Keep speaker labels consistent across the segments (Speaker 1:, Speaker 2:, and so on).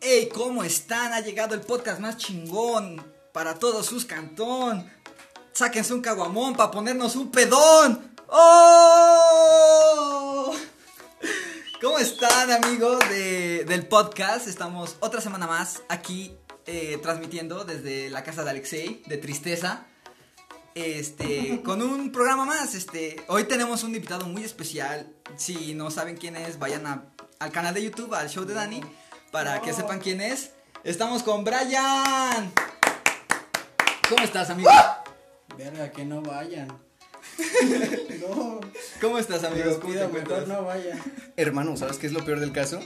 Speaker 1: Hey, ¿cómo están? Ha llegado el podcast más chingón para todos sus cantón. Sáquense un caguamón para ponernos un pedón. ¡Oh! ¿Cómo están amigos de- del podcast? Estamos otra semana más aquí eh, transmitiendo desde la casa de Alexei, de Tristeza. Este, con un programa más, este, hoy tenemos un invitado muy especial. Si no saben quién es, vayan a- al canal de YouTube, al show de Dani, para que sepan quién es. Estamos con Brian. ¿Cómo estás, amigo?
Speaker 2: Verga, que no vayan. no,
Speaker 1: ¿Cómo estás, amigos?
Speaker 2: amigos,
Speaker 1: ¿Cómo te
Speaker 2: pido
Speaker 1: encuentras?
Speaker 2: mejor no vayan.
Speaker 3: Hermano, ¿sabes qué es lo peor del caso?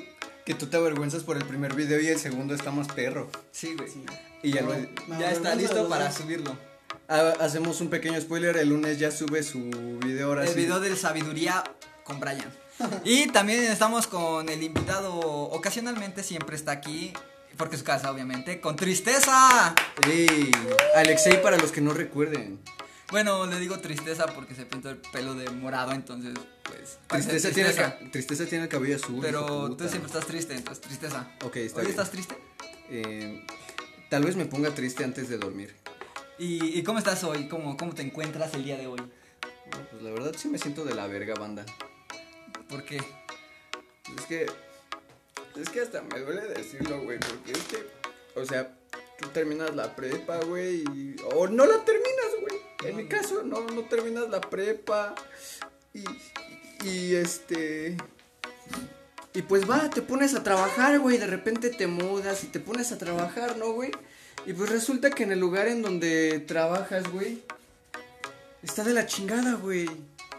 Speaker 3: Que tú te avergüenzas por el primer video y el segundo está más perro.
Speaker 1: Sí, güey.
Speaker 2: Sí.
Speaker 3: Y ya lo-
Speaker 2: Me
Speaker 1: Ya
Speaker 2: avergüenza
Speaker 1: está
Speaker 2: de
Speaker 1: listo
Speaker 2: los
Speaker 1: para
Speaker 2: dos.
Speaker 1: subirlo.
Speaker 3: Ha- Ah, hacemos un pequeño spoiler, el lunes ya sube su video ahora
Speaker 1: El
Speaker 3: sí.
Speaker 1: video de sabiduría con Brian. Y también estamos con el invitado, ocasionalmente siempre está aquí, porque es su casa, obviamente, con tristeza.
Speaker 3: Ey, Alexei, para los que no recuerden.
Speaker 1: Bueno, le digo tristeza porque se pintó el pelo de morado, entonces, pues. parece
Speaker 3: Tristeza, tiene, ca- tristeza tiene el cabello azul. hijo de
Speaker 1: Pero
Speaker 3: puta.
Speaker 1: tú siempre estás triste, entonces tristeza.
Speaker 3: Ok, está
Speaker 1: Hoy
Speaker 3: bien.
Speaker 1: estás triste.
Speaker 3: Eh, tal vez me ponga triste antes de dormir.
Speaker 1: ¿Y, y cómo estás hoy? ¿Cómo, ¿Cómo te encuentras el día de hoy?
Speaker 3: Pues la verdad sí me siento de la verga, banda.
Speaker 1: ¿Por qué?
Speaker 3: Es que. Es que hasta me duele decirlo, güey, porque es que. O sea, tú terminas la prepa, güey, y- o no la terminas, güey. En mi caso, no, no terminas la prepa. Y. Y este. Y pues va, te pones a trabajar, güey, de repente te mudas y te pones a trabajar, ¿no, güey? Y pues resulta que en el lugar en donde trabajas, güey, está de la chingada, güey.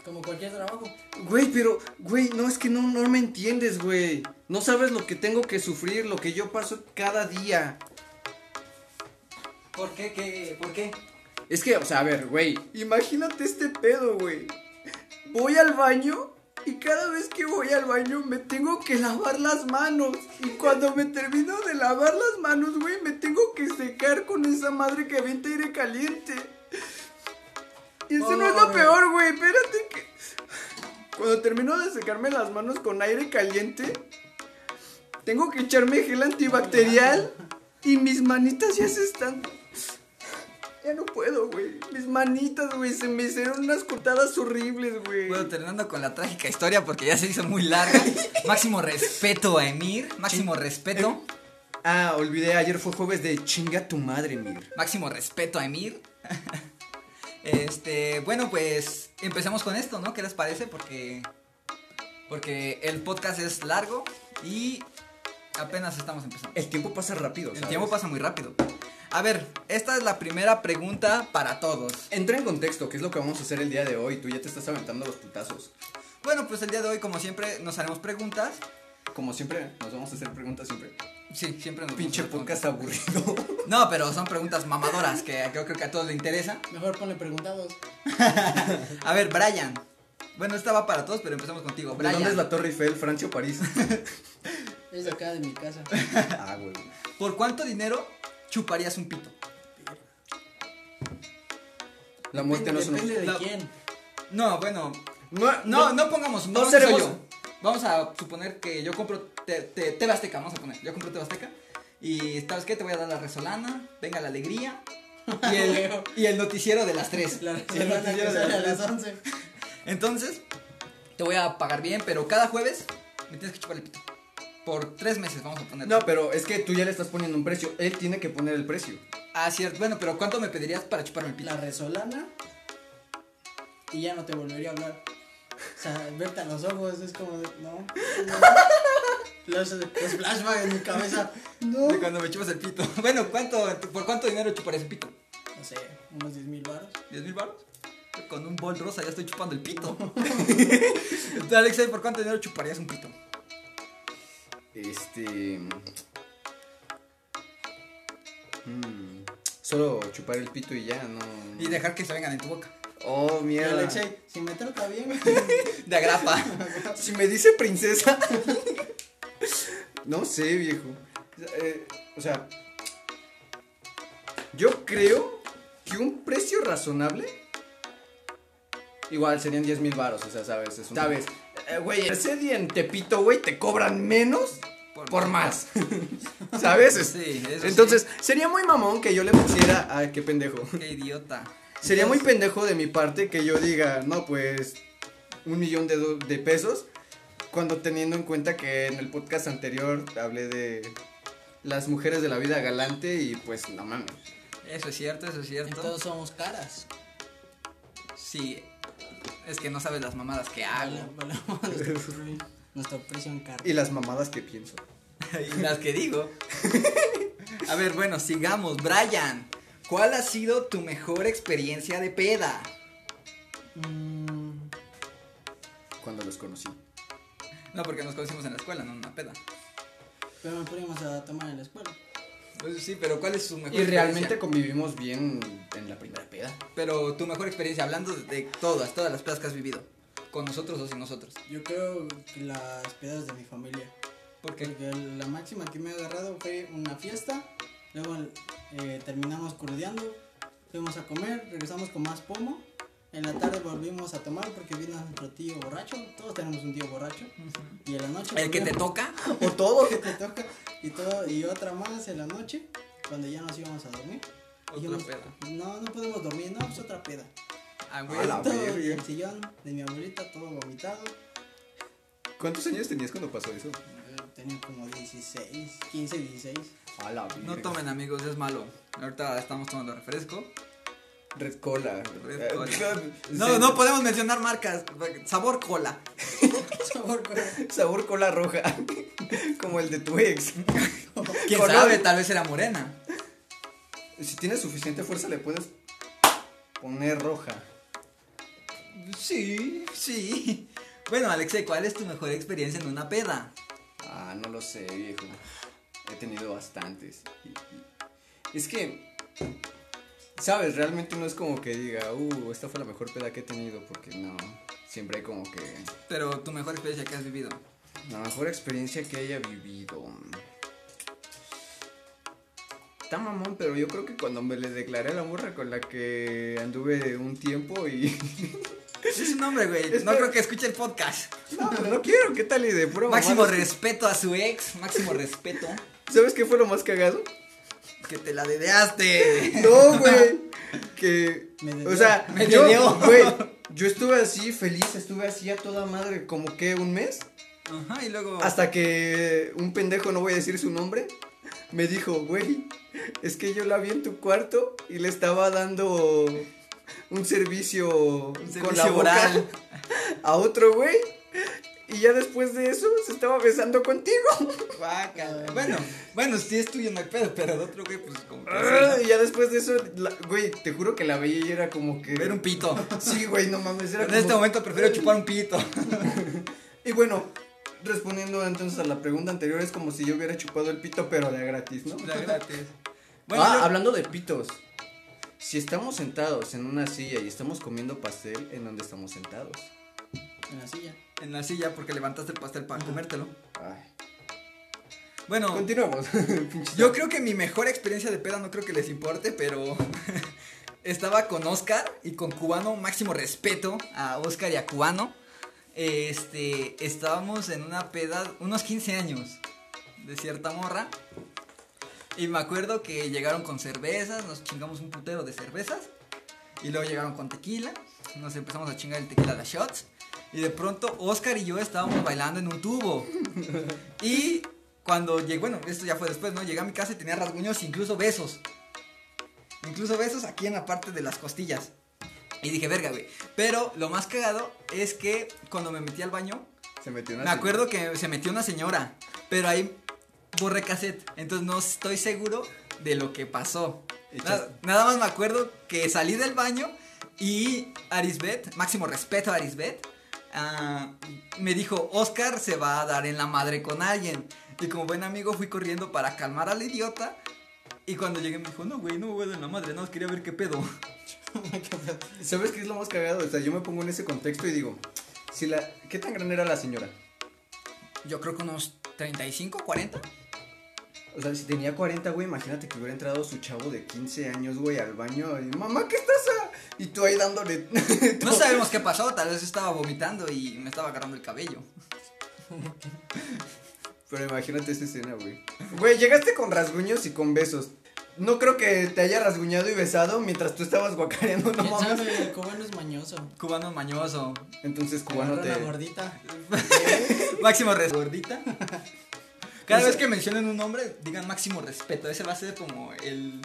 Speaker 2: Como cualquier trabajo.
Speaker 3: Güey, pero, güey, no, es que no, no me entiendes, güey. No sabes lo que tengo que sufrir, lo que yo paso cada día.
Speaker 1: ¿Por qué? ¿Qué? ¿Por qué?
Speaker 3: Es que, o sea, a ver, güey, imagínate este pedo, güey. Voy al baño y cada vez que voy al baño me tengo que lavar las manos. Y cuando me termino de lavar las manos, güey, me tengo que secar con esa madre que avienta aire caliente. Y eso no es lo
Speaker 1: Oh.
Speaker 3: peor, güey, espérate que... Cuando termino de secarme las manos con aire caliente, tengo que echarme gel antibacterial y mis manitas ya se están ya no puedo, güey. Mis manitas, güey, se me hicieron unas cortadas horribles, güey.
Speaker 1: Bueno, terminando con la trágica historia porque ya se hizo muy larga. máximo respeto a Emir, máximo respeto,
Speaker 3: Ah, olvidé, ayer fue jueves de chinga tu madre, Mir.
Speaker 1: máximo respeto a Emir. Este, bueno, pues empecemos con esto, ¿no? ¿Qué les parece? Porque porque el podcast es largo y apenas estamos empezando.
Speaker 3: El tiempo pasa rápido,
Speaker 1: El
Speaker 3: ¿sabes?
Speaker 1: tiempo pasa muy rápido. A ver, esta es la primera pregunta para todos.
Speaker 3: Entra en contexto, que es lo que vamos a hacer el día de hoy. Tú ya te estás aventando los putazos.
Speaker 1: Bueno, pues el día de hoy, como siempre, nos haremos preguntas.
Speaker 3: Como siempre, nos vamos a hacer preguntas siempre.
Speaker 1: Sí, siempre nos
Speaker 3: Pinche
Speaker 1: vamos a-
Speaker 3: podcast aburrido.
Speaker 1: No, pero son preguntas mamadoras que yo creo que a todos les interesa.
Speaker 2: Mejor ponle preguntados.
Speaker 1: A ver, Brian. Bueno, esta va para todos, pero empezamos contigo.
Speaker 3: ¿De
Speaker 1: Brian,
Speaker 3: dónde es la Torre Eiffel, Francia o París?
Speaker 2: Es de acá de mi casa.
Speaker 3: ah, güey.
Speaker 1: ¿por cuánto dinero chuparías un pito?
Speaker 3: La muerte no es una...
Speaker 2: Depende de
Speaker 1: No.
Speaker 2: quién.
Speaker 1: No, bueno.
Speaker 3: No,
Speaker 1: No, no pongamos.
Speaker 3: no
Speaker 1: pongamos soy
Speaker 3: seremos-
Speaker 1: yo. Vamos a suponer que yo compro te, te, TV Azteca, vamos a poner. Yo compro TV Azteca. Y ¿sabes qué? Te voy a dar la resolana, venga la alegría. Y el, y el noticiero de las tres.
Speaker 2: La
Speaker 1: Y el
Speaker 2: semana que
Speaker 1: noticiero de
Speaker 2: sale a
Speaker 1: las
Speaker 2: las
Speaker 1: tres.
Speaker 2: 11.
Speaker 1: Entonces, te voy a pagar bien, pero cada jueves me tienes que chupar el pito. Por tres meses, vamos a poner.
Speaker 3: No, pero es que tú ya le estás poniendo un precio. Él tiene que poner el precio.
Speaker 1: Ah, cierto. Bueno, pero ¿cuánto me pedirías para chuparme el pito?
Speaker 2: La resolana. Y ya no te volvería a hablar. O sea, verte a los ojos es como de. No. no. Los, los flashbacks en mi cabeza. No.
Speaker 1: De cuando me chupas el pito. Bueno, ¿cuánto, ¿por cuánto dinero chuparé ese pito?
Speaker 2: No sé, unos 10 mil baros.
Speaker 1: ¿10 mil baros? Con un bol rosa ya estoy chupando el pito. Tú, Alexei, ¿por cuánto dinero chuparías un pito?
Speaker 3: Este. mm, Solo chupar el pito y ya, no.
Speaker 1: Y dejar que se vengan en tu boca.
Speaker 3: Oh,
Speaker 2: Y
Speaker 3: mierda.
Speaker 2: Alexei, si me trata bien.
Speaker 1: De agrapa.
Speaker 3: Si me dice princesa. no sé, viejo. Eh, o sea. Yo creo que un precio razonable. Igual serían 10 mil baros, o sea, sabes, es un- Sabes, eh, güey, ese día en Tepito, güey, te cobran menos
Speaker 1: Por
Speaker 3: por más. ¿Sabes?
Speaker 1: Sí, eso sí.
Speaker 3: Entonces, sería muy mamón que yo le pusiera a qué pendejo.
Speaker 1: Qué idiota.
Speaker 3: Sería muy pendejo de mi parte que yo diga, no, pues un millón de, do- de pesos, cuando teniendo en cuenta que en el podcast anterior hablé de las mujeres de la vida galante y pues no mames.
Speaker 1: Eso es cierto, eso es cierto.
Speaker 2: Entonces somos caras.
Speaker 1: sí. Es que no sabes las mamadas que
Speaker 2: Vale,
Speaker 1: hago.
Speaker 2: vale, nuestro pre- Nuestro precio en carne.
Speaker 3: Y las mamadas que pienso.
Speaker 1: y las que digo. A ver, bueno, sigamos. Brian, ¿cuál ha sido tu mejor experiencia de peda?
Speaker 2: Mm,
Speaker 3: Cuando los conocí.
Speaker 1: No, porque nos conocimos en la escuela, no en una peda.
Speaker 2: pero nos poníamos a tomar en la escuela.
Speaker 1: Pues sí, pero ¿cuál es su mejor
Speaker 3: Y realmente
Speaker 1: experiencia?
Speaker 3: convivimos bien en la primera peda.
Speaker 1: Pero tu mejor experiencia, hablando de todas, todas las pedas que has vivido. Con nosotros o sin nosotros.
Speaker 2: Yo creo que las pedas de mi familia.
Speaker 1: Porque
Speaker 2: Porque la máxima que me he agarrado fue una fiesta, luego eh, terminamos curdeando, fuimos a comer, regresamos con más pomo, en la tarde volvimos a tomar porque vino nuestro tío borracho, todos tenemos un tío borracho, y en la noche...
Speaker 1: el que te
Speaker 2: volvíamos-
Speaker 1: toca.
Speaker 3: O todo.
Speaker 2: el que te toca, y, todo, y otra más en la noche, cuando ya nos íbamos a dormir.
Speaker 1: Otra peda.
Speaker 2: No, no podemos dormir, no, es otra peda.
Speaker 1: Ah,
Speaker 3: A
Speaker 1: güey.
Speaker 3: la
Speaker 2: Todo en
Speaker 3: verga.
Speaker 2: el sillón de mi abuelita, todo vomitado,
Speaker 3: ¿Cuántos años tenías cuando pasó eso?
Speaker 2: eh, tenía como 16, 15, 16.
Speaker 3: A la
Speaker 1: No
Speaker 3: verga.
Speaker 1: tomen amigos, es malo. Ahorita estamos tomando refresco.
Speaker 3: Red cola.
Speaker 1: Red
Speaker 3: Eh,
Speaker 1: Cola.
Speaker 3: se-
Speaker 1: No, no podemos mencionar marcas. Sabor cola.
Speaker 2: Sabor, güey.
Speaker 3: Sabor cola roja. Como el de tu ex.
Speaker 1: Quién
Speaker 3: Color.
Speaker 1: sabe, tal vez era morena.
Speaker 3: Si tienes suficiente fuerza le puedes poner roja.
Speaker 1: Sí, sí. Bueno, Alexei, ¿cuál es tu mejor experiencia en una peda?
Speaker 3: Ah, no lo sé, viejo. He tenido bastantes. Y- y- Es que, ¿sabes? Realmente no es como que diga, uh, esta fue la mejor peda que he tenido, porque no. Siempre hay como que
Speaker 1: Pero tu mejor experiencia que has vivido.
Speaker 3: la mejor experiencia que haya vivido. Está mamón, pero yo creo que cuando me le declaré a la morra con la que anduve un tiempo y.
Speaker 1: Es un hombre, güey. No
Speaker 3: Espera.
Speaker 1: creo que escuche el podcast.
Speaker 3: No, pues no quiero, ¿qué tal? Y de puro
Speaker 1: Máximo respeto a su ex. Máximo respeto.
Speaker 3: ¿Sabes qué fue lo más cagado?
Speaker 1: Que te la dedeaste.
Speaker 3: No, güey. Que.
Speaker 2: Me dolió.
Speaker 3: o sea,
Speaker 1: Me
Speaker 3: yo,
Speaker 1: dolió.
Speaker 3: güey, yo estuve así feliz, estuve así a toda madre, como que un mes.
Speaker 1: Ajá, y luego.
Speaker 3: Hasta que un pendejo, no voy a decir su nombre, me dijo, güey, es que yo la vi en tu cuarto y le estaba dando un servicio,
Speaker 1: un
Speaker 3: con
Speaker 1: servicio
Speaker 3: la boca
Speaker 1: oral.
Speaker 3: a otro güey. Y ya después de eso se estaba besando contigo.
Speaker 1: Guácala. Bueno, bueno, si es tuyo no hay pedo, pero de otro güey, pues como que
Speaker 3: Ah,
Speaker 1: sí.
Speaker 3: Y ya después de eso, la- güey, te juro que la veía y era como que.
Speaker 1: Ver un pito.
Speaker 3: Sí, güey, no mames, era
Speaker 1: En
Speaker 3: como-
Speaker 1: este momento prefiero chupar un pito.
Speaker 3: Y bueno, respondiendo entonces a la pregunta anterior, es como si yo hubiera chupado el pito, pero de a gratis, ¿no?
Speaker 1: La gratis. Bueno,
Speaker 3: ah,
Speaker 1: yo-
Speaker 3: hablando de pitos. Si estamos sentados en una silla y estamos comiendo pastel, ¿en dónde estamos sentados?
Speaker 2: En la silla.
Speaker 1: en la silla porque levantaste el pastel para comértelo.
Speaker 3: Ay.
Speaker 1: Bueno,
Speaker 3: Continuamos. Pinche-
Speaker 1: yo creo que mi mejor experiencia de peda no creo que les importe, pero estaba con Oscar y con Cubano, máximo respeto a Oscar y a Cubano. Este, estábamos en una peda, unos 15 años, de cierta morra. Y me acuerdo que llegaron con cervezas, nos chingamos un putero de cervezas. Y luego llegaron con tequila, nos empezamos a chingar el tequila de shots. Y de pronto Oscar y yo estábamos bailando en un tubo. Y cuando llegué, bueno, esto ya fue después, ¿no? Llegué a mi casa y tenía rasguños, incluso besos. Incluso besos aquí en la parte de las costillas. Y dije, verga, güey. Pero lo más cagado es que cuando me metí al baño,
Speaker 3: Se metió una
Speaker 1: me acuerdo que se metió una señora, pero ahí borré cassette, entonces no estoy seguro de lo que pasó.
Speaker 3: Echas-
Speaker 1: Nada, nada más me acuerdo que salí del baño y Arisbet, máximo respeto a Arisbet, ah, me dijo, Oscar se va a dar en la madre con alguien. Y como buen amigo fui corriendo para calmar al idiota. Y cuando llegué me dijo, no, güey, no me voy a dar en la madre, no, quería ver qué pedo.
Speaker 3: ¿Sabes qué es lo más cagado? O sea, yo me pongo en ese contexto y digo, si la... ¿qué tan grande era la señora?
Speaker 1: Yo creo que unos 35, 40.
Speaker 3: O sea, si tenía 40, güey, imagínate que hubiera entrado su chavo de 15 años, güey, al baño. Y, Mamá, ¿qué estás a-?" Y tú ahí dándole.
Speaker 1: No sabemos qué pasó, tal vez estaba vomitando y me estaba agarrando el cabello.
Speaker 3: Pero imagínate esa escena, güey. Güey, llegaste con rasguños y con besos. No creo que te haya rasguñado y besado mientras tú estabas guacareando, no
Speaker 2: ¿Quién
Speaker 3: mames.
Speaker 2: sabe? El cubano es mañoso.
Speaker 1: Cubano mañoso.
Speaker 3: Entonces, cubano
Speaker 2: Agarró
Speaker 3: te.
Speaker 2: la gordita.
Speaker 1: Máximo respeto. Gordita. Cada vez que mencionen un nombre, digan máximo respeto. Ese va a ser como el.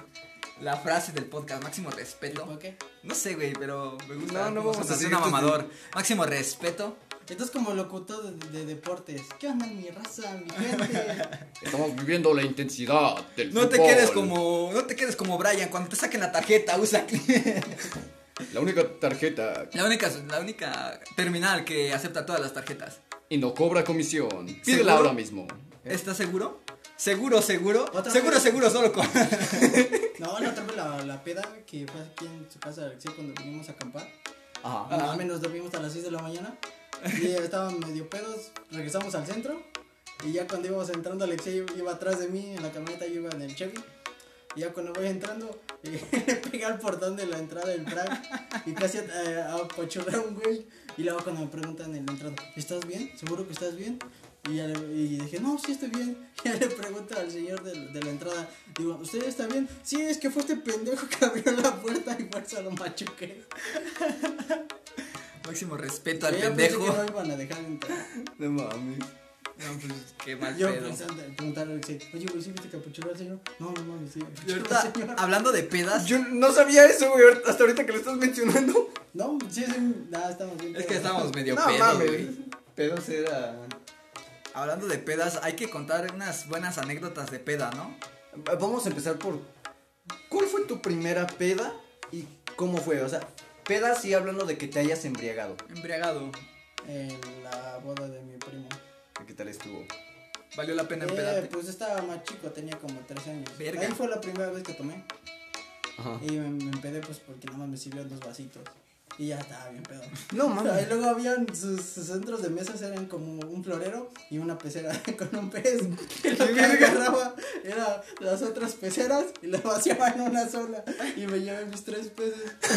Speaker 1: La frase del podcast, máximo respeto.
Speaker 2: ¿Por qué?
Speaker 1: No sé, güey, pero me gusta.
Speaker 3: No, no
Speaker 1: cómo
Speaker 3: vamos a
Speaker 1: suena,
Speaker 3: seguir
Speaker 1: suena
Speaker 3: tus-
Speaker 1: mamador. Máximo respeto.
Speaker 2: Esto es como locutor de, de deportes. ¿Qué onda, mi raza, mi gente?
Speaker 3: Estamos viviendo la intensidad del
Speaker 1: No te quedes como. No te quedes como Brian. Cuando te saquen la tarjeta, usa.
Speaker 3: La única tarjeta
Speaker 1: la única, la única terminal que acepta todas las tarjetas.
Speaker 3: y no cobra comisión.
Speaker 1: ¿Seguro?
Speaker 3: mismo.
Speaker 1: ¿Estás seguro? Seguro, seguro.
Speaker 2: Otra
Speaker 1: Seguro,
Speaker 2: vez.
Speaker 1: seguro, solo con.
Speaker 2: No, la otra vez la, la peda que fue aquí en su casa de Alexia cuando vinimos a acampar.
Speaker 3: Ajá.
Speaker 2: Más o menos dormimos a las 6 de la mañana. Y estaban medio pedos. Regresamos al centro. Y ya cuando íbamos entrando, Alexei iba atrás de mí en la camioneta. Yo iba en el Chevy. Y ya cuando voy entrando, le pegué al portón de la entrada del Prag. Y casi eh, apachurré a un güey. Y luego cuando me preguntan en la entrada, ¿estás bien? ¿Seguro que estás bien? Y, ya le- y dije, no, sí estoy bien. Y ya le pregunto al señor del- de, la entrada, digo, ¿usted está bien? Sí, es que fue este pendejo que abrió la puerta y por eso lo machuqué.
Speaker 1: Máximo respeto al
Speaker 2: Yo ya pensé
Speaker 1: pendejo.
Speaker 2: que no iban a dejar entrar.
Speaker 3: No mames.
Speaker 1: No, pues qué mal
Speaker 2: Yo
Speaker 1: pedo.
Speaker 2: pensando, preguntarle, dice, oye, güey, ¿sí viste que apuchurró al señor? No, no mames, sí,
Speaker 1: Y
Speaker 2: apuchurró al
Speaker 1: ahorita,
Speaker 2: señor.
Speaker 1: hablando de pedas,
Speaker 3: Yo no sabía eso, güey, ahor- hasta ahorita que lo estás mencionando.
Speaker 2: No, sí, sí, nada, estamos bien.
Speaker 1: es que
Speaker 2: pero-
Speaker 1: estábamos medio
Speaker 3: no
Speaker 1: pedos,
Speaker 3: mames.
Speaker 1: güey.
Speaker 3: Pedo será.
Speaker 1: Hablando de pedas, hay que contar unas buenas anécdotas de peda, ¿no?
Speaker 3: Vamos a empezar por. ¿Cuál fue tu primera peda y cómo fue? O sea, peda sí hablando de que te hayas embriagado.
Speaker 1: Embriagado.
Speaker 2: En la boda de mi primo.
Speaker 3: ¿Qué tal estuvo?
Speaker 1: Valió la pena
Speaker 2: Eh,
Speaker 1: empedarte.
Speaker 2: pues estaba más chico, tenía como 13 años.
Speaker 1: Verga.
Speaker 2: Ahí fue la primera vez que tomé.
Speaker 3: Ajá.
Speaker 2: Y me, me empedé, pues porque nada más me sirvió dos vasitos. Y ya estaba bien pedo.
Speaker 3: No
Speaker 2: Y luego habían sus, sus centros de mesas, eran como un florero y una pecera con un pez. Y lo que agarraba era las otras peceras y las vaciaba en una sola. Y me llevé mis tres peces.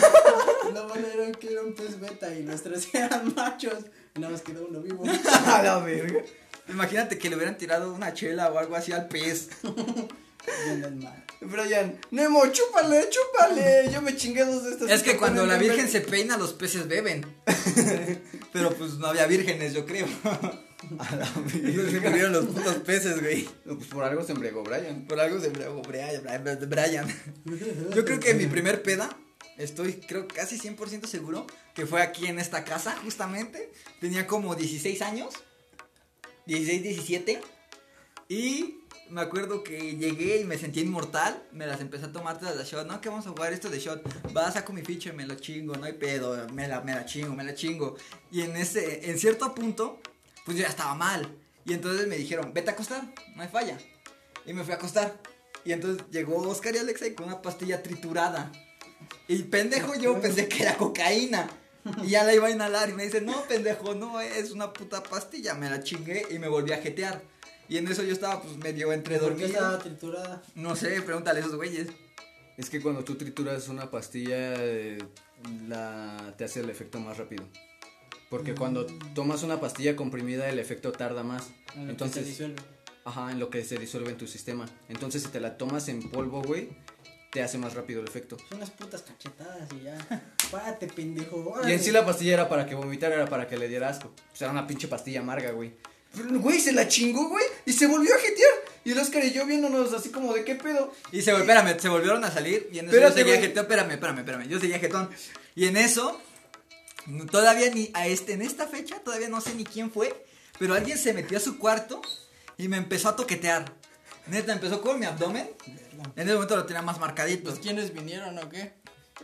Speaker 2: Lo bueno era que era un pez beta y los tres eran machos. Y nada más quedó uno vivo.
Speaker 3: A la verga.
Speaker 1: Imagínate que le hubieran tirado una chela o algo así al pez.
Speaker 2: Y en el mar.
Speaker 3: Brian, Nemo, chúpale, chúpale. Yo me chingué dos de estas.
Speaker 1: Es que cuando la Virgen
Speaker 3: se
Speaker 1: se peina, los peces beben. Pero pues no había vírgenes, yo creo.
Speaker 3: A la
Speaker 1: Entonces se
Speaker 3: verga.
Speaker 1: murieron los putos peces, güey.
Speaker 3: No, Pues por algo se embriagó Brian.
Speaker 1: Por algo se embriagó Brian. Brian- Brian. Yo creo que mi primer peda, estoy creo casi 100% seguro que fue aquí en esta casa, justamente. Tenía como 16 años, 16, 17. Y me acuerdo que llegué y me sentí inmortal. Me las empecé a tomar todas las shot. No, que vamos a jugar esto de shot. Va, saco mi ficha y me lo chingo, no hay pedo. Me la, me la chingo, me la chingo. Y en, ese, en cierto punto, pues yo ya estaba mal. Y entonces me dijeron, vete a acostar, no hay falla. Y me fui a acostar. Y entonces llegó Oscar y Alexei con una pastilla triturada. Y pendejo, yo pensé que era cocaína. Y ya la iba a inhalar y me dice, no, pendejo, no, es una puta pastilla. Me la chingué y me volví a jetear. Y en eso yo estaba pues medio entre
Speaker 2: ¿Por qué estaba
Speaker 1: dormido.
Speaker 2: triturada.
Speaker 1: No sé, pregúntale a esos güeyes.
Speaker 3: Es que cuando tú trituras una pastilla, eh, la, te hace el efecto más rápido. Porque cuando tomas una pastilla comprimida, el efecto tarda más.
Speaker 2: en Mm. lo que se
Speaker 3: Entonces,
Speaker 2: disuelve.
Speaker 3: ajá, en lo que se disuelve en tu sistema. Entonces, si te la tomas en polvo, güey, te hace más rápido el efecto.
Speaker 2: Son unas putas cachetadas y ya. Párate, pendejo.
Speaker 3: Y
Speaker 2: órale.
Speaker 3: en sí la pastilla era para que vomitar, era para que le diera asco. Pues era una pinche pastilla amarga, güey. Pero, Güey, se la chingó, güey, y se volvió a jetear. Y el Oscar y yo viéndonos así como de qué pedo.
Speaker 1: Y se, vol- espérame, se volvieron a salir y en eso
Speaker 3: Espérate,
Speaker 1: yo seguía
Speaker 3: güey.
Speaker 1: jetón, espérame, espérame, espérame, yo seguía jetón. Y en eso, no- todavía ni a este, en esta fecha, todavía no sé ni quién fue, pero alguien se metió a su cuarto y me empezó a toquetear. Neta, empezó con mi abdomen, en ese momento lo tenía más marcadito.
Speaker 2: Pues, ¿Quiénes vinieron o qué?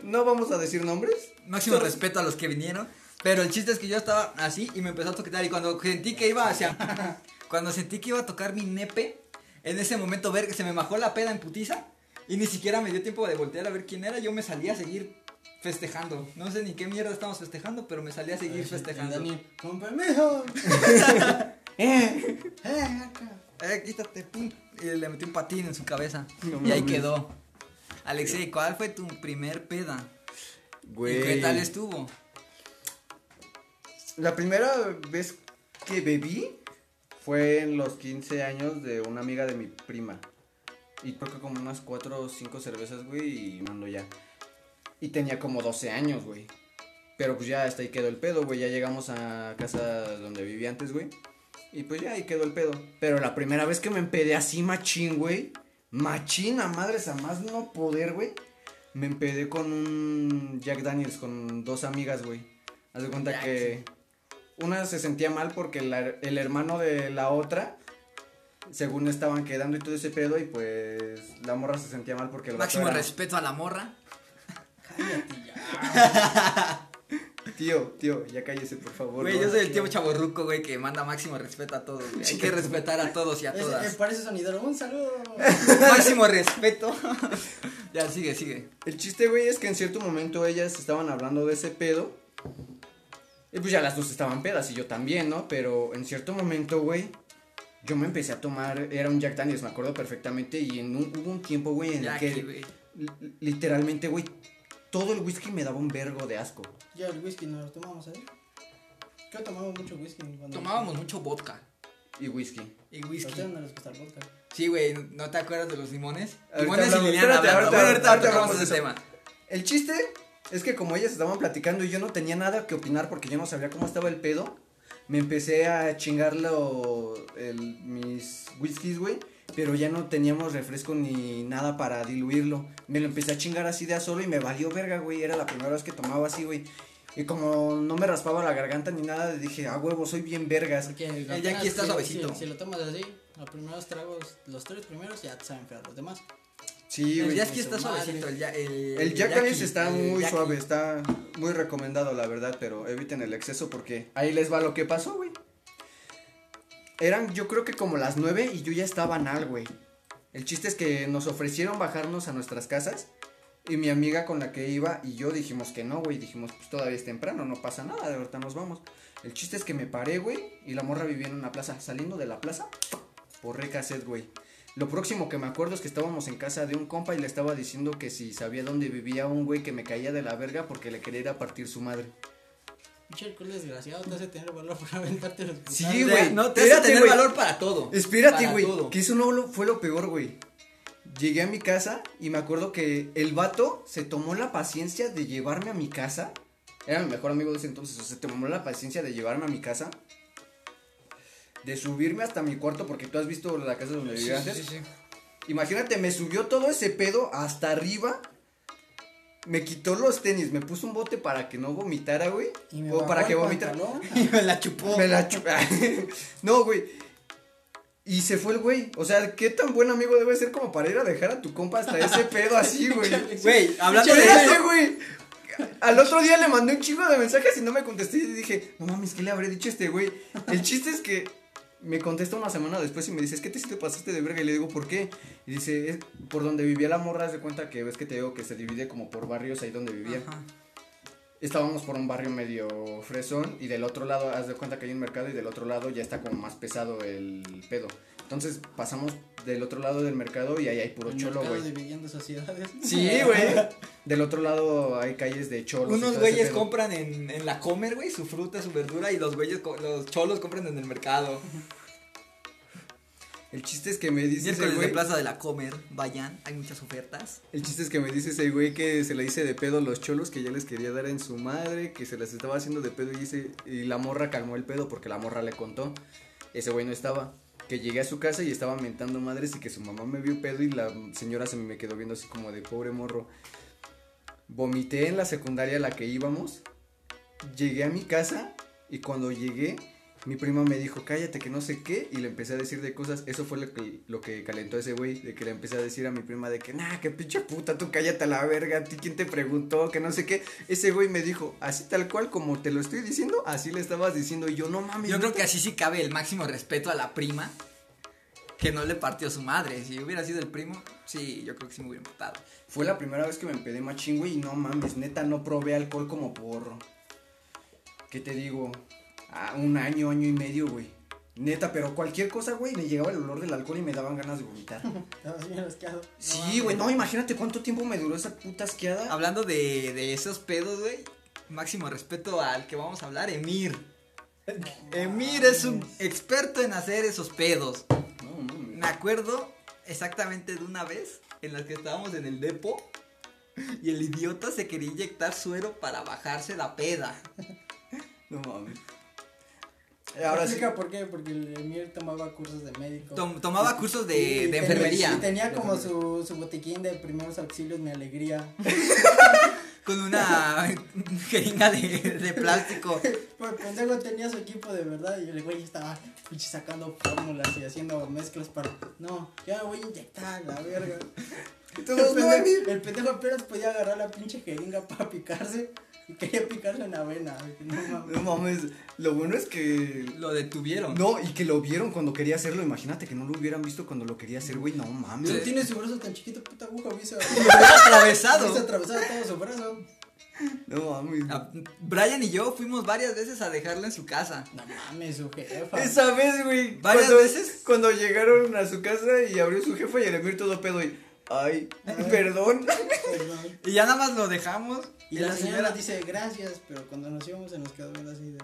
Speaker 3: No vamos a decir nombres.
Speaker 1: Máximo respeto a los que vinieron, pero el chiste es que yo estaba así y me empezó a toquetear y cuando sentí que iba hacia... cuando sentí que iba a tocar mi nepe, en ese momento ver que se me bajó la peda en putiza y ni siquiera me dio tiempo de voltear a ver quién era, yo me salí a seguir festejando. No sé ni qué mierda estamos festejando, pero me salí a seguir
Speaker 2: Ay, sí,
Speaker 1: festejando.
Speaker 2: el Dani, Con permiso.
Speaker 3: Eh.
Speaker 2: Eh, acá.
Speaker 1: Eh, quítate, pum. Y le metí un patín en su cabeza y ahí quedó. Alexei, ¿cuál fue tu primer peda? ¿Y qué tal estuvo?
Speaker 3: La primera vez que bebí fue en los 15 años de una amiga de mi prima. Y creo que como unas 4 o 5 cervezas, güey, y mando ya. Y tenía como 12 años, güey. Pero pues ya hasta ahí quedó el pedo, güey. Ya llegamos a casa donde vivía antes, güey. Y pues ya ahí quedó el pedo. Pero la primera vez que me empedé así, machín, güey. Machín, a madres, a más no poder, güey. Me empedé con un Jack Daniels, con dos amigas, güey. Haz de cuenta
Speaker 1: Jack.
Speaker 3: que una se sentía mal porque la- el hermano de la otra, según estaban quedando y todo ese pedo, y pues la morra se sentía mal porque el vato
Speaker 1: Máximo
Speaker 3: era-
Speaker 1: respeto a la morra.
Speaker 2: Cállate ya.
Speaker 3: Tío, tío, ya cállese, por favor.
Speaker 1: Güey,
Speaker 3: ¿no?
Speaker 1: yo soy el tío chaborruco, güey, que manda máximo respeto a todos. güey. Hay que respetar a todos y a
Speaker 2: Es- eh,
Speaker 1: todas.
Speaker 2: parece sonidero. Un saludo.
Speaker 1: Máximo respeto. ya, sigue, sigue.
Speaker 3: El chiste, güey, es que en cierto momento ellas estaban hablando de ese pedo. Y pues ya las dos estaban pedas y yo también, ¿no? Pero en cierto momento, güey, yo me empecé a tomar, era un Jack Daniels, me acuerdo perfectamente, y en un- hubo un tiempo, güey, en
Speaker 1: Ya,
Speaker 3: el que
Speaker 1: aquí, güey.
Speaker 3: li- literalmente, güey, todo el whisky me daba un vergo de asco.
Speaker 2: Ya el whisky no lo tomamos, ¿eh? Creo que tomábamos mucho whisky. cuando-
Speaker 1: Tomábamos mucho vodka
Speaker 3: Y whisky.
Speaker 1: y
Speaker 2: A
Speaker 1: whisky.
Speaker 2: ustedes no les gusta el vodka.
Speaker 1: Sí, güey, ¿no te acuerdas de los limones?
Speaker 3: Ahorita
Speaker 1: Limones y
Speaker 3: hablamos,
Speaker 1: Liliana
Speaker 3: espérate,
Speaker 1: hablando.
Speaker 3: ahorita-
Speaker 1: Bueno, ahorita,
Speaker 3: ahorita
Speaker 1: tocamos
Speaker 3: hablamos
Speaker 1: ese
Speaker 3: de
Speaker 1: tema.
Speaker 3: El chiste es que como ellas estaban platicando y yo no tenía nada que opinar porque yo no sabía cómo estaba el pedo, me empecé a chingar lo- el- mis whiskies, güey, pero ya no teníamos refresco ni nada para diluirlo. Me lo empecé a chingar así de a solo y me valió verga, güey, era la primera vez que tomaba así, güey. Y como no me raspaba la garganta ni nada, dije, ah, huevo, soy bien vergas.
Speaker 2: Porque el
Speaker 1: El Yankee está suavecito.
Speaker 2: Si, si lo tomas así, los primeros tragos, los tres primeros ya te saben feos los demás.
Speaker 3: Sí,
Speaker 1: El
Speaker 3: güey.
Speaker 1: Jackie
Speaker 2: su
Speaker 1: está
Speaker 2: madre.
Speaker 1: suavecito. El, ya- el,
Speaker 3: El Jack
Speaker 1: Jackie,
Speaker 3: Daniels está
Speaker 1: el
Speaker 3: muy
Speaker 1: Jackie.
Speaker 3: suave, está muy recomendado, la verdad, pero eviten el exceso porque ahí les va lo que pasó, güey. Eran, yo creo que como las nueve y yo ya estaba anal, güey. El chiste es que nos ofrecieron bajarnos a nuestras casas y mi amiga con la que iba y yo dijimos que no, güey. Dijimos, pues todavía es temprano, no pasa nada, ahorita nos vamos. El chiste es que me paré, güey, y la morra vivía en una plaza. Saliendo de la plaza, porré cassette, güey. Lo próximo que me acuerdo es que estábamos en casa de un compa y le estaba diciendo que si sabía dónde vivía un güey que me caía de la verga porque le quería ir a partir su madre.
Speaker 2: Pinche culo desgraciado te hace tener valor para aventarte los putazos.
Speaker 3: Sí,
Speaker 1: Te-
Speaker 3: güey,
Speaker 1: No, te hace
Speaker 3: espérate,
Speaker 1: tener
Speaker 3: güey.
Speaker 1: valor para todo.
Speaker 3: Espérate,
Speaker 1: Para
Speaker 3: güey,
Speaker 1: todo.
Speaker 3: que eso no lo- fue lo peor, güey. Llegué a mi casa y me acuerdo que el vato se tomó la paciencia de llevarme a mi casa. Era mi mejor amigo de ese entonces, o sea, se tomó la paciencia de llevarme a mi casa. De subirme hasta mi cuarto, porque tú has visto la casa donde vivía antes. Imagínate, me subió todo ese pedo hasta arriba. Me quitó los tenis, me puso un bote para que no vomitara, güey.
Speaker 2: Y me
Speaker 3: O
Speaker 2: bajó
Speaker 3: para
Speaker 2: el
Speaker 3: que vomitara.
Speaker 2: pantalón.
Speaker 1: Y me la chupó.
Speaker 3: Me la chupa. no, güey. Y se fue el güey. O sea, qué tan buen amigo debe ser como para ir a dejar a tu compa hasta ese pedo así, güey.
Speaker 1: Güey, hablando de
Speaker 3: Espérate,
Speaker 1: eso.
Speaker 3: güey. Al otro día le mandé un chingo de mensajes y no me contesté. Y dije, no mames, ¿qué le habré dicho a este güey? El chiste es que me contesta una semana después y me dice, es que te, sí te pasaste de verga. Y le digo, ¿por qué? Y dice, es por donde vivía la morra, haz de cuenta que ves que te digo que se divide como por barrios ahí donde vivía.
Speaker 1: Ajá.
Speaker 3: Estábamos por un barrio medio fresón y del otro lado, haz de cuenta que hay un mercado y del otro lado ya está como más pesado el pedo. Entonces pasamos del otro lado del mercado y ahí hay puro
Speaker 2: El
Speaker 3: cholo,
Speaker 2: mercado
Speaker 3: güey.
Speaker 2: dividiendo sociedades.
Speaker 3: Sí, güey. Del otro lado hay calles de cholos. y todo
Speaker 1: Unos
Speaker 3: ese
Speaker 1: güeyes
Speaker 3: pedo.
Speaker 1: compran en, en la comer, güey, su fruta, su verdura, y los güeyes, co- los cholos compran en el mercado.
Speaker 3: El chiste es que me dice ese
Speaker 1: Miércoles de
Speaker 3: güey.
Speaker 1: Plaza de la Comer, vayan, hay muchas ofertas.
Speaker 3: El chiste es que me dice ese güey que se le hice de pedo a los cholos, que ya les quería dar en su madre, que se las estaba haciendo de pedo y dice, y la morra calmó el pedo porque la morra le contó. Ese güey no estaba. Que llegué a su casa y estaba mentando madres y que su mamá me vio pedo y la señora se me quedó viendo así como de pobre morro. Vomité en la secundaria a la que íbamos. Llegué a mi casa y cuando llegué, mi prima me dijo, cállate que no sé qué, y le empecé a decir de cosas, eso fue lo que, lo que calentó a ese güey, de que le empecé a decir a mi prima de que, nah, que pinche puta, tú cállate a la verga, a ti quién te preguntó, que no sé qué, ese güey me dijo, así tal cual como te lo estoy diciendo, así le estabas diciendo, y yo, no mames.
Speaker 1: Yo creo
Speaker 3: neta".
Speaker 1: que así sí cabe el máximo respeto a la prima que no le partió su madre. Si hubiera sido el primo, sí, yo creo que sí me hubiera matado.
Speaker 3: Fue la primera vez que me empedé machín, güey, y no mames, neta, no probé alcohol como por, ¿qué te digo? Ah, un año, año y medio, güey. Neta, pero cualquier cosa, güey, me llegaba el olor del alcohol y me daban ganas de vomitar.
Speaker 2: Estabas bien asqueado.
Speaker 3: Sí, güey, no, imagínate cuánto tiempo me duró esa puta asqueada.
Speaker 1: Hablando de, de esos pedos, güey, máximo respeto al que vamos a hablar, Emir. Emir Eh, es un experto en hacer esos pedos.
Speaker 3: No, mames.
Speaker 1: Me acuerdo exactamente de una vez en la que estábamos en el depo y el idiota se quería inyectar suero para bajarse la peda.
Speaker 3: No mames. Eh,
Speaker 2: Ahora
Speaker 3: Ahora sí.
Speaker 2: Explica por qué, porque el Emir tomaba cursos de médico.
Speaker 1: Tom- tomaba cursos de,
Speaker 2: Y
Speaker 1: de
Speaker 2: tenía- Y
Speaker 1: enfermería
Speaker 2: tenía como su, su botiquín de primeros auxilios, mi alegría.
Speaker 1: con una jeringa de, de plástico.
Speaker 2: Pues pendejo tenía su equipo de verdad y el güey estaba pinche sacando fórmulas y haciendo mezclas para. No, ya me voy a inyectar, la verga.
Speaker 3: Entonces,
Speaker 2: el,
Speaker 3: no, Emir.
Speaker 2: pendejo, el pendejo apenas podía agarrar la pinche jeringa para picarse y quería picarle una vena. No mames.
Speaker 3: No mames. Lo bueno es que.
Speaker 1: Lo detuvieron.
Speaker 3: No, y que lo vieron cuando quería hacerlo. Imagínate que no lo hubieran visto cuando lo quería hacer, güey. No mames.
Speaker 2: No tiene su brazo tan chiquito, puta aguja, hubiese
Speaker 1: Lo había
Speaker 2: hubiese
Speaker 1: atravesado.
Speaker 2: atravesado todo su brazo.
Speaker 3: No mames.
Speaker 1: A- Brian y yo fuimos varias veces a dejarlo en su casa.
Speaker 2: No mames, su jefa.
Speaker 3: Esa vez, güey.
Speaker 1: Varias
Speaker 3: cuando,
Speaker 1: veces.
Speaker 3: Cuando llegaron a su casa y abrió su jefa y el Emir todo pedo y. Ay,
Speaker 1: Ah.
Speaker 3: perdón.
Speaker 2: Perdón.
Speaker 1: Y ya nada más lo dejamos.
Speaker 2: Y la señora dice gracias, pero cuando nos íbamos se nos quedó viendo así de.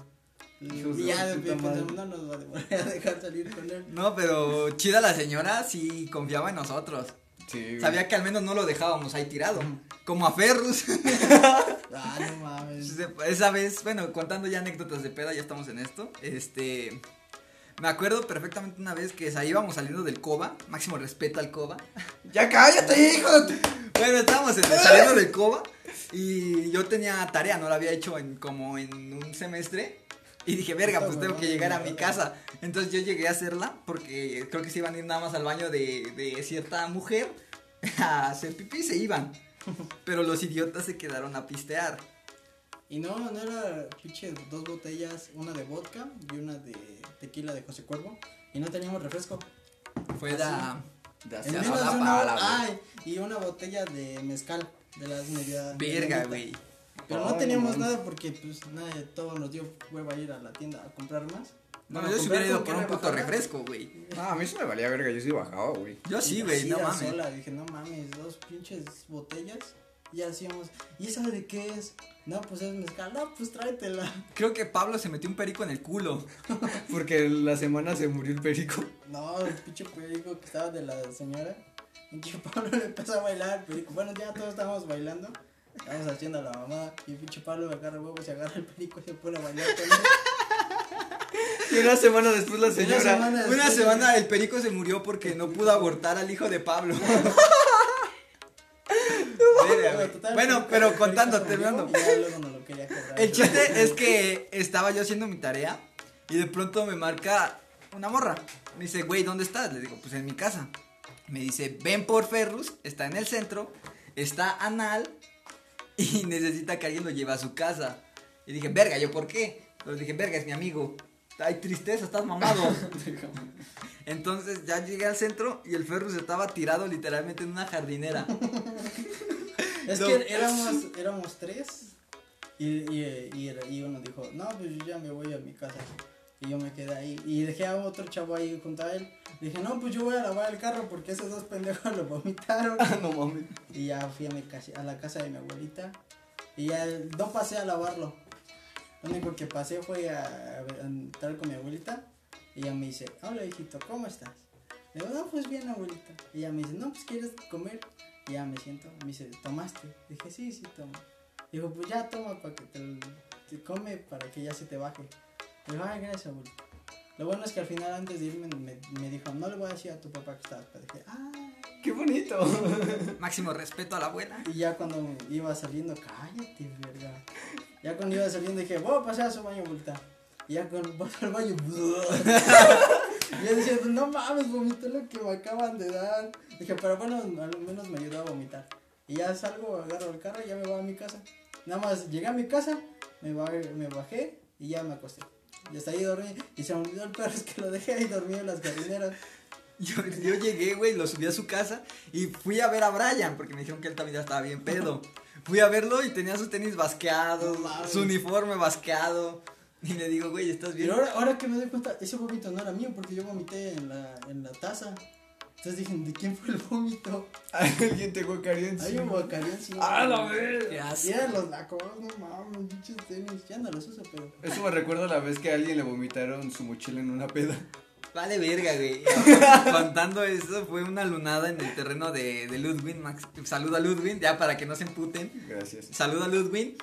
Speaker 3: Hijos
Speaker 2: Y
Speaker 3: de
Speaker 2: ya
Speaker 3: su
Speaker 2: de
Speaker 3: puta
Speaker 2: pensamos, no nos va a devolver a dejar salir con él.
Speaker 1: No, pero chida la señora, sí confiaba en nosotros.
Speaker 3: Sí, güey.
Speaker 1: Sabía que al menos no lo dejábamos ahí tirado. Como a Ferrus.
Speaker 2: Ah, no mames.
Speaker 1: Esa vez, bueno, contando ya anécdotas de peda, ya estamos en esto. Este. Me acuerdo perfectamente una vez que sa- íbamos saliendo del Coba. Máximo respeto al Coba.
Speaker 3: Ya cállate, hijo. de tu-
Speaker 1: Bueno, estábamos en- saliendo del Coba. Y yo tenía tarea, no la había hecho en como en un semestre. Y dije, verga, pues tengo que llegar a mi casa. Entonces yo llegué a hacerla porque creo que se iban a ir nada más al baño de, de cierta mujer a hacer pipí y se iban. Pero los idiotas se quedaron a pistear.
Speaker 2: Y no, no era pinche dos botellas, una de vodka y una de tequila de José Cuervo. Y no teníamos refresco.
Speaker 1: Fue
Speaker 2: ¿Ah,
Speaker 1: la.
Speaker 3: Ya
Speaker 1: Se
Speaker 2: En
Speaker 3: sé,
Speaker 1: la
Speaker 2: menos
Speaker 3: no,
Speaker 2: de
Speaker 1: sola
Speaker 2: una
Speaker 1: para
Speaker 2: hora-
Speaker 1: la
Speaker 2: ay, y una botella de mezcal de las medidas.
Speaker 1: Verga, güey.
Speaker 2: Pero
Speaker 3: Ay,
Speaker 2: no teníamos
Speaker 3: no.
Speaker 2: nada porque pues nada, todo nos dio hueva ir a la tienda a comprar más.
Speaker 1: No,
Speaker 2: Bueno,
Speaker 1: yo si
Speaker 2: comprar
Speaker 1: hubiera ido
Speaker 2: con
Speaker 1: por
Speaker 2: qué
Speaker 1: un puto
Speaker 2: rebajarla.
Speaker 1: refresco, güey.
Speaker 3: No, a mí se me valía verga, yo sí bajaba, güey.
Speaker 1: Yo sí,
Speaker 2: Y
Speaker 1: güey,
Speaker 2: así
Speaker 1: no
Speaker 2: era
Speaker 1: mames.
Speaker 2: sola, dije, no mames, dos pinches botellas. Y hacíamos, ¿y esa de qué es? No, pues es mezcal. No, pues tráetela.
Speaker 1: Creo que Pablo se metió un perico en el culo.
Speaker 3: Porque la semana se murió el perico.
Speaker 2: No, el pinche perico que estaba de la señora. Y que Pablo le empezó a bailar el perico. Bueno, ya todos estábamos bailando. Estábamos haciendo la mamada. Y el pinche Pablo me agarra huevos y agarra el perico y se pone a bailar con él.
Speaker 3: Y una semana después la
Speaker 2: Una
Speaker 3: señora.
Speaker 2: semana-
Speaker 1: Una semana el perico se murió porque no pudo abortar al hijo de Pablo. Verga, güey.
Speaker 2: Total, el
Speaker 1: bueno,
Speaker 2: perico- el
Speaker 1: pero
Speaker 2: perico
Speaker 1: contando,
Speaker 2: se
Speaker 1: terminando.
Speaker 2: murió y ya luego no lo quería cobrar.
Speaker 1: El chiste es que estaba yo haciendo mi tarea y de pronto me marca una morra. Me dice, güey, ¿dónde estás? Le digo, pues en mi casa. Me dice, ven por Ferrus, está en el centro, está anal y necesita que alguien lo lleve a su casa. Y dije, verga, ¿yo por qué? Pero dije, verga, es mi amigo. Hay tristeza, estás mamado. Entonces ya llegué al centro y el Ferrus estaba tirado literalmente en una jardinera.
Speaker 2: Es
Speaker 1: No.
Speaker 2: que éramos, éramos tres y, y, y, era- y uno dijo, no, pues yo ya me voy a mi casa. Y yo me quedé ahí. Y dejé a otro chavo ahí junto a él. Dije, no, pues yo voy a lavar el carro porque esos dos pendejos lo vomitaron.
Speaker 3: Ah, no mames.
Speaker 2: y ya fui a, mi casa, a la casa de mi abuelita. Y ya el- no pasé a lavarlo. Lo único que pasé fue a, a entrar con mi abuelita. Y ella me dice, hola hijito, ¿cómo estás? Le digo, no, pues bien abuelita. Y ella me dice, no, pues quieres comer. Y ya me siento, me dice, ¿tomaste? Dije, sí, sí, tomo. Dijo, pues ya toma para que te, lo- te come, para que ya se te baje. Le digo, ay, gracias abuelita. Lo bueno es que al final antes de irme me, me dijo, no le voy a decir a tu papá que estabas. ah, Pero dije, ay.
Speaker 3: Qué bonito.
Speaker 1: Máximo respeto a la abuela.
Speaker 2: Y ya cuando iba saliendo, cállate, verga. Ya cuando iba saliendo dije, voy a pasar a su baño, vuelta. Y ya cuando paso al baño, y yo diciendo, no mames, vomité lo que me acaban de dar. Dije, pero bueno, al menos me ayudó a vomitar. Y ya salgo, agarro el carro y ya me voy a mi casa. Nada más llegué a mi casa, me, ba- me bajé y ya me acosté. Y hasta ahí dormí. Y se me olvidó el perro, es que lo dejé ahí dormido en las jardineras.
Speaker 1: Yo, yo llegué, güey, lo subí a su casa y fui a ver a Brian, porque me dijeron que él también ya estaba bien pedo. Fui a verlo y tenía sus tenis basqueados,
Speaker 2: No mames.
Speaker 1: su uniforme basqueado. Y le digo, güey, ¿estás bien?
Speaker 2: Pero ahora, ahora que me doy cuenta, ese vómito no era mío porque yo vomité en la, en la taza. Entonces dije, ¿de quién fue el vómito?
Speaker 3: Alguien te guacareó
Speaker 2: Hay un
Speaker 3: encima.
Speaker 2: guacareón, sí.
Speaker 3: ¡Ah, la verga!
Speaker 1: Qué
Speaker 2: Y
Speaker 1: asco.
Speaker 2: eran los lacos, no mames, pinches tenis. Ya no los uso, pero.
Speaker 3: Eso me recuerda la vez que a alguien le vomitaron su mochila en una peda.
Speaker 1: Vale verga, güey. Contando eso, fue una lunada en el terreno de, de Ludwig. Max. Saluda a Ludwig, ya para que no se emputen.
Speaker 3: Gracias.
Speaker 1: Saluda a Ludwig.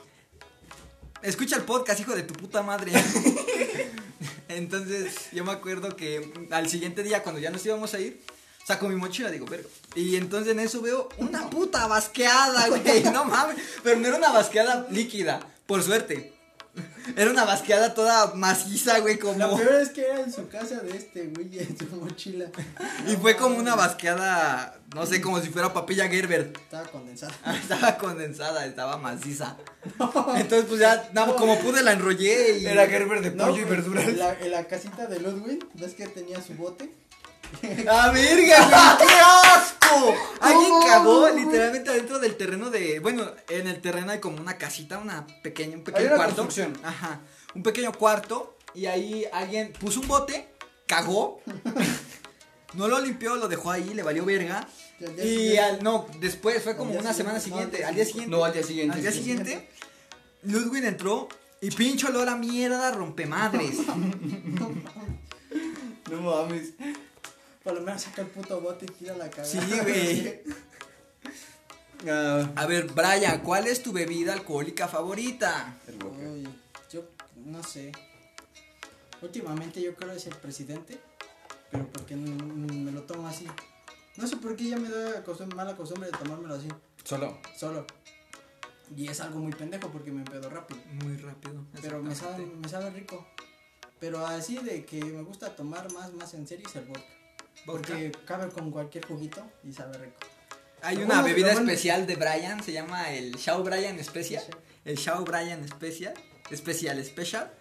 Speaker 1: Escucha el podcast, hijo de tu puta madre. Entonces, yo me acuerdo que al siguiente día, cuando ya nos íbamos a ir, saco mi mochila, digo, verga. Y entonces en eso veo una puta basqueada, güey. No mames. Pero no era una basqueada líquida, por suerte. Era una basqueada toda maciza, güey, como.
Speaker 3: Oh.
Speaker 2: La peor es que era en su casa de este, güey, en su mochila.
Speaker 1: Y fue como una basqueada, no sé, como si fuera papilla Gerber.
Speaker 2: Estaba condensada.
Speaker 1: Estaba condensada, estaba maciza. Entonces, pues ya, nada, como pude la enrollé y.
Speaker 3: Era Gerber de pollo y
Speaker 2: güey,
Speaker 3: verduras.
Speaker 2: En la, en la casita de Ludwig, ¿ves que tenía su bote?
Speaker 1: ¡Ah, verga, güey! ¡Qué asco! Alguien
Speaker 2: ¿Cómo,
Speaker 1: cagó
Speaker 2: güey?
Speaker 1: literalmente adentro del terreno de. Bueno, en el terreno hay como una casita, una pequeña, un pequeño
Speaker 3: una
Speaker 1: cuarto.
Speaker 3: construcción.
Speaker 1: Ajá. Un pequeño cuarto. Y ahí alguien puso un bote, cagó. no lo limpió, lo dejó ahí, le valió verga.
Speaker 2: Y al día
Speaker 1: Y
Speaker 2: siguiente-
Speaker 1: al- no, después fue como
Speaker 2: día
Speaker 1: una semana
Speaker 2: siguiente,
Speaker 1: siguiente.
Speaker 2: no,
Speaker 1: Al día siguiente.
Speaker 3: No, al día siguiente.
Speaker 1: Al día siguiente, Ludwig entró y pincho olor a mierda, rompemadres.
Speaker 3: No mames.
Speaker 2: Por lo menos saca el puto bote y tira la cara.
Speaker 1: Sí, güey.
Speaker 3: Ah,
Speaker 1: A ver, Brian, ¿cuál es tu bebida alcohólica favorita?
Speaker 3: el guaca.
Speaker 2: Uy, yo no sé. Últimamente yo creo es el presidente, pero porque n- n- me lo tomo así. No sé por qué ya me da costum- mala costumbre de tomármelo así,
Speaker 3: Solo.
Speaker 2: solo. Y es algo muy pendejo porque me empedo rápido.
Speaker 1: Muy rápido.
Speaker 2: Pero me sabe,
Speaker 1: exactamente.
Speaker 2: me sabe rico. Pero así de que me gusta tomar más, más en serio es el vodka. Porque cabe con cualquier juguito y sabe rico.
Speaker 1: Hay
Speaker 2: lo
Speaker 1: una
Speaker 2: bueno-
Speaker 1: bebida
Speaker 2: lo bueno-
Speaker 1: especial de Brian, se llama el Shao Brian Special.
Speaker 2: Sí,
Speaker 1: El Shao Brian Special. Especial, special.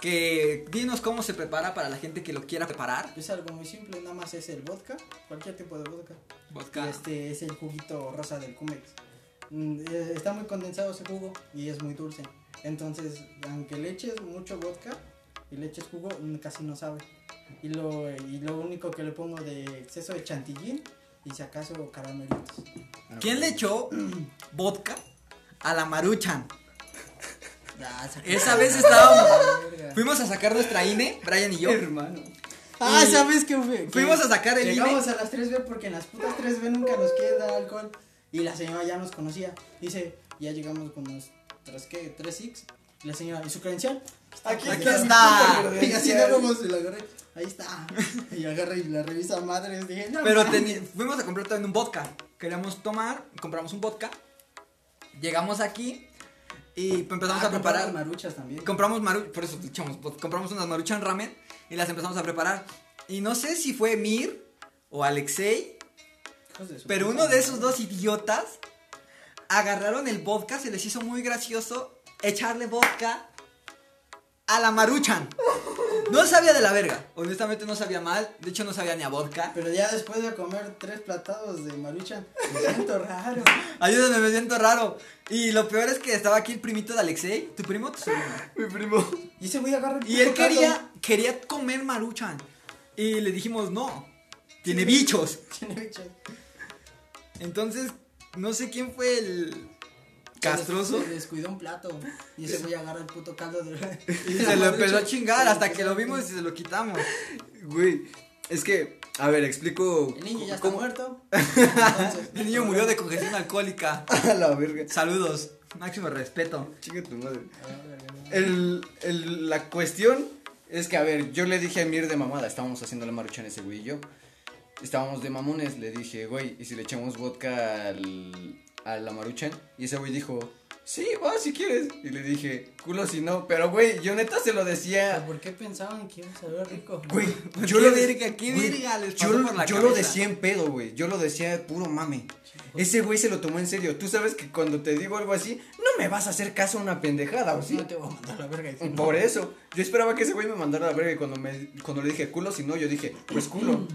Speaker 1: Que dinos cómo se prepara para la gente que lo quiera preparar.
Speaker 2: Es algo muy simple, nada más es el vodka, cualquier tipo de vodka.
Speaker 1: Vodka.
Speaker 2: Este es el juguito rosa del Cumex. Mm, eh, Está muy condensado ese jugo y es muy dulce. Entonces, aunque le eches mucho vodka y le eches jugo, mm, casi no sabe. Y lo, y lo único que le pongo de exceso de chantilly y si acaso caramelitos. Ah,
Speaker 1: ¿Quién le echó vodka a la maruchan? Esa vez estábamos. Fuimos a sacar nuestra INE, Brian y yo.
Speaker 3: Hermano.
Speaker 2: Ah, ¿sabes qué fue?
Speaker 1: Fuimos a sacar el INE.
Speaker 2: Llegamos a las 3B porque en las putas 3B nunca nos quieren dar alcohol. Y la señora ya nos conocía. Dice, ya llegamos con unos ¿tras qué? ¿Tres X? Y la señora, ¿y su credencial?
Speaker 1: Aquí está.
Speaker 2: Y así de como se la agarré. Ahí está. Y agarré y la revisa a madres. Dije, no.
Speaker 1: Pero
Speaker 2: mames".
Speaker 1: teni- fuimos a comprar también un vodka. Queríamos tomar, compramos un vodka. Llegamos aquí y pues empezamos
Speaker 2: Ah,
Speaker 1: a preparar.
Speaker 2: compramos maruchas también.
Speaker 1: Compramos maru por eso echamos, vodka. compramos unas maruchan ramen y las empezamos a preparar. Y no sé si fue Mir o Alexei,
Speaker 2: Hijos de su
Speaker 1: pero
Speaker 2: puta
Speaker 1: uno de
Speaker 2: madre.
Speaker 1: esos dos idiotas agarraron el vodka, se les hizo muy gracioso echarle vodka a la maruchan. No sabía de la verga, honestamente no sabía mal, de hecho no sabía ni a vodka.
Speaker 2: Pero ya después de comer tres platados de maruchan, me siento raro.
Speaker 1: Ayúdame, me siento raro. Y lo peor es que estaba aquí el primito de Alexei, tu primo, tu sobrino.
Speaker 3: Mi primo.
Speaker 2: Y ese güey agarra el
Speaker 1: Y él
Speaker 2: puto caldo.
Speaker 1: quería, quería comer maruchan. Y le dijimos, no, tiene bichos.
Speaker 2: Tiene bichos.
Speaker 1: Entonces, no sé quién fue el castroso.
Speaker 2: Se descuidó un plato. Y ese güey agarra el puto caldo de.
Speaker 1: Y se lo empezó a chingar hasta que lo vimos y se lo quitamos.
Speaker 3: Güey. Es que, a ver, explico.
Speaker 2: El niño ya está
Speaker 3: cómo-
Speaker 2: muerto. Entonces,
Speaker 1: El niño murió de congestión alcohólica.
Speaker 3: A la verga.
Speaker 1: Saludos, máximo respeto.
Speaker 3: Chinga tu madre.
Speaker 2: Ah, verga, no.
Speaker 3: El, el- la cuestión es que, a ver, yo le dije a Mir de mamada, estábamos haciendo la maruchan ese güey y yo. Estábamos de mamones, le dije, güey, ¿y si le echamos vodka al, a la maruchan? Y ese güey dijo, sí, va, si quieres. Y le dije, culo si no, pero güey, yo neta se lo
Speaker 2: Pero
Speaker 3: decía.
Speaker 2: ¿Por qué pensaban que iba a saber rico?
Speaker 3: Güey,
Speaker 1: Pues ¿Qué
Speaker 3: yo lo
Speaker 1: verga, qué verga les
Speaker 3: yo,
Speaker 1: pasó
Speaker 3: lo-
Speaker 1: por la
Speaker 3: yo lo
Speaker 1: cabeza?
Speaker 3: decía en pedo, güey. Yo lo decía de puro mame. Ese güey se lo tomó en serio. Tú sabes que cuando te digo algo así, no me vas a hacer caso a una pendejada, ¿o sí?
Speaker 2: No te voy a mandar la verga. y si no-
Speaker 3: Por eso, yo esperaba que ese güey me mandara a la verga y cuando, me, cuando le dije culo, si no, yo dije, pues culo.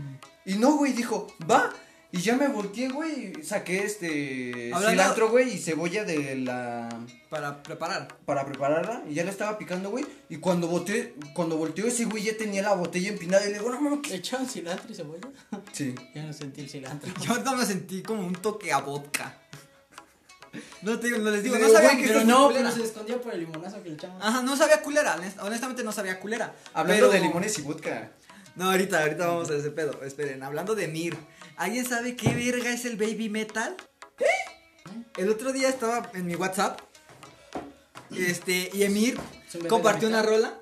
Speaker 3: Y no, güey, dijo, va.
Speaker 4: Y ya me volteé, güey, y saqué este
Speaker 1: Hablando-
Speaker 4: cilantro, güey, y cebolla de la
Speaker 1: Para preparar.
Speaker 4: para prepararla y ya la estaba picando, güey. Y cuando boté, cuando volteó ese güey ya tenía la botella empinada y le digo, no mames, ¿qué?".
Speaker 2: ¿Echaron cilantro y cebolla?
Speaker 4: Sí.
Speaker 2: Ya no sentí el cilantro.
Speaker 1: Yo ahorita me sentí como un toque a vodka. No te digo, no les digo,
Speaker 4: Te
Speaker 1: no
Speaker 4: digo,
Speaker 1: sabía
Speaker 4: güey,
Speaker 1: que Ah.
Speaker 2: Pero
Speaker 1: esta
Speaker 2: no,
Speaker 1: culera.
Speaker 2: pero se escondía por el limonazo que le echamos.
Speaker 1: Ajá, no sabía culera, honest- honestamente no sabía culera.
Speaker 4: Hablando
Speaker 1: Pero-
Speaker 4: de limones y vodka.
Speaker 1: No, ahorita, ahorita vamos a ese pedo. Esperen, hablando de Mir, ¿alguien sabe qué verga es el baby metal? El otro día estaba en mi WhatsApp. Este, y Emir
Speaker 2: Es un bebé
Speaker 1: compartió
Speaker 2: de
Speaker 1: una
Speaker 2: metal.
Speaker 1: rola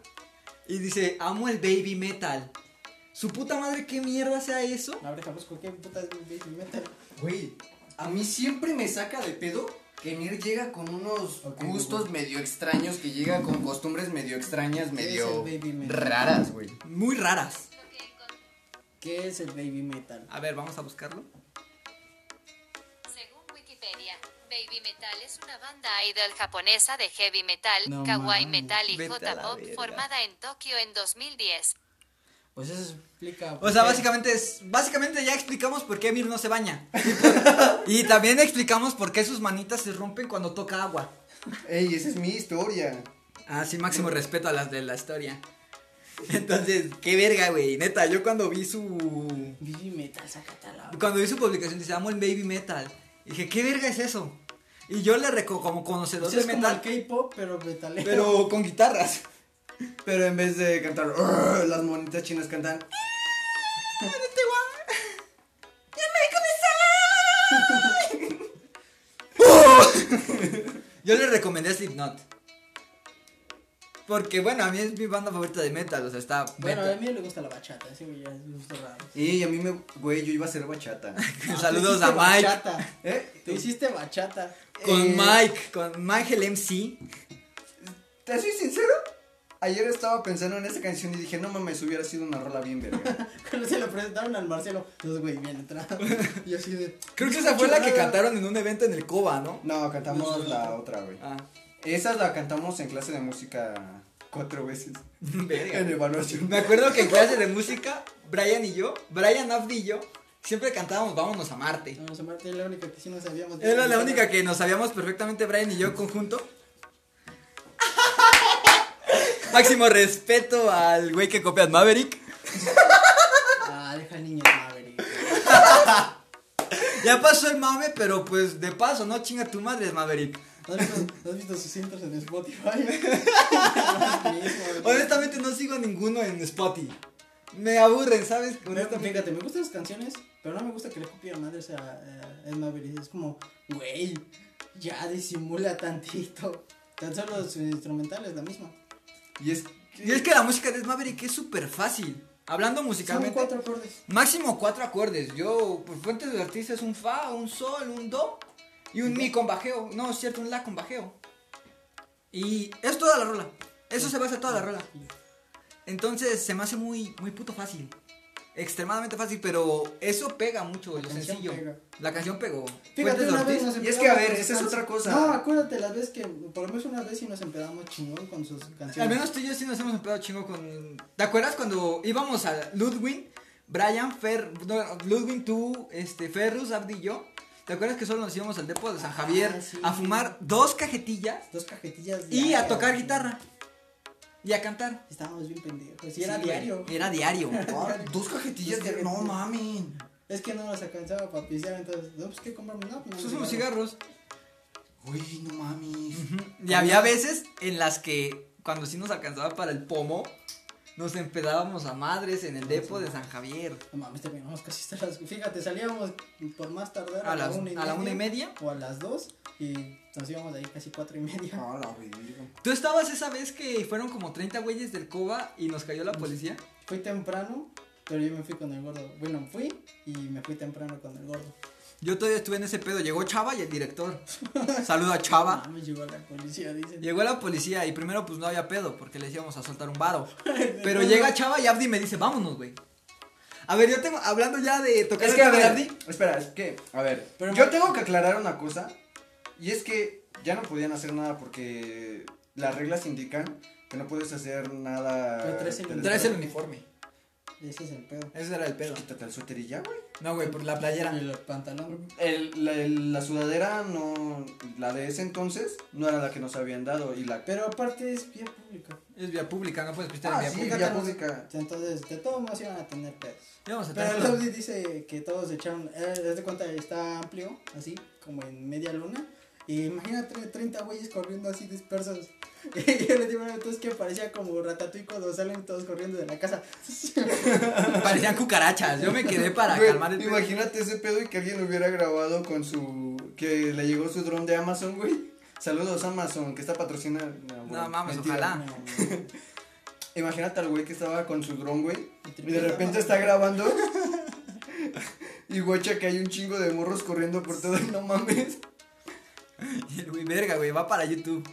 Speaker 1: y dice, amo el baby metal. Su puta madre, ¿qué mierda sea eso?
Speaker 2: Abre Jalisco, ¿qué puta es mi baby metal?
Speaker 4: Güey, a mí siempre me saca de pedo que Mir llega con unos
Speaker 2: Ok,
Speaker 4: gustos medio extraños, que llega con costumbres medio extrañas,
Speaker 2: ¿Qué es
Speaker 4: medio
Speaker 2: el baby metal?
Speaker 4: raras, güey.
Speaker 1: Muy raras.
Speaker 2: ¿Qué es el baby metal?
Speaker 1: A ver, vamos a buscarlo.
Speaker 5: Según Wikipedia, Baby Metal es una banda idol japonesa de heavy metal,
Speaker 2: No
Speaker 5: kawaii
Speaker 2: mames,
Speaker 5: metal y
Speaker 1: vete a la
Speaker 5: J-pop
Speaker 1: verga.
Speaker 5: formada en Tokio en 2010.
Speaker 2: Pues eso explica.
Speaker 1: O
Speaker 2: por
Speaker 1: sea,
Speaker 2: qué-
Speaker 1: básicamente es. Básicamente ya explicamos por qué Emir no se baña. Y por- Y también explicamos por qué sus manitas se rompen cuando toca agua.
Speaker 4: Ey, esa es mi historia.
Speaker 1: Ah, sí, máximo respeto a las de la historia. Entonces, qué verga, güey. Neta, yo cuando vi su.
Speaker 2: Baby metal, sácate a la.
Speaker 1: Cuando vi su publicación, dice, amo el baby metal. Y dije, ¿qué verga es eso? Y yo le reco como conocedor
Speaker 2: Pues es
Speaker 1: de
Speaker 2: como
Speaker 1: metal,
Speaker 2: el K-pop, pero metalero.
Speaker 4: Pero con guitarras. Pero en vez de cantar, "Arr", las monitas chinas cantan.
Speaker 1: yo le recomendé Slipknot. Porque, bueno, a mí es mi banda favorita de metal, o sea, está.
Speaker 2: Bueno, eh, a
Speaker 1: metal.
Speaker 2: mí le gusta la bachata, ese güey ya es gusto raro.
Speaker 4: Y a mí me, güey, yo iba a ser bachata.
Speaker 1: Saludos
Speaker 2: Te
Speaker 1: a
Speaker 2: hiciste
Speaker 1: Mike.
Speaker 2: Bachata.
Speaker 4: ¿Eh?
Speaker 2: Te hiciste bachata.
Speaker 1: Con
Speaker 4: Eh,
Speaker 1: Mike, con Mike el MC.
Speaker 4: ¿Te soy sincero? Ayer estaba pensando en esa canción y dije, no mames, hubiera sido una rola bien verga.
Speaker 2: Cuando se lo presentaron al Marcelo, los güey bien atrás. Y así de.
Speaker 1: Creo que esa fue la que cantaron en un evento en el Coba, ¿no?
Speaker 4: No, cantamos la otra, güey.
Speaker 1: Ah,
Speaker 4: Esa la cantamos en clase de música cuatro veces.
Speaker 1: verga.
Speaker 4: En evaluación.
Speaker 1: Me acuerdo que en clase de música, Brian y yo, Brian Afdi y yo, siempre cantábamos Vámonos a Marte.
Speaker 2: Vamos a Marte, es la única que sí no sabíamos.
Speaker 1: Era la única que nos sabíamos perfectamente, Brian y yo, conjunto. Máximo respeto al güey que copia a Maverick.
Speaker 2: Ah, deja al niño Maverick.
Speaker 1: Ya pasó el mame, pero pues de paso, no chinga tu madre, Maverick.
Speaker 2: ¿No ¿Has visto, no has visto sus intros en Spotify?
Speaker 1: Honestamente, no sigo a ninguno en Spotify. Me aburren, ¿sabes? Honestamente.
Speaker 2: Fíjate, me gustan las canciones, pero no me gusta que le copie a madres a, a Ed Maverick. eh, Es como, güey, ya disimula tantito. Tan solo su instrumental es la misma.
Speaker 4: Y es.
Speaker 1: Y es que la música de Maverick es súper fácil. Hablando
Speaker 2: Son
Speaker 1: musicalmente.
Speaker 2: cuatro acordes.
Speaker 1: Máximo cuatro acordes. Yo, por fuentes del artista es un fa, un sol, un do y un mi con bajeo. No, es cierto, un la con bajeo. Y es toda la rola. Eso se basa en
Speaker 2: Ah.
Speaker 1: toda la rola. Entonces se me hace muy, muy puto fácil. Extremadamente fácil, pero eso pega mucho, güey,
Speaker 2: La
Speaker 1: lo
Speaker 2: canción
Speaker 1: sencillo.
Speaker 2: pega.
Speaker 1: La canción pegó.
Speaker 2: Fíjate,
Speaker 1: Fuentes
Speaker 2: una
Speaker 1: Ortiz.
Speaker 2: vez nos
Speaker 4: Y es que, a
Speaker 2: empedamos
Speaker 4: ver,
Speaker 2: con
Speaker 4: esa
Speaker 2: sus
Speaker 4: es otra
Speaker 2: canciones.
Speaker 4: cosa.
Speaker 2: No, acuérdate las veces que, por lo menos una vez sí nos empedamos chingón con sus canciones.
Speaker 1: Al menos tú y yo sí nos hemos empezado chingo con. ¿Te acuerdas cuando íbamos a Ludwig, Brian, Fer. no, Ludwig, tú, este, Ferrus, Abdi y yo? ¿Te acuerdas que solo nos íbamos al depo de San
Speaker 2: Ah,
Speaker 1: Javier
Speaker 2: sí.
Speaker 1: a fumar dos cajetillas
Speaker 2: Dos cajetillas.
Speaker 1: y a
Speaker 2: diarias,
Speaker 1: tocar
Speaker 2: güey.
Speaker 1: guitarra? Y a cantar.
Speaker 2: Estábamos bien pendejos. Y era
Speaker 1: Sí, güey,
Speaker 2: diario.
Speaker 1: Era diario.
Speaker 4: Ah, dos cajetillas de. No mami.
Speaker 2: Es que no nos alcanzaba para pisear, entonces, no, pues que compramos no, pues,
Speaker 1: Esos
Speaker 2: no,
Speaker 1: son los cigarros.
Speaker 4: Uy, no mami.
Speaker 1: Y había veces en las que, cuando sí nos alcanzaba para el pomo, nos empedábamos a madres en el depo de San Javier.
Speaker 2: No mames, terminamos casi hasta las. Fíjate, salíamos por más tardar
Speaker 1: A las- a la una y media.
Speaker 2: O a las dos. Y nos íbamos de ahí casi cuatro y media.
Speaker 4: Ah, la verga.
Speaker 1: ¿Tú estabas esa vez que fueron como 30 güeyes del Coba y nos cayó la policía?
Speaker 2: Fui temprano, pero yo me fui con el gordo. Bueno, fui y me fui temprano con el gordo.
Speaker 1: Yo todavía estuve en ese pedo. Llegó Chava y el director. Saludo a Chava.
Speaker 2: Mames, llegó la policía, dicen.
Speaker 1: Llegó la policía y primero pues no había pedo porque les íbamos a soltar un varo. Pero llega Chava y Abdi me dice, vámonos, güey. A ver, yo tengo, hablando ya de tocar el
Speaker 4: Es que, a
Speaker 1: tema de
Speaker 4: ver,
Speaker 1: Abdi.
Speaker 4: espera, es que, a ver,
Speaker 2: Pero-
Speaker 4: yo tengo que aclarar una cosa, y es que ya no podían hacer nada porque las reglas indican que no puedes hacer nada...
Speaker 2: Pero traes el
Speaker 4: del-
Speaker 2: uniforme.
Speaker 1: Traes el uniforme.
Speaker 2: Ese es el pedo.
Speaker 1: Ese era el pedo.
Speaker 4: Quítate el suéter y ya, güey.
Speaker 1: No, güey, por la playera.
Speaker 2: Y el pantalón.
Speaker 4: El- la, el- la sudadera no. La de ese entonces no era la que nos habían dado. Y la.
Speaker 2: Pero aparte es vía pública.
Speaker 1: Es vía pública, no puedes pistear en
Speaker 4: Ah,
Speaker 1: vía
Speaker 4: sí,
Speaker 1: pública.
Speaker 4: ya pública.
Speaker 2: Entonces, de todos modos iban a tener pedos.
Speaker 1: Íbamos a
Speaker 2: Pero
Speaker 1: tener
Speaker 2: el
Speaker 1: todo.
Speaker 2: Audi dice que todos echaron, eh, haz de cuenta, está amplio, así, como en media luna. Y imagínate 30 güeyes corriendo así dispersos. Y yo le digo, entonces que parecía como ratatouille cuando salen todos corriendo de la casa.
Speaker 1: Parecían cucarachas. Yo me quedé para
Speaker 4: Güey,
Speaker 1: calmar el pedo.
Speaker 4: Imagínate ese pedo y que alguien hubiera grabado con su. Que le llegó su dron de Amazon, güey. Saludos Amazon, que está patrocinando.
Speaker 1: No mames,
Speaker 4: mentira.
Speaker 1: ojalá.
Speaker 2: No,
Speaker 4: Imagínate al güey que estaba con su dron, güey.
Speaker 2: Y
Speaker 4: Y de repente está grabando. y guacha que hay un chingo de morros corriendo por todo. y No mames.
Speaker 1: Y el güey, verga, güey, va para YouTube.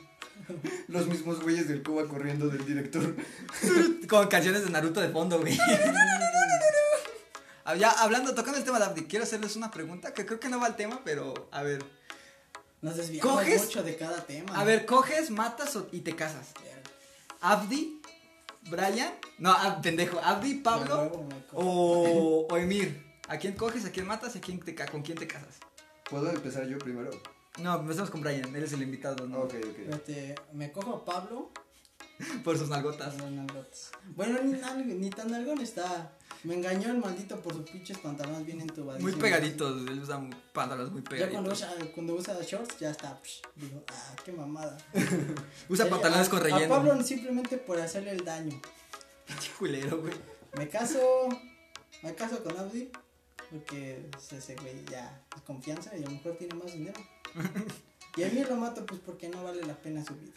Speaker 4: Los mismos güeyes del Cuba corriendo del director.
Speaker 1: Con canciones de Naruto de fondo, güey. Ah, Ya hablando, tocando el tema de Abdi, quiero hacerles una pregunta que creo que no va al tema, pero a ver.
Speaker 2: Nos desviamos
Speaker 1: ¿Coges?
Speaker 2: mucho de cada tema.
Speaker 1: A ver, coges, matas o- y te casas. Abdi, Brian, no, Ab- pendejo, Abdi,
Speaker 2: Me
Speaker 1: Pablo
Speaker 2: huevo, me co-
Speaker 1: o, o Emir. ¿A quién coges, a quién matas y a quién te ca- con quién te casas?
Speaker 4: ¿Puedo empezar yo primero?
Speaker 1: No, empezamos con Brian, él es el invitado, ¿no?
Speaker 4: Ok, ok.
Speaker 2: Espérate, me cojo a Pablo.
Speaker 1: Por sus nalgotas.
Speaker 2: Los nalgotas. Bueno, ni, nal- ni tan algón está. Me engañó el maldito por sus pinches pantalones bien entubadísimos.
Speaker 1: Muy pegaditos, él usa pantalones muy
Speaker 2: Ya cuando
Speaker 1: pegaditos.
Speaker 2: usa, cuando usa shorts, ya está. psh, digo, ah, qué mamada.
Speaker 1: Usa
Speaker 2: Eh,
Speaker 1: pantalones
Speaker 2: a-
Speaker 1: con
Speaker 2: A Pablo
Speaker 1: relleno.
Speaker 2: simplemente por hacerle el daño.
Speaker 1: Pinche culero, güey.
Speaker 2: Me caso. Me caso con Audi. Porque pues, ese güey ya es confianza y a lo mejor tiene más dinero. Y a mí lo mato, pues porque no vale la pena su vida.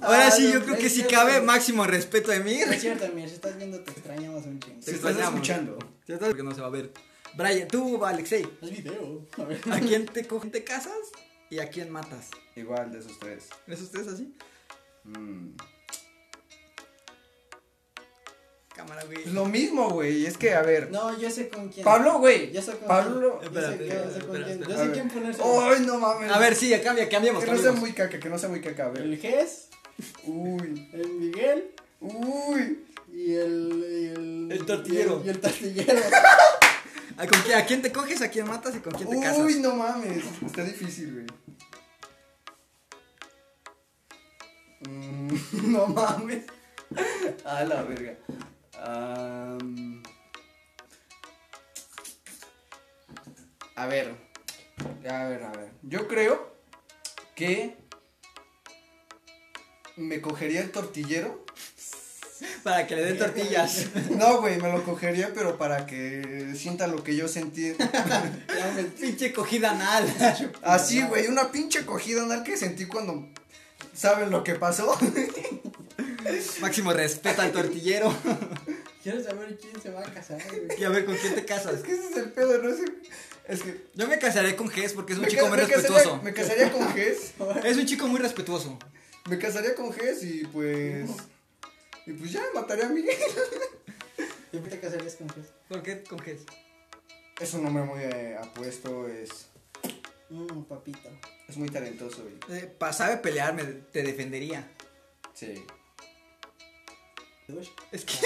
Speaker 1: Ahora
Speaker 2: Ah,
Speaker 1: sí, yo
Speaker 2: no,
Speaker 1: creo que
Speaker 2: es
Speaker 1: si
Speaker 2: cierto.
Speaker 1: cabe, máximo respeto de mí.
Speaker 2: Es cierto, Amir, si estás viendo, te extrañamos un chingo.
Speaker 1: Sí.
Speaker 4: Si estás
Speaker 1: extrañamos.
Speaker 4: escuchando.
Speaker 1: Ya sabes que no se va a ver. Brian, tú, Alexei,
Speaker 2: Es video. A ver.
Speaker 1: ¿a quién te, co- te casas y a quién matas?
Speaker 4: Igual de esos tres.
Speaker 1: ¿Es ustedes así?
Speaker 4: Mm.
Speaker 1: Cámara, güey.
Speaker 4: Pues lo mismo, güey. Es que, a ver.
Speaker 2: No, yo sé con quién.
Speaker 4: Pablo, güey.
Speaker 2: Yo sé con
Speaker 4: Pablo.
Speaker 2: quién. Yo sé,
Speaker 1: Espérate,
Speaker 2: yo sé con
Speaker 1: espera,
Speaker 2: quién. Yo
Speaker 1: espera.
Speaker 4: A
Speaker 2: sé
Speaker 4: ver.
Speaker 2: quién ponerse.
Speaker 4: Ay, no mames.
Speaker 1: A ver, sí, cambia, cambiemos.
Speaker 4: Que no sea
Speaker 1: cambiemos.
Speaker 4: muy caca, que no sea muy caca. A ver.
Speaker 2: El Ges,
Speaker 4: Uy.
Speaker 2: el Miguel
Speaker 4: Uy.
Speaker 2: y el. Y el,
Speaker 1: El tortillero.
Speaker 2: Y el, y el tortillero.
Speaker 1: ¿A, con qué- a quién te coges, a quién matas y con quién te casas?
Speaker 4: Uy, no mames. Está difícil, güey. Mm, no mames. A la verga. Am, a ver. A ver, a ver. Yo creo que me cogería el tortillero.
Speaker 1: Para que le den tortillas.
Speaker 4: No, güey, me lo cogería, pero para que sienta lo que yo sentí.
Speaker 2: Ya me-
Speaker 1: Pinche cogida anal.
Speaker 4: Así, güey, una pinche cogida anal que sentí cuando saben lo que pasó.
Speaker 1: Máximo respeto al tortillero.
Speaker 2: Quiero saber quién se va a casar, güey.
Speaker 1: Y a ver, ¿con quién te casas?
Speaker 4: Es que ese es el pedo, no sé. Es que.
Speaker 1: Yo me casaré con Ges porque es un
Speaker 4: me
Speaker 1: chico
Speaker 4: ca-
Speaker 1: muy
Speaker 4: me casaría-
Speaker 1: respetuoso.
Speaker 4: Me casaría con Ges.
Speaker 1: Es un chico muy respetuoso.
Speaker 4: Me casaría con Ges y pues. Y pues ya, mataría a Miguel.
Speaker 2: Yo te casarías con Ges.
Speaker 1: ¿Por qué con Ges?
Speaker 4: Es un hombre muy eh, apuesto, es.
Speaker 2: Mmm, papito.
Speaker 4: Es muy talentoso, güey.
Speaker 1: Eh, pa- sabe pelearme, te defendería.
Speaker 4: Sí.
Speaker 2: Ush.
Speaker 1: Es que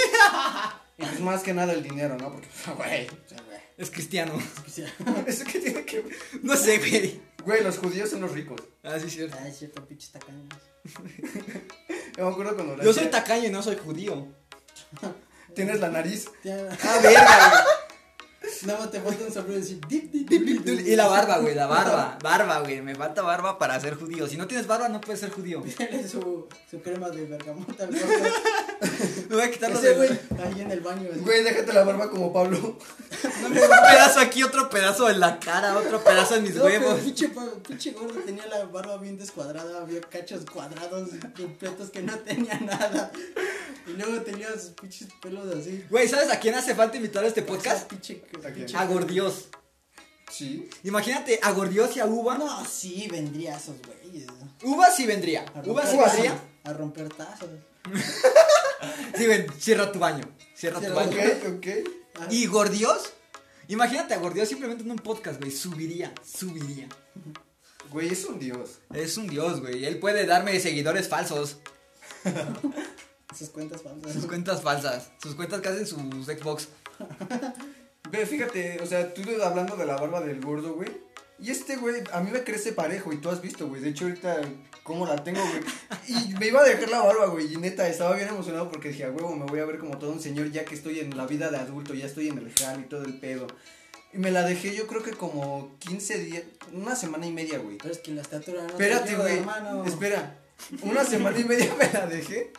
Speaker 4: Y pues más que nada el dinero, ¿no? Porque, güey.
Speaker 2: O sea, güey,
Speaker 1: es cristiano.
Speaker 2: quisiera-
Speaker 4: ¿Eso qué tiene que ver?
Speaker 1: No sé, güey.
Speaker 4: Güey, los judíos son los ricos.
Speaker 1: Ah, sí, es cierto.
Speaker 2: Ay, cierto, pinches tacaños.
Speaker 4: Yo me acuerdo cuando la
Speaker 1: Yo soy
Speaker 4: hacía-
Speaker 1: tacaño y no soy judío.
Speaker 4: Tienes la nariz.
Speaker 2: Ya,
Speaker 1: Ah, verga,
Speaker 2: Nada más te faltan sobre decir. Dip, dip,
Speaker 1: güey.
Speaker 2: dip, dip, dip.
Speaker 1: Y la barba, güey, la barba. Barba, güey. Me falta barba para ser judío. Si no tienes barba, no puedes ser judío.
Speaker 2: Pídele su, su crema de bergamota al gordo.
Speaker 1: Me voy a quitar los
Speaker 2: Ese güey
Speaker 1: de...
Speaker 2: ahí en el baño. así.
Speaker 4: Güey, déjate la barba como Pablo.
Speaker 1: Un pedazo aquí, otro pedazo en la cara, otro pedazo en mis
Speaker 2: No, pero
Speaker 1: huevos.
Speaker 2: pinche, pa- pinche gordo tenía la barba bien descuadrada, había cachos cuadrados completos que no tenía nada. Y luego tenía sus pinches pelos así.
Speaker 1: Güey, ¿sabes a quién hace falta invitar a este
Speaker 2: Esa
Speaker 1: podcast?
Speaker 2: Pinche,
Speaker 4: ¿A quién?
Speaker 3: Ah.
Speaker 2: pinche-
Speaker 1: A Gordios.
Speaker 4: Sí.
Speaker 1: Imagínate, a Gordios y a Uva.
Speaker 2: No, sí, vendría a esos güeyes.
Speaker 1: Uva sí vendría.
Speaker 2: A romper
Speaker 1: Uva sí
Speaker 2: tazos,
Speaker 1: vendría.
Speaker 2: A romper tazos.
Speaker 1: Sí, ven, cierra tu baño. Cierra tu
Speaker 2: Cierra
Speaker 1: baño.
Speaker 4: Ok, ok.
Speaker 2: Ah,
Speaker 1: Y Gordios, imagínate a Gordios simplemente en un podcast, güey, subiría, subiría.
Speaker 4: Güey, es un dios.
Speaker 1: Es un dios, güey, él puede darme seguidores falsos.
Speaker 2: Sus cuentas falsas.
Speaker 1: Sus cuentas falsas. Sus cuentas que hacen sus Xbox.
Speaker 3: Ve, fíjate, o sea, tú hablando de la barba del gordo, güey. Y este, güey, a mí me crece parejo y tú has visto, güey. De hecho, ahorita, ¿cómo la tengo, güey? Y me iba a dejar la barba, güey. Y neta, estaba bien emocionado porque dije, a huevo, me voy a ver como todo un señor ya que estoy en la vida de adulto, ya estoy en el jal y todo el pedo. Y me la dejé yo creo que como 15 días, una semana y media, güey.
Speaker 2: Pero es que la estatura no te
Speaker 3: Espérate,
Speaker 2: lleva,
Speaker 3: güey.
Speaker 2: hermano.
Speaker 3: Espera. Una semana y media me la dejé.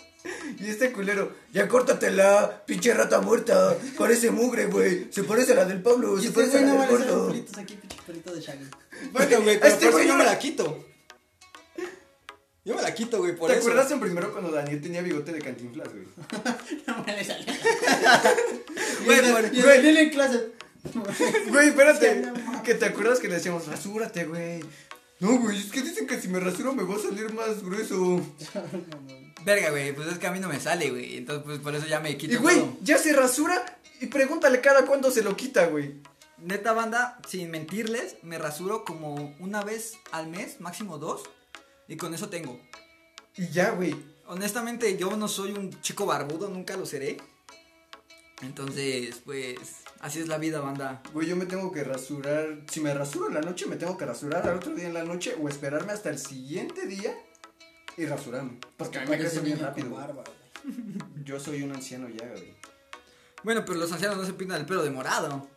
Speaker 3: Y este culero, ya córtatela, pinche rata muerta. Parece mugre, güey. Se parece a la del Pablo,
Speaker 2: Y
Speaker 3: se
Speaker 2: este
Speaker 3: parece a
Speaker 2: güey
Speaker 3: la
Speaker 2: no
Speaker 3: del
Speaker 2: vale hacer
Speaker 3: gordo.
Speaker 2: pelitos aquí, pinche pelito de Shaggy.
Speaker 6: Bueno, güey, pero
Speaker 3: Este
Speaker 6: por eso
Speaker 3: güey
Speaker 6: yo
Speaker 3: no-
Speaker 6: me la quito. Yo me la quito, güey, por
Speaker 3: ¿Te
Speaker 6: eso.
Speaker 3: acuerdas en primero cuando Daniel tenía bigote de cantinflas, güey?
Speaker 2: No me le sale.
Speaker 3: Güey,
Speaker 2: Y el-
Speaker 3: bueno,
Speaker 2: y el
Speaker 3: güey.
Speaker 2: Daniel en clase.
Speaker 3: Güey,
Speaker 2: Sí, no
Speaker 3: espérate.
Speaker 2: mames.
Speaker 3: Que te acuerdas que le decíamos, rasúrate, güey. No, güey, es que dicen que si me rasuro me va a salir más grueso.
Speaker 1: Verga, güey, pues es que a mí no me sale, güey. Entonces, pues por eso ya me quito
Speaker 3: Y güey,
Speaker 1: todo.
Speaker 3: ya se rasura y pregúntale cada cuándo se lo quita, güey.
Speaker 1: Neta banda, sin mentirles, me rasuro como una vez al mes, máximo dos. Y con eso tengo.
Speaker 3: Y ya, güey.
Speaker 1: Honestamente, yo no soy un chico barbudo, nunca lo seré. Entonces, pues, así es la vida, banda.
Speaker 3: Güey, yo me tengo que rasurar. Si me rasuro en la noche, me tengo que rasurar al otro día en la noche o esperarme hasta el siguiente día y rasurarme. Porque a mí me
Speaker 2: Parece
Speaker 3: crece bien
Speaker 2: niño con
Speaker 3: rápido.
Speaker 2: barba, güey.
Speaker 3: Yo soy un anciano ya, güey.
Speaker 1: Bueno, pero los ancianos no se pintan el pelo de morado.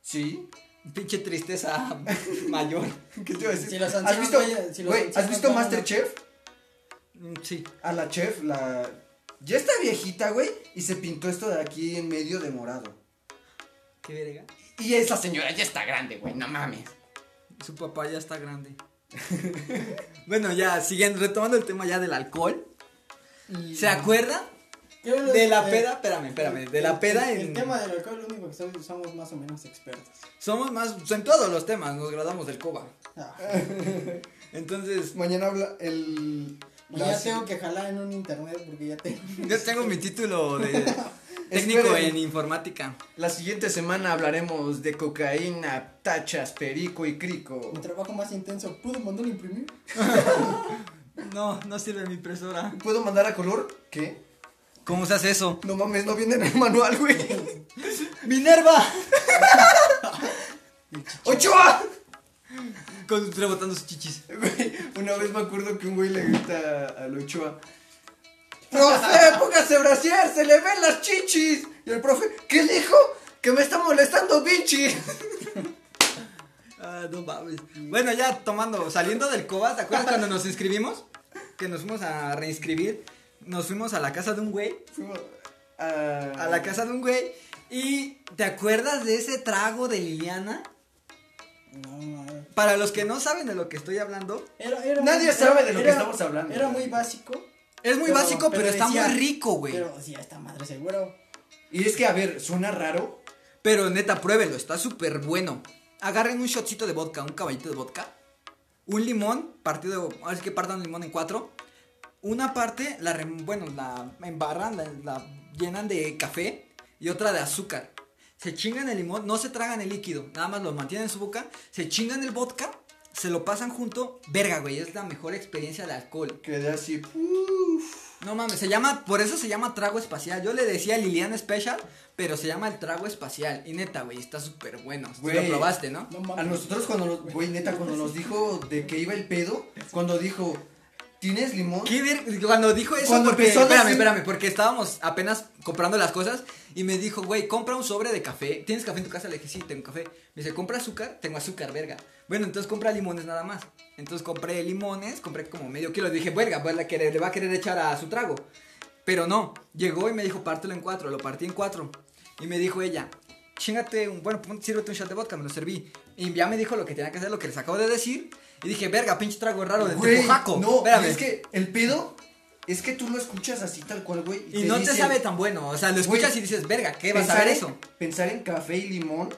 Speaker 3: ¿Sí?
Speaker 1: Pinche tristeza mayor.
Speaker 3: ¿Qué te iba a decir?
Speaker 2: Si los
Speaker 3: ¿Has
Speaker 2: ancianos,
Speaker 3: visto,
Speaker 2: güey, si los
Speaker 3: güey, ¿has
Speaker 2: ancianos
Speaker 3: visto
Speaker 2: van a-
Speaker 3: Masterchef?
Speaker 1: Mm, Sí.
Speaker 3: A la chef, la... Ya está viejita, güey, y se pintó esto de aquí en medio de morado.
Speaker 1: Qué verga.
Speaker 3: Y esa señora ya está grande, güey, no mames.
Speaker 1: Su papá ya está grande. bueno, ya, siguiendo, retomando el tema ya del alcohol. ¿Se acuerdan?
Speaker 2: Yo lo-
Speaker 1: De la
Speaker 2: eh,
Speaker 1: peda, espérame, espérame. De la
Speaker 2: el-
Speaker 1: peda
Speaker 2: el, el
Speaker 1: en.
Speaker 2: tema del alcohol, lo único que somos, somos más o menos expertos.
Speaker 1: Somos más. En todos los temas nos graduamos del coba.
Speaker 2: Ah,
Speaker 1: Entonces,
Speaker 3: Mañana habla el...
Speaker 2: y
Speaker 3: la-
Speaker 2: ya tengo que jalar en un internet porque ya tengo.
Speaker 1: yo tengo mi título de técnico
Speaker 3: Esperen.
Speaker 1: en informática.
Speaker 3: La siguiente semana hablaremos de cocaína, tachas, perico y crico.
Speaker 2: Mi trabajo más intenso, ¿puedo mandar a imprimir?
Speaker 1: No, no sirve mi impresora.
Speaker 3: ¿Puedo mandar a color? ¿Qué?
Speaker 1: ¿Cómo se hace eso?
Speaker 3: No mames, no viene en el manual, güey.
Speaker 1: ¡Minerva!
Speaker 3: ¡Ochoa!
Speaker 1: Con, rebotando sus chichis.
Speaker 3: Güey, una vez me acuerdo que un güey le grita al Ochoa. ¡Profe, póngase brasier! ¡Se le ven las chichis! Y el profe, ¿qué dijo? ¡Que me está molestando, bichi!
Speaker 1: Ah, no mames. Bueno, ya tomando, saliendo del coba, ¿te acuerdas cuando nos inscribimos? Que nos fuimos a reinscribir. Nos fuimos a la casa de un güey.
Speaker 3: Fuimos a...
Speaker 1: A la casa de un güey. Y ¿te acuerdas de ese trago de Liliana?
Speaker 2: No, no.
Speaker 1: Para los que no saben de lo que estoy hablando,
Speaker 2: Era, era
Speaker 3: Nadie
Speaker 2: muy-
Speaker 3: sabe
Speaker 2: era-
Speaker 3: de lo que
Speaker 2: era-
Speaker 3: estamos hablando.
Speaker 2: Era muy básico.
Speaker 1: es muy básico, pero, está
Speaker 2: decía-
Speaker 1: muy rico, güey. Pero,
Speaker 2: Pero sí, esta madre seguro.
Speaker 3: Y es que, a ver, suena raro.
Speaker 1: neta, pruébelo, está súper bueno. Agarren un shotcito de vodka, un caballito de vodka, un limón, partido, ahora sí que partan el limón en cuatro. Una parte, la rem- bueno, la embarran, la, la llenan de café y otra de azúcar. Se chingan el limón, no se tragan el líquido, nada más lo mantienen en su boca, se chingan el vodka, se lo pasan junto. Verga, güey, es la mejor experiencia de alcohol.
Speaker 3: Quedé así, puf.
Speaker 1: No mames, se llama, por eso se llama trago espacial. Yo le decía Liliana Special, pero se llama el trago espacial. Y neta, güey, está súper bueno. Tú lo
Speaker 3: Güey.
Speaker 1: probaste, ¿no?
Speaker 2: No mames.
Speaker 3: A nosotros cuando nos, güey, neta, cuando nos dijo de que iba el pedo, cuando dijo, ¿tienes limón?
Speaker 1: ¿Qué ver- Cuando dijo eso,
Speaker 3: Cuando
Speaker 1: porque,
Speaker 3: empezó a
Speaker 1: espérame,
Speaker 3: decir-
Speaker 1: espérame, porque estábamos apenas comprando las cosas y me dijo, güey, compra un sobre de café. ¿Tienes café en tu casa? Le dije, sí, tengo café. Me dice, compra azúcar, tengo azúcar, verga. Bueno, entonces compra limones nada más. Entonces compré limones, compré como medio kilo. Dije, verga, pues la querer- le va a querer echar a su trago. Pero no, llegó y me dijo, pártelo en cuatro. Lo partí en cuatro. Y me dijo ella, chingate un, bueno, pon- sírvete un shot de vodka, me lo serví. Y ya me dijo lo que tenía que hacer, lo que les acabo de decir. Y dije, verga, pinche trago raro de
Speaker 3: Güey,
Speaker 1: Tepojaco.
Speaker 3: No,
Speaker 1: Espérame.
Speaker 3: es que el pedo es que tú lo escuchas así tal cual, güey.
Speaker 1: Y no te
Speaker 3: dicen,
Speaker 1: sabe tan bueno, o sea, lo escuchas
Speaker 3: Güey,
Speaker 1: y dices, verga, ¿qué vas a
Speaker 3: pensar
Speaker 1: ver
Speaker 3: en,
Speaker 1: eso?
Speaker 3: Pensar en café y limón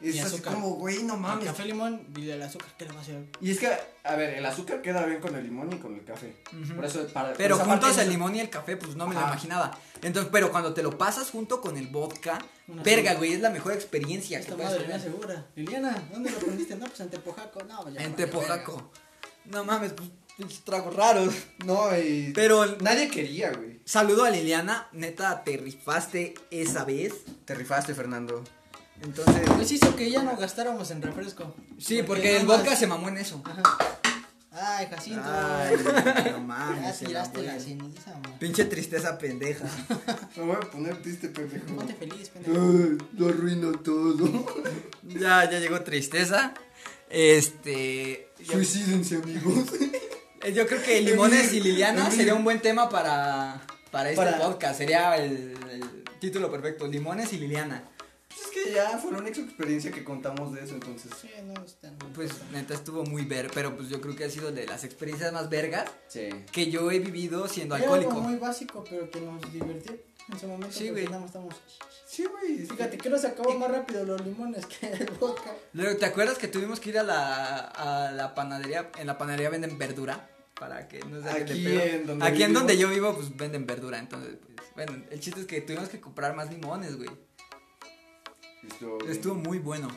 Speaker 3: es
Speaker 2: Y
Speaker 3: así
Speaker 2: azúcar.
Speaker 3: como, güey, no
Speaker 2: El
Speaker 3: mames.
Speaker 2: café limón y el azúcar, ¿qué le va a hacer?
Speaker 3: Y es que, a ver, el azúcar queda bien con el limón y con el café. Por eso, para.
Speaker 1: Pero
Speaker 3: por esa parte
Speaker 1: juntos el
Speaker 3: no-
Speaker 1: limón y el café, pues no me lo
Speaker 3: Ajá.
Speaker 1: imaginaba. Entonces, pero cuando te lo pasas junto con el vodka,
Speaker 2: Una
Speaker 1: verga,
Speaker 2: sola.
Speaker 1: güey, es la mejor experiencia que
Speaker 2: Esta
Speaker 1: puedes
Speaker 2: madre no
Speaker 1: tener.
Speaker 2: segura. Liliana, ¿dónde lo aprendiste? No, pues en Tepojaco. No, ya.
Speaker 1: En
Speaker 2: vale, verga.
Speaker 1: Tepojaco. No mames, pues,
Speaker 7: pinches tragos raros.
Speaker 4: No, y.
Speaker 1: Pero
Speaker 4: Nadie quería, güey.
Speaker 1: saludo a Liliana, neta, te rifaste esa vez.
Speaker 4: Te rifaste, Fernando.
Speaker 1: Entonces,
Speaker 2: Pues hizo que ya no gastáramos en refresco.
Speaker 1: sí, porque el
Speaker 2: nada
Speaker 1: vodka
Speaker 2: más-
Speaker 1: se mamó en eso.
Speaker 2: Ay, Jacinto.
Speaker 1: Ay, no
Speaker 2: ya
Speaker 1: mames. se
Speaker 2: tiraste
Speaker 1: mamó en
Speaker 2: la
Speaker 1: eso.
Speaker 2: ceniza, man.
Speaker 1: Pinche tristeza pendeja.
Speaker 4: Me voy a poner triste, pendejo.
Speaker 2: Ponte feliz, pendejo.
Speaker 1: Uh.
Speaker 4: Ay, Lo arruino todo.
Speaker 1: ya, ya llegó tristeza. Este. ya-
Speaker 4: Suicídense, amigos.
Speaker 1: eh, yo creo que limones y Liliana
Speaker 4: Emil.
Speaker 1: sería un buen tema para, para este
Speaker 4: Para-
Speaker 1: podcast. Sería el, el título perfecto: Limones y Liliana.
Speaker 4: Pues es que ya fue la única experiencia que contamos de eso, entonces.
Speaker 2: Sí, no, está no.
Speaker 1: Pues neta estuvo muy ver, pero pues yo creo que ha sido de las experiencias más vergas
Speaker 4: Sí.
Speaker 1: que yo he vivido siendo
Speaker 2: Era algo
Speaker 1: alcohólico.
Speaker 2: muy básico, pero que nos divirtió en su momento.
Speaker 1: Sí,
Speaker 2: Sí,
Speaker 1: güey.
Speaker 2: güey. Estamos...
Speaker 4: Sí, güey.
Speaker 2: Fíjate, creo que se acabó más rápido los limones que el vodka.
Speaker 1: Luego, ¿te acuerdas que tuvimos que ir a la, a la panadería? En la panadería venden verdura. Para que no se saquen de
Speaker 4: Aquí
Speaker 1: pedo.
Speaker 4: en donde
Speaker 1: Aquí en
Speaker 4: vivimos.
Speaker 1: donde yo vivo, pues venden verdura. Entonces, pues, bueno, el chiste es que tuvimos que comprar más limones, güey.
Speaker 4: Estuvo, güey.
Speaker 1: Estuvo muy bueno.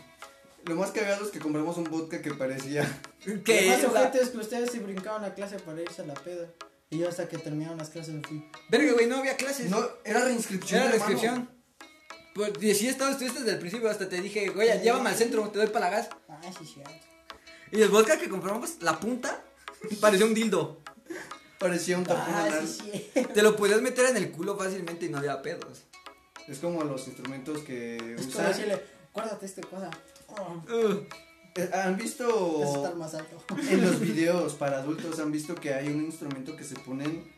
Speaker 4: Lo más cagado es que compramos un vodka que parecía.
Speaker 2: Lo
Speaker 1: Que
Speaker 2: más
Speaker 1: es la-
Speaker 2: ojete es que ustedes se brincaban la clase para irse a la peda. Y yo hasta que terminaron las clases me fui.
Speaker 1: Verga, güey, no había clases.
Speaker 4: No, era reinscripción.
Speaker 1: Era la
Speaker 4: hermano.
Speaker 1: inscripción. Pues, y así estaba, estuviste desde el principio. Hasta te dije, güey, llévame al centro, te doy para la gas.
Speaker 2: Ah, sí, sí. ah.
Speaker 1: Y el vodka que compramos, la punta, parecía un dildo.
Speaker 4: Parecía un tapón
Speaker 2: Ah,
Speaker 4: anal.
Speaker 2: sí, sí.
Speaker 1: Te lo podías meter en el culo fácilmente y no había pedos.
Speaker 4: Es como los instrumentos que
Speaker 2: Es como
Speaker 4: usan.
Speaker 2: decirle, este guárdate esta cosa. Oh,
Speaker 1: Ugh.
Speaker 4: Eh, ¿Han visto
Speaker 2: eso está más alto.
Speaker 4: en los videos para adultos? ¿Han visto que hay un instrumento que se ponen,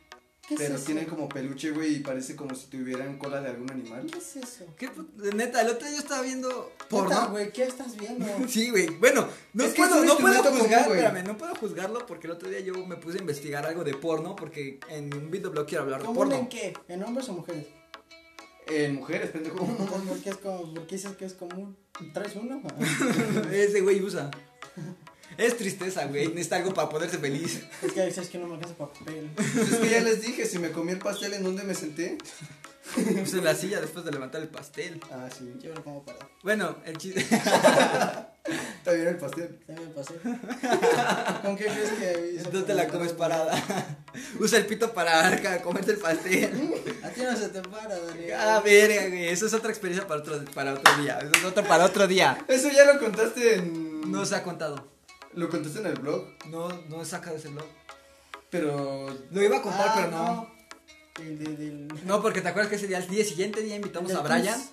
Speaker 2: ¿Qué es
Speaker 4: pero
Speaker 2: eso?
Speaker 4: tienen como peluche, güey, y parece como si tuvieran cola de algún animal?
Speaker 2: ¿Qué es eso?
Speaker 1: ¿Qué put- Neta, el otro día yo estaba viendo
Speaker 2: Puta,
Speaker 1: porno.
Speaker 2: güey, ¿qué estás viendo?
Speaker 1: Sí, güey. Bueno, no
Speaker 4: Es que es
Speaker 1: puedo,
Speaker 4: un
Speaker 1: no puedo
Speaker 4: instrumento
Speaker 1: juzgar,
Speaker 4: común, pues, güey.
Speaker 1: espérame, no puedo juzgarlo porque el otro día yo me puse a investigar algo de porno porque en un videoblog quiero hablar de
Speaker 2: ¿Común en
Speaker 1: porno.
Speaker 2: qué? ¿En hombres o mujeres?
Speaker 4: En mujeres, pendejo.
Speaker 2: Entonces, ¿Por qué, es como, ¿Por qué dices que es común? ¿Traes uno?
Speaker 1: Ese güey usa. Es tristeza, güey. Necesita algo para ponerse feliz.
Speaker 2: es que a veces que no me alcanza papel.
Speaker 4: Pues es que ya les dije, si me comí el pastel, ¿en dónde me senté?
Speaker 1: Pues en la silla después de levantar el pastel.
Speaker 4: Ah, sí.
Speaker 2: Yo lo como para.
Speaker 1: Bueno, el chiste.
Speaker 4: También el pastel.
Speaker 2: Ya me pasé. ¿Con qué crees que.? hizo
Speaker 1: No te la
Speaker 2: comida?
Speaker 1: comes parada. Usa el pito para ca- comerte el pastel.
Speaker 2: A ti no se te para, Daniel.
Speaker 1: Ah, verga, güey. Eso es otra experiencia para otro, para otro día. Eso es otro para otro día.
Speaker 4: Eso ya lo contaste en.
Speaker 1: No se ha contado.
Speaker 4: Lo contaste en el blog,
Speaker 1: No, no he sacado ese blog.
Speaker 4: pero.
Speaker 1: Lo iba a contar,
Speaker 2: Ah,
Speaker 1: pero no.
Speaker 2: no. El de- del.
Speaker 1: no. porque te acuerdas que ese día, el día siguiente día, invitamos
Speaker 2: del
Speaker 1: a Brian.
Speaker 2: quiz.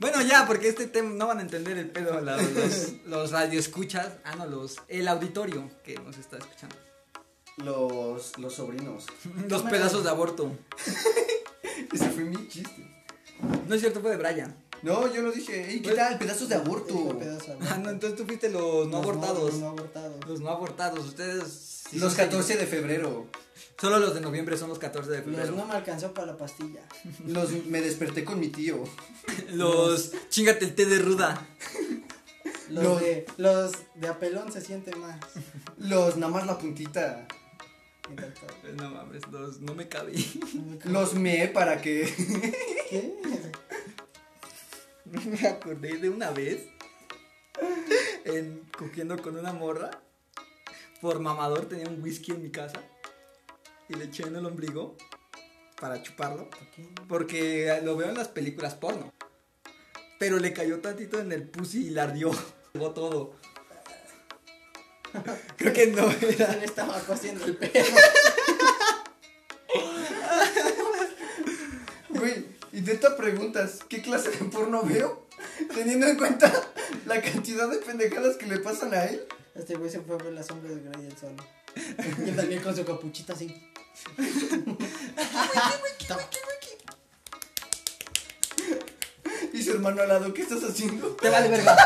Speaker 1: Bueno, ya, porque este tema no van a entender el pedo. la- los, los radioescuchas. Ah, no, los. El auditorio que nos está escuchando.
Speaker 4: Los, los sobrinos.
Speaker 1: Los pedazos de aborto.
Speaker 4: Ese fue mi chiste.
Speaker 1: No es cierto, fue de Brian.
Speaker 4: No, yo lo dije. "Ey, ¿Qué tal? Pedazos de aborto.
Speaker 2: Dijo pedazo de aborto.
Speaker 1: Ah, no, entonces tú fuiste los no
Speaker 2: Los
Speaker 1: abortados.
Speaker 2: Los no abortados.
Speaker 1: Los no abortados, ustedes. sí
Speaker 4: Los
Speaker 1: son
Speaker 4: 14 de febrero.
Speaker 1: seguidores. Solo los de noviembre son los 14 de
Speaker 2: Los
Speaker 1: febrero.
Speaker 2: no me alcanzó para la pastilla.
Speaker 4: Los me desperté con mi tío.
Speaker 1: Los. Chingate el té de ruda.
Speaker 2: Los,
Speaker 4: Los-
Speaker 2: De, los de apelón se sienten más.
Speaker 4: Los nada más la puntita.
Speaker 2: Encantado.
Speaker 1: No mames, los. No me cabe.
Speaker 2: No me cago.
Speaker 4: Los me para que.
Speaker 2: ¿Qué?
Speaker 1: Me acordé de una vez en cogiendo con una morra. Por mamador tenía un whisky en mi casa y le eché en el ombligo para chuparlo porque lo veo en las películas porno. Pero le cayó tantito en el pussy y la ardió. Llevó todo. Creo que no
Speaker 2: Se
Speaker 1: era.
Speaker 2: le estaba cosiendo el pelo.
Speaker 4: Güey, y neta preguntas, ¿qué clase de porno veo? Teniendo en cuenta la cantidad de pendejadas que le pasan a él.
Speaker 2: Este güey se fue a ver las sombras de Grey el sol. Y también con su capuchita así.
Speaker 4: Y su hermano al lado, ¿qué estás haciendo?
Speaker 1: Te vale verga.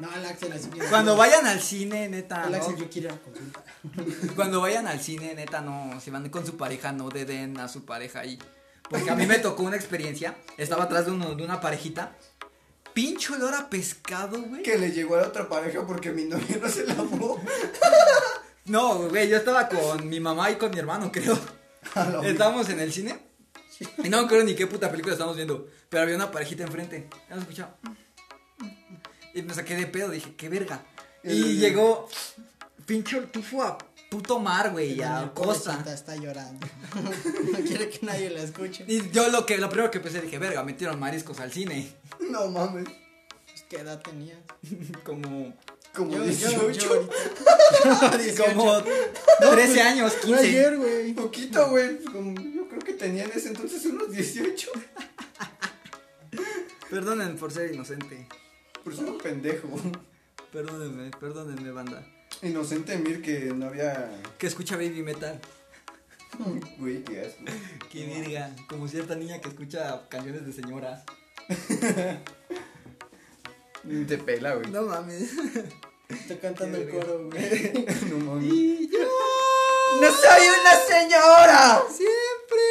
Speaker 2: No, el Axel así.
Speaker 1: Cuando vayan al cine, neta.
Speaker 2: El
Speaker 1: ¿no?
Speaker 2: Axel, yo quiero ir a consulta.
Speaker 1: Cuando vayan al cine, neta, no, si van con su pareja, no deden a su pareja ahí. Porque a mí me tocó una experiencia, estaba atrás de, uno- de una parejita, pincho olor a pescado, güey.
Speaker 4: Que le llegó a la otra pareja porque mi novio no se lavó.
Speaker 1: No, güey, yo estaba con mi mamá y con mi hermano, creo.
Speaker 4: A la verga.
Speaker 1: Estábamos en el cine, y no creo ni qué puta película estábamos viendo, pero había una parejita enfrente, ya nos escuchaba. Y me saqué de pedo, dije, qué verga.
Speaker 4: El-
Speaker 1: Y llegó, pinche tufo a puto mar, güey, a costa.
Speaker 2: Pobrecita, está llorando. no quiere que nadie la escuche.
Speaker 1: Y yo lo que, lo primero que pensé, dije, verga, metieron mariscos al cine.
Speaker 4: No mames.
Speaker 2: Pues, ¿Qué edad tenías?
Speaker 1: como,
Speaker 4: Como
Speaker 2: Yo, yo,
Speaker 4: 18.
Speaker 2: yo ahorita.
Speaker 1: como 13 años, 15.
Speaker 2: ayer, güey.
Speaker 4: Poquito, güey. pues, como Yo creo que tenía en ese entonces unos 18.
Speaker 1: Perdonen por ser inocente.
Speaker 4: Por ser un pendejo.
Speaker 1: Perdónenme, perdónenme, banda.
Speaker 4: Inocente Mir que no había.
Speaker 1: Que escucha baby metal.
Speaker 4: Güey, qué asco.
Speaker 1: Qué virga, como cierta niña que escucha canciones de señoras.
Speaker 3: Te pela, güey.
Speaker 1: No mames.
Speaker 2: Estoy cantando el coro, güey.
Speaker 4: No mames.
Speaker 1: Y yo
Speaker 4: ¡No soy una señora!
Speaker 1: siempre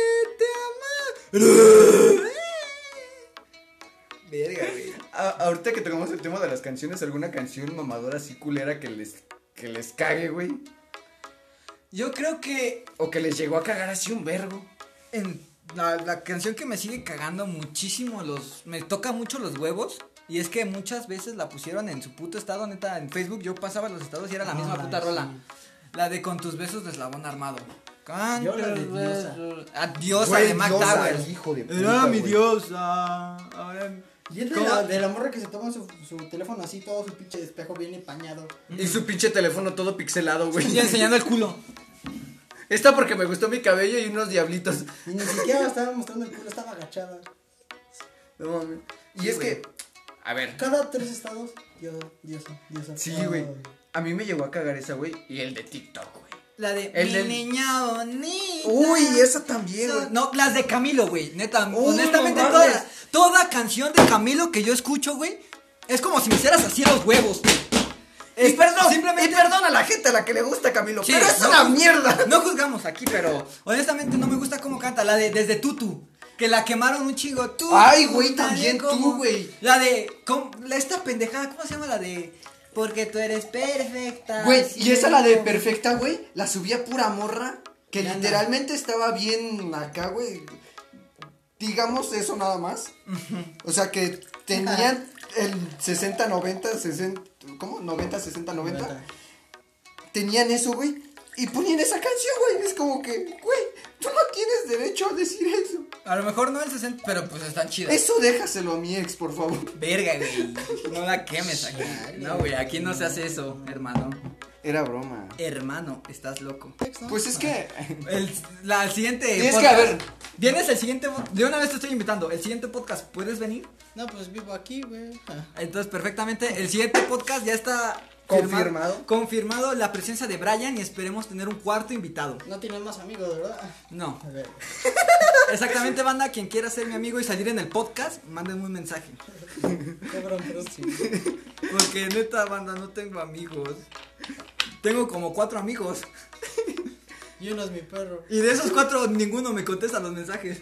Speaker 1: te amaba. Verga, güey.
Speaker 4: A- ahorita que tocamos el tema de las canciones, ¿alguna canción mamadora así culera que les, que les cague, güey?
Speaker 1: Yo creo que
Speaker 4: O que les llegó a cagar así un vergo.
Speaker 1: en la, la canción que me sigue cagando muchísimo los me toca mucho los huevos y es que muchas veces la pusieron en su puto estado neta en Facebook yo pasaba los estados y era la misma
Speaker 2: Ah,
Speaker 1: puta
Speaker 2: sí.
Speaker 1: rola la de con tus besos de eslabón armado
Speaker 2: Yo la de
Speaker 1: Diosa
Speaker 2: Diosa.
Speaker 1: Ah, diosa
Speaker 4: Güey,
Speaker 1: de Mac
Speaker 4: Diosa,
Speaker 1: Towers
Speaker 4: hijo de
Speaker 1: era
Speaker 4: puta,
Speaker 1: mi
Speaker 4: güey.
Speaker 1: diosa ahora
Speaker 2: Y es de
Speaker 1: ¿Cómo?
Speaker 2: la, de la morra que se toma su, su teléfono así, todo su pinche espejo bien empañado.
Speaker 3: Y su pinche teléfono todo pixelado, güey.
Speaker 1: y enseñando el culo
Speaker 3: Esta porque me gustó mi cabello y unos diablitos.
Speaker 2: Y ni siquiera estaba mostrando el culo, estaba agachada.
Speaker 3: No mames. Y
Speaker 1: Sí,
Speaker 3: es
Speaker 1: güey.
Speaker 3: que, a ver,
Speaker 2: Cada tres estados, yo, diosa, diosa.
Speaker 3: sí,
Speaker 2: Ah,
Speaker 3: güey. A mí me llegó a cagar esa, güey. Y el de TikTok, güey.
Speaker 1: la de
Speaker 3: El
Speaker 1: mi
Speaker 3: del-
Speaker 1: niña bonita
Speaker 3: Uy, esa también, güey.
Speaker 1: Eso- No, las de Camilo, güey. Neta,
Speaker 3: Uy,
Speaker 1: honestamente,
Speaker 3: no mames.
Speaker 1: toda, toda canción de Camilo que yo escucho, güey, es como si me hicieras así los huevos. Es-
Speaker 3: Y perdón,
Speaker 1: simplemente-
Speaker 3: y perdón a la gente a la que le gusta Camilo,
Speaker 1: Sí,
Speaker 3: pero es
Speaker 1: no,
Speaker 3: una
Speaker 1: juz-
Speaker 3: mierda.
Speaker 1: No juzgamos aquí, pero honestamente no me gusta cómo canta. La de Desde Tutu, que la quemaron un chingo. Tú,
Speaker 3: Ay,
Speaker 1: tú,
Speaker 3: güey, también tú,
Speaker 1: como-
Speaker 3: güey.
Speaker 1: La de. com- la, esta pendejada, ¿cómo se llama la de.? Porque tú eres perfecta.
Speaker 3: Güey, y
Speaker 1: siempre".
Speaker 3: esa la de perfecta, güey, la subía pura morra, que
Speaker 1: Nana.
Speaker 3: literalmente estaba bien acá, güey. Digamos eso nada más. O sea que tenían el 60, 90, 60, ¿cómo? 90, 60, 90.
Speaker 2: Neta.
Speaker 3: Tenían eso, güey, y ponían esa canción, güey. Es como que, güey, tú no tienes derecho a decir eso.
Speaker 1: A lo mejor no el 60, pero pues están chidas.
Speaker 3: Eso déjaselo a mi ex, por favor.
Speaker 1: Verga, güey. No la quemes aquí. No, güey, aquí no se hace eso, hermano.
Speaker 3: Era broma.
Speaker 1: Hermano, estás loco.
Speaker 3: Pues es que
Speaker 1: El, la, el siguiente.
Speaker 3: Y es que, a ver.
Speaker 1: Vienes el siguiente. po- De una vez te estoy invitando. El siguiente podcast, ¿puedes venir?
Speaker 2: No, pues vivo aquí, güey. Ah,
Speaker 1: Entonces, perfectamente. El siguiente podcast ya está.
Speaker 3: Confirmado.
Speaker 1: confirmado la presencia de Brian y esperemos tener un cuarto invitado.
Speaker 2: No tiene más amigos, ¿verdad?
Speaker 1: No.
Speaker 2: A ver.
Speaker 1: Exactamente, banda. Quien quiera ser mi amigo y salir en el podcast, mándenme un mensaje.
Speaker 2: Cabrón, pero sí.
Speaker 1: Porque neta, banda, no tengo amigos. Tengo como cuatro amigos.
Speaker 2: Y uno es mi perro.
Speaker 1: Y de esos cuatro, ninguno me contesta los mensajes.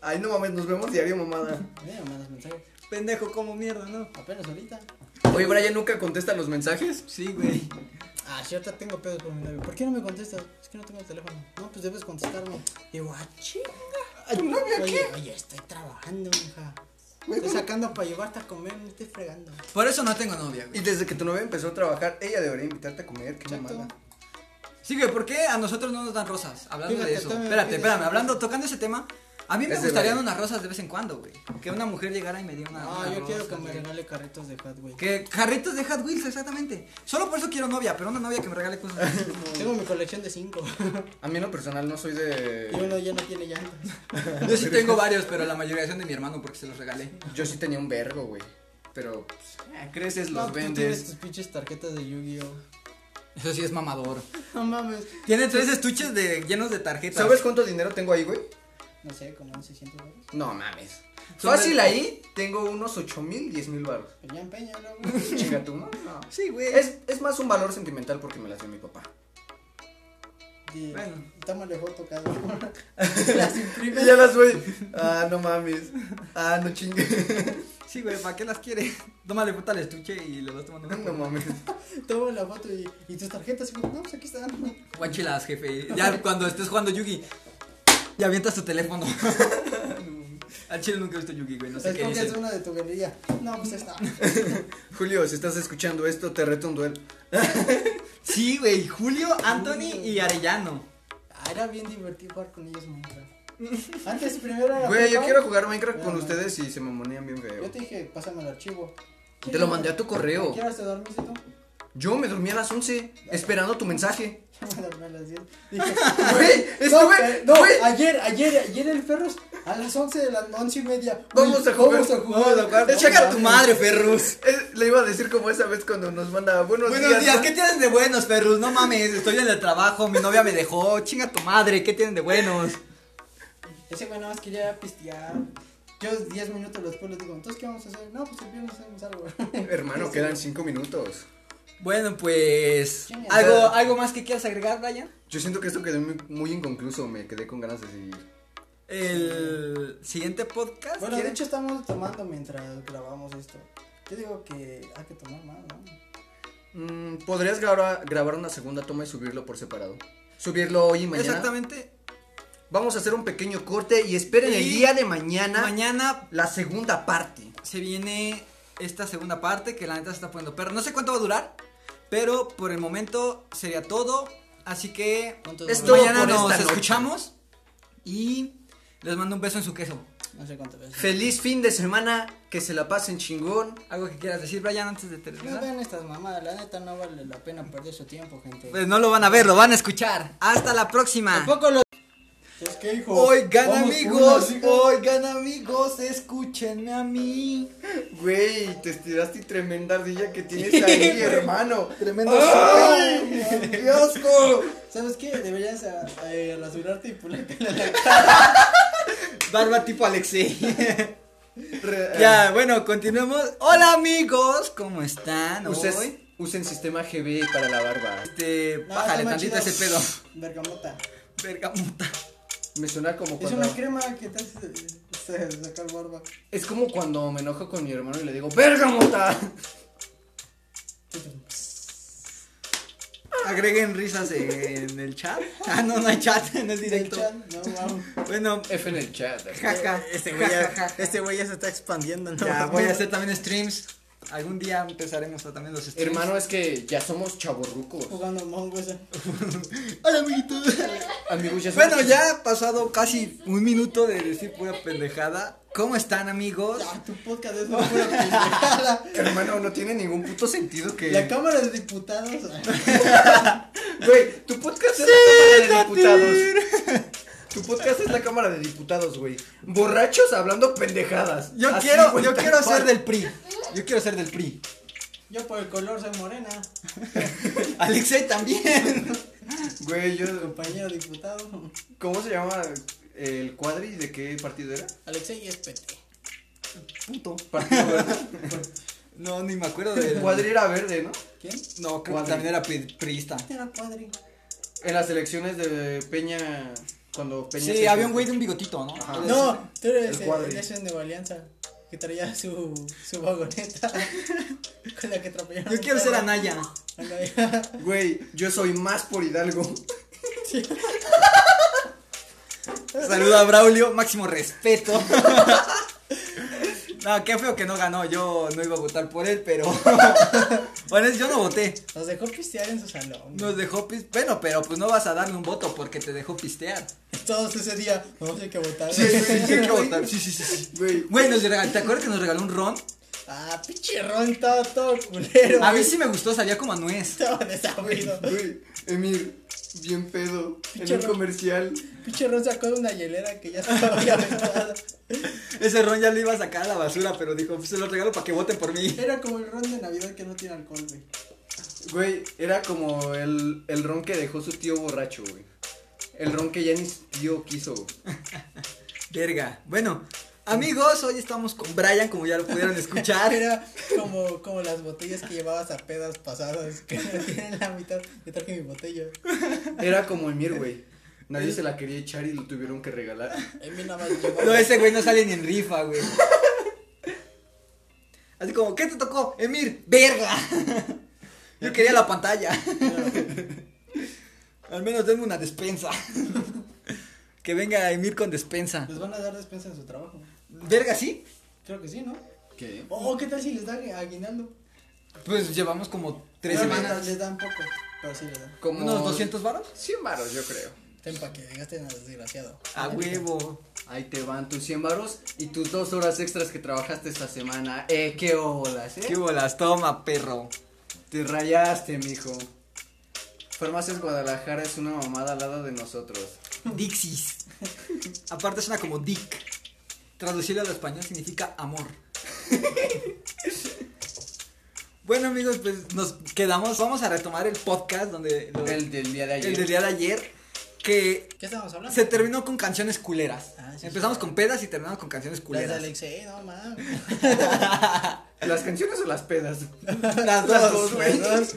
Speaker 3: Ay, no mames, nos vemos diario, mamada.
Speaker 2: Mira, mandas mensajes.
Speaker 1: Pendejo, como mierda, ¿no?
Speaker 2: Apenas ahorita.
Speaker 3: Oye, Brian nunca contesta los mensajes.
Speaker 1: Sí, güey.
Speaker 2: Ah, sí, ahorita tengo pedos con mi novio. ¿Por qué no me contestas? Es que no tengo el teléfono. No, pues debes contestarme. Digo, ah, chinga.
Speaker 3: ¿Tu novia
Speaker 2: Oye, oye, estoy trabajando, hija. Estoy sacando para llevarte a comer, no estoy fregando.
Speaker 1: Por eso no tengo novia,
Speaker 3: Y
Speaker 1: güey.
Speaker 3: desde que tu novia empezó a trabajar, ella debería invitarte a comer, qué
Speaker 2: Exacto.
Speaker 3: mamada.
Speaker 1: Sí, güey, ¿por qué a nosotros no nos dan rosas? Hablando
Speaker 2: Fíjate,
Speaker 1: de eso.
Speaker 2: también
Speaker 1: Espérate,
Speaker 2: pide-
Speaker 1: espérame. Hablando, tocando ese tema, a mí me
Speaker 3: Es de
Speaker 1: gustarían
Speaker 3: Brian.
Speaker 1: unas rosas de vez en cuando, güey. Que una mujer llegara y me diera una.
Speaker 2: Ah,
Speaker 1: una
Speaker 2: yo
Speaker 1: rosa,
Speaker 2: quiero que me
Speaker 1: güey.
Speaker 2: regale carritos de hat, güey.
Speaker 1: Que carritos de Hot Wheels, exactamente. Solo por eso quiero novia, pero una novia que me regale cosas. así.
Speaker 2: Tengo mi colección de cinco.
Speaker 3: A mí en lo personal no soy de...
Speaker 2: y uno ya no tiene llantas.
Speaker 1: Yo sí tengo varios, pero la mayoría son de mi hermano porque se los regalé.
Speaker 3: Yo sí tenía un vergo, güey. Pero pues, eh, creces,
Speaker 2: No,
Speaker 3: los
Speaker 2: tú tienes
Speaker 3: vendes.
Speaker 2: tus pinches tarjetas de Yu-Gi-Oh.
Speaker 1: Eso sí es mamador.
Speaker 2: No mames.
Speaker 1: Tiene tres estuches de, llenos de tarjetas.
Speaker 3: ¿Sabes cuánto dinero tengo ahí, güey?
Speaker 2: No sé, como unos 600 dólares.
Speaker 3: No mames.
Speaker 1: Sobre-
Speaker 3: Fácil ahí, tengo unos 8 mil, 10 mil baros.
Speaker 2: Pues ya empeñalo, güey.
Speaker 3: Chinga tú, ¿no? No.
Speaker 1: Sí, güey.
Speaker 3: Es, es más un valor sentimental porque me las dio mi papá.
Speaker 2: Di,
Speaker 1: Bueno.
Speaker 2: Tómale foto, cabrón. Las imprimes.
Speaker 3: ya las voy. Ah, no mames. Ah, no chingue.
Speaker 1: Sí, güey, ¿para qué las quiere? Tómale foto al estuche y le vas tomando una
Speaker 3: No mames.
Speaker 2: Toma la foto y, y tus tarjetas. Y, no, pues aquí están.
Speaker 1: Guáchelas, jefe. Ya cuando estés jugando Yugi, ya avientas tu teléfono. Al chile nunca he visto Yugi, güey. No sé
Speaker 2: Es
Speaker 1: qué
Speaker 2: como que es
Speaker 1: dice.
Speaker 2: una de tu galería. No, pues esta.
Speaker 3: Julio, si estás escuchando esto, te reto un duelo.
Speaker 1: Sí, güey. Julio, Anthony y Arellano.
Speaker 2: Ah, era bien divertido jugar con ellos Minecraft. Antes primero era.
Speaker 3: Güey, yo
Speaker 2: Minecraft.
Speaker 3: quiero jugar Minecraft con
Speaker 2: Espérame.
Speaker 3: ustedes y se me monían bien
Speaker 2: Yo
Speaker 3: feo.
Speaker 2: te dije, pásame el archivo.
Speaker 3: Te lo mandé a tu correo.
Speaker 2: ¿Quieres te dormiste tú?
Speaker 3: Yo me dormí a las 11 esperando tu mensaje.
Speaker 2: Yo me dormí a las 10. Dije,
Speaker 3: Güey,
Speaker 2: no,
Speaker 3: estuve.
Speaker 2: eh, no,
Speaker 3: güey,
Speaker 2: ayer, ayer, ayer el Ferros a las 11 de la 11 y media.
Speaker 3: Vamos
Speaker 2: Uy,
Speaker 3: a jugar.
Speaker 2: Vamos a jugar.
Speaker 3: Vamos a jugar.
Speaker 2: No,
Speaker 3: Checa
Speaker 2: mames.
Speaker 3: tu
Speaker 1: Madre, Ferrus.
Speaker 3: eh, le iba a decir como esa vez cuando nos manda buenos,
Speaker 1: Buenos días,
Speaker 3: ¿no?
Speaker 1: ¿qué tienes de buenos, Ferrus? No mames, estoy en el trabajo, mi novia me dejó. Chinga tu madre, ¿qué tienen de buenos?
Speaker 2: Ese güey nada más quería pistear. Yo 10 minutos después les digo, entonces, ¿qué vamos a hacer? No, pues el viernes hacemos algo.
Speaker 3: Hermano, quedan 5 minutos.
Speaker 1: Bueno, pues.
Speaker 2: Chinga.
Speaker 1: ¿Algo, ¿Algo más que quieras agregar, Brian?
Speaker 3: Yo siento que esto quedó muy, muy inconcluso. Me quedé con ganas de seguir.
Speaker 1: El siguiente podcast.
Speaker 2: Bueno, de
Speaker 1: ¿quieren?
Speaker 2: hecho estamos tomando mientras grabamos esto. Yo digo que hay que tomar más, ¿no?
Speaker 3: Mm, ¿Podrías grabar, grabar una segunda toma y subirlo por separado? Subirlo hoy y mañana.
Speaker 1: Exactamente.
Speaker 3: Vamos a hacer un pequeño corte y esperen el
Speaker 1: Y
Speaker 3: día de mañana,
Speaker 1: Mañana
Speaker 3: la segunda parte.
Speaker 1: se viene esta segunda parte que la neta se está poniendo perro. No sé cuánto va a durar, pero por el momento sería todo. Así que
Speaker 2: ¿Cuánto
Speaker 1: es
Speaker 3: dura?
Speaker 1: mañana
Speaker 3: Todo por
Speaker 1: nos
Speaker 3: esta noche.
Speaker 1: escuchamos y les mando un beso en su queso.
Speaker 2: No sé cuántas veces.
Speaker 3: Feliz fin de semana, que se la pasen chingón.
Speaker 1: Algo que quieras decir, Brian, antes de
Speaker 2: No
Speaker 1: terminar.
Speaker 2: vean estas mamadas, la neta no vale la pena perder su tiempo, gente.
Speaker 1: Pues no lo van a ver, lo van a escuchar. Hasta la próxima.
Speaker 2: Tampoco lo... Es que, hijo,
Speaker 1: Oigan
Speaker 2: vamos
Speaker 1: amigos,
Speaker 2: por una, digo.
Speaker 1: oigan amigos, escúchenme a mí.
Speaker 4: Güey, te estiraste tremenda ardilla que tienes ahí, hermano.
Speaker 1: Tremendo.
Speaker 4: ¡Ay! ¡Qué asco!
Speaker 2: ¿Sabes qué? Deberías a, a rasurarte y pulártela.
Speaker 1: Barba tipo Alexei.
Speaker 4: Re-
Speaker 1: ya, bueno, continuemos. Hola amigos, ¿cómo están?
Speaker 3: Uses-
Speaker 1: Hoy,
Speaker 3: usen sistema GB para la barba.
Speaker 1: este,
Speaker 2: No,
Speaker 1: bájale
Speaker 2: está más
Speaker 1: tantito
Speaker 2: chido.
Speaker 1: ese pedo.
Speaker 2: Bergamota.
Speaker 1: Bergamota.
Speaker 3: Me suena como
Speaker 2: Es
Speaker 3: cuando.
Speaker 2: una
Speaker 3: Es,
Speaker 2: crema que te hace se- sacar barba.
Speaker 3: como cuando me enojo con mi hermano y le digo, ¡Verga, mota!
Speaker 1: Agreguen risas en el chat. Ah, no, no hay chat, no es directo.
Speaker 2: Del chan, No, vamos.
Speaker 1: Bueno,
Speaker 3: F en el chat.
Speaker 1: jaja.
Speaker 7: Este güey ya, este güey ya se está expandiendo, ¿no?
Speaker 1: Ya, voy a hacer también streams. Algún día empezaremos a también los streams.
Speaker 3: Hermano, es que ya somos chavorrucos.
Speaker 2: Jugando mongos. eh.
Speaker 1: Hola amiguitos.
Speaker 3: Amigos, ya somos-
Speaker 1: Bueno, ya ha pasado casi un minuto de decir pura pendejada. ¿Cómo están amigos?
Speaker 2: Ah, tu podcast es una pura pendejada.
Speaker 3: Hermano, no tiene ningún puto sentido que.
Speaker 2: La Cámara de Diputados. eh.
Speaker 3: Güey, tu podcast es la Cámara de Diputados. Tu podcast es la Cámara de Diputados, güey. Borrachos hablando pendejadas.
Speaker 1: Yo
Speaker 3: Así,
Speaker 1: quiero,
Speaker 3: güey,
Speaker 1: yo
Speaker 3: tal
Speaker 1: quiero ser
Speaker 3: cual.
Speaker 1: del PRI. Yo quiero ser del PRI.
Speaker 2: Yo por el color soy morena.
Speaker 1: Alexei también.
Speaker 3: Güey, yo.
Speaker 2: Compañero diputado.
Speaker 3: ¿Cómo se llama el cuadri? ¿De qué partido era?
Speaker 2: Alexei es PT.
Speaker 1: Puto.
Speaker 3: Partido verde.
Speaker 1: No, ni me acuerdo
Speaker 3: El
Speaker 1: de.
Speaker 3: cuadri era verde, ¿no?
Speaker 2: ¿Quién? Este
Speaker 1: No, creo que
Speaker 3: Cuadri.
Speaker 1: también era pri- priista.
Speaker 2: Era cuadri.
Speaker 3: En las elecciones de Peña. Cuando Peña.
Speaker 1: Sí,
Speaker 3: se-
Speaker 1: había un güey de un bigotito, ¿no?
Speaker 3: Ajá.
Speaker 2: No, tú eres
Speaker 3: El
Speaker 2: el,
Speaker 3: cuadri.
Speaker 2: el Nelson de Valianza. Que traía su, su vagoneta. con la que atropellaron.
Speaker 1: Yo
Speaker 2: un
Speaker 1: quiero ser
Speaker 2: perro.
Speaker 1: Anaya.
Speaker 2: Anaya.
Speaker 3: Güey, yo soy más por Hidalgo.
Speaker 1: Saluda a Braulio, máximo respeto. No, qué feo que no ganó. Yo no iba a votar por él, pero. Bueno, yo no voté.
Speaker 2: Nos dejó pistear en su salón.
Speaker 1: Nos dejó pis... Bueno, pero pues no vas a darle un voto porque te dejó pistear.
Speaker 2: Todos ese día. No sé qué votar.
Speaker 1: hay que votar. Sí, sí, sí. sí.
Speaker 3: Güey.
Speaker 1: Güey, nos regaló- ¿te acuerdas que nos regaló un ron?
Speaker 2: Ah, pinche ron, todo, todo culero.
Speaker 1: A mí
Speaker 2: güey.
Speaker 1: sí me gustó, sabía como a nuez.
Speaker 2: Estaba desabrido.
Speaker 4: Güey, Emir, bien pedo. En un
Speaker 2: Pichero.
Speaker 4: comercial.
Speaker 2: Pinche ron sacó de una hielera que ya estaba aventada.
Speaker 1: Ese ron ya lo iba a sacar a la basura, pero dijo, pues se lo regalo para que voten por mí.
Speaker 2: Era como el ron de Navidad que no tiene alcohol, güey.
Speaker 3: Güey, era como el, el ron que dejó su tío borracho, güey. El ron que ya ni su tío quiso.
Speaker 1: Verga. Bueno, amigos, hoy estamos con Brian, como ya lo pudieron escuchar.
Speaker 2: Era como, como las botellas que llevabas a pedas pasadas que no tienen la mitad. Yo traje mi botella.
Speaker 3: Era como Emir, güey. Nadie se la quería echar y lo tuvieron que regalar.
Speaker 2: A mí nada más llevaba.
Speaker 1: No, ese güey no sale ni en rifa, güey. Así como, ¿qué te tocó? Emir, verga. Yo quería la pantalla. Al menos denme una despensa. Que venga Emir con despensa.
Speaker 2: Les van a dar despensa en su trabajo.
Speaker 1: ¿Verga sí?
Speaker 2: Creo que sí, ¿no?
Speaker 3: ¿Qué?
Speaker 2: Oh, ¿qué tal si les dan aguinaldo?
Speaker 1: Pues llevamos como tres
Speaker 2: Creo que
Speaker 1: semanas.
Speaker 2: Les dan poco, pero sí les dan.
Speaker 3: Como
Speaker 1: ¿Unos 200 varos?
Speaker 3: 100 varos, yo creo.
Speaker 2: Ten para que gasten al desgraciado.
Speaker 1: A huevo.
Speaker 3: Ahí te van tus 100 varos y tus dos horas extras que trabajaste esta semana. Eh, qué olas, eh.
Speaker 1: ¿Qué bolas? Toma, perro.
Speaker 3: Te rayaste, mijo. Farmacias Guadalajara es una mamada al lado de nosotros.
Speaker 1: Dixis. Aparte suena como dick. Traducido al español significa amor. bueno amigos, pues nos quedamos. Vamos a retomar el podcast donde lo-
Speaker 3: El del día de ayer.
Speaker 1: el del día de ayer que
Speaker 2: ¿Qué estábamos hablando?
Speaker 1: se terminó con canciones culeras.
Speaker 2: Ah, sí,
Speaker 1: Empezamos
Speaker 2: sí.
Speaker 1: con pedas y terminamos con canciones
Speaker 2: Las de
Speaker 1: culeras.
Speaker 2: Alexei, no mames.
Speaker 3: ¿Las canciones o las pedas?
Speaker 1: Las
Speaker 3: Las
Speaker 1: dos,
Speaker 3: dos,
Speaker 1: güey.
Speaker 3: las dos.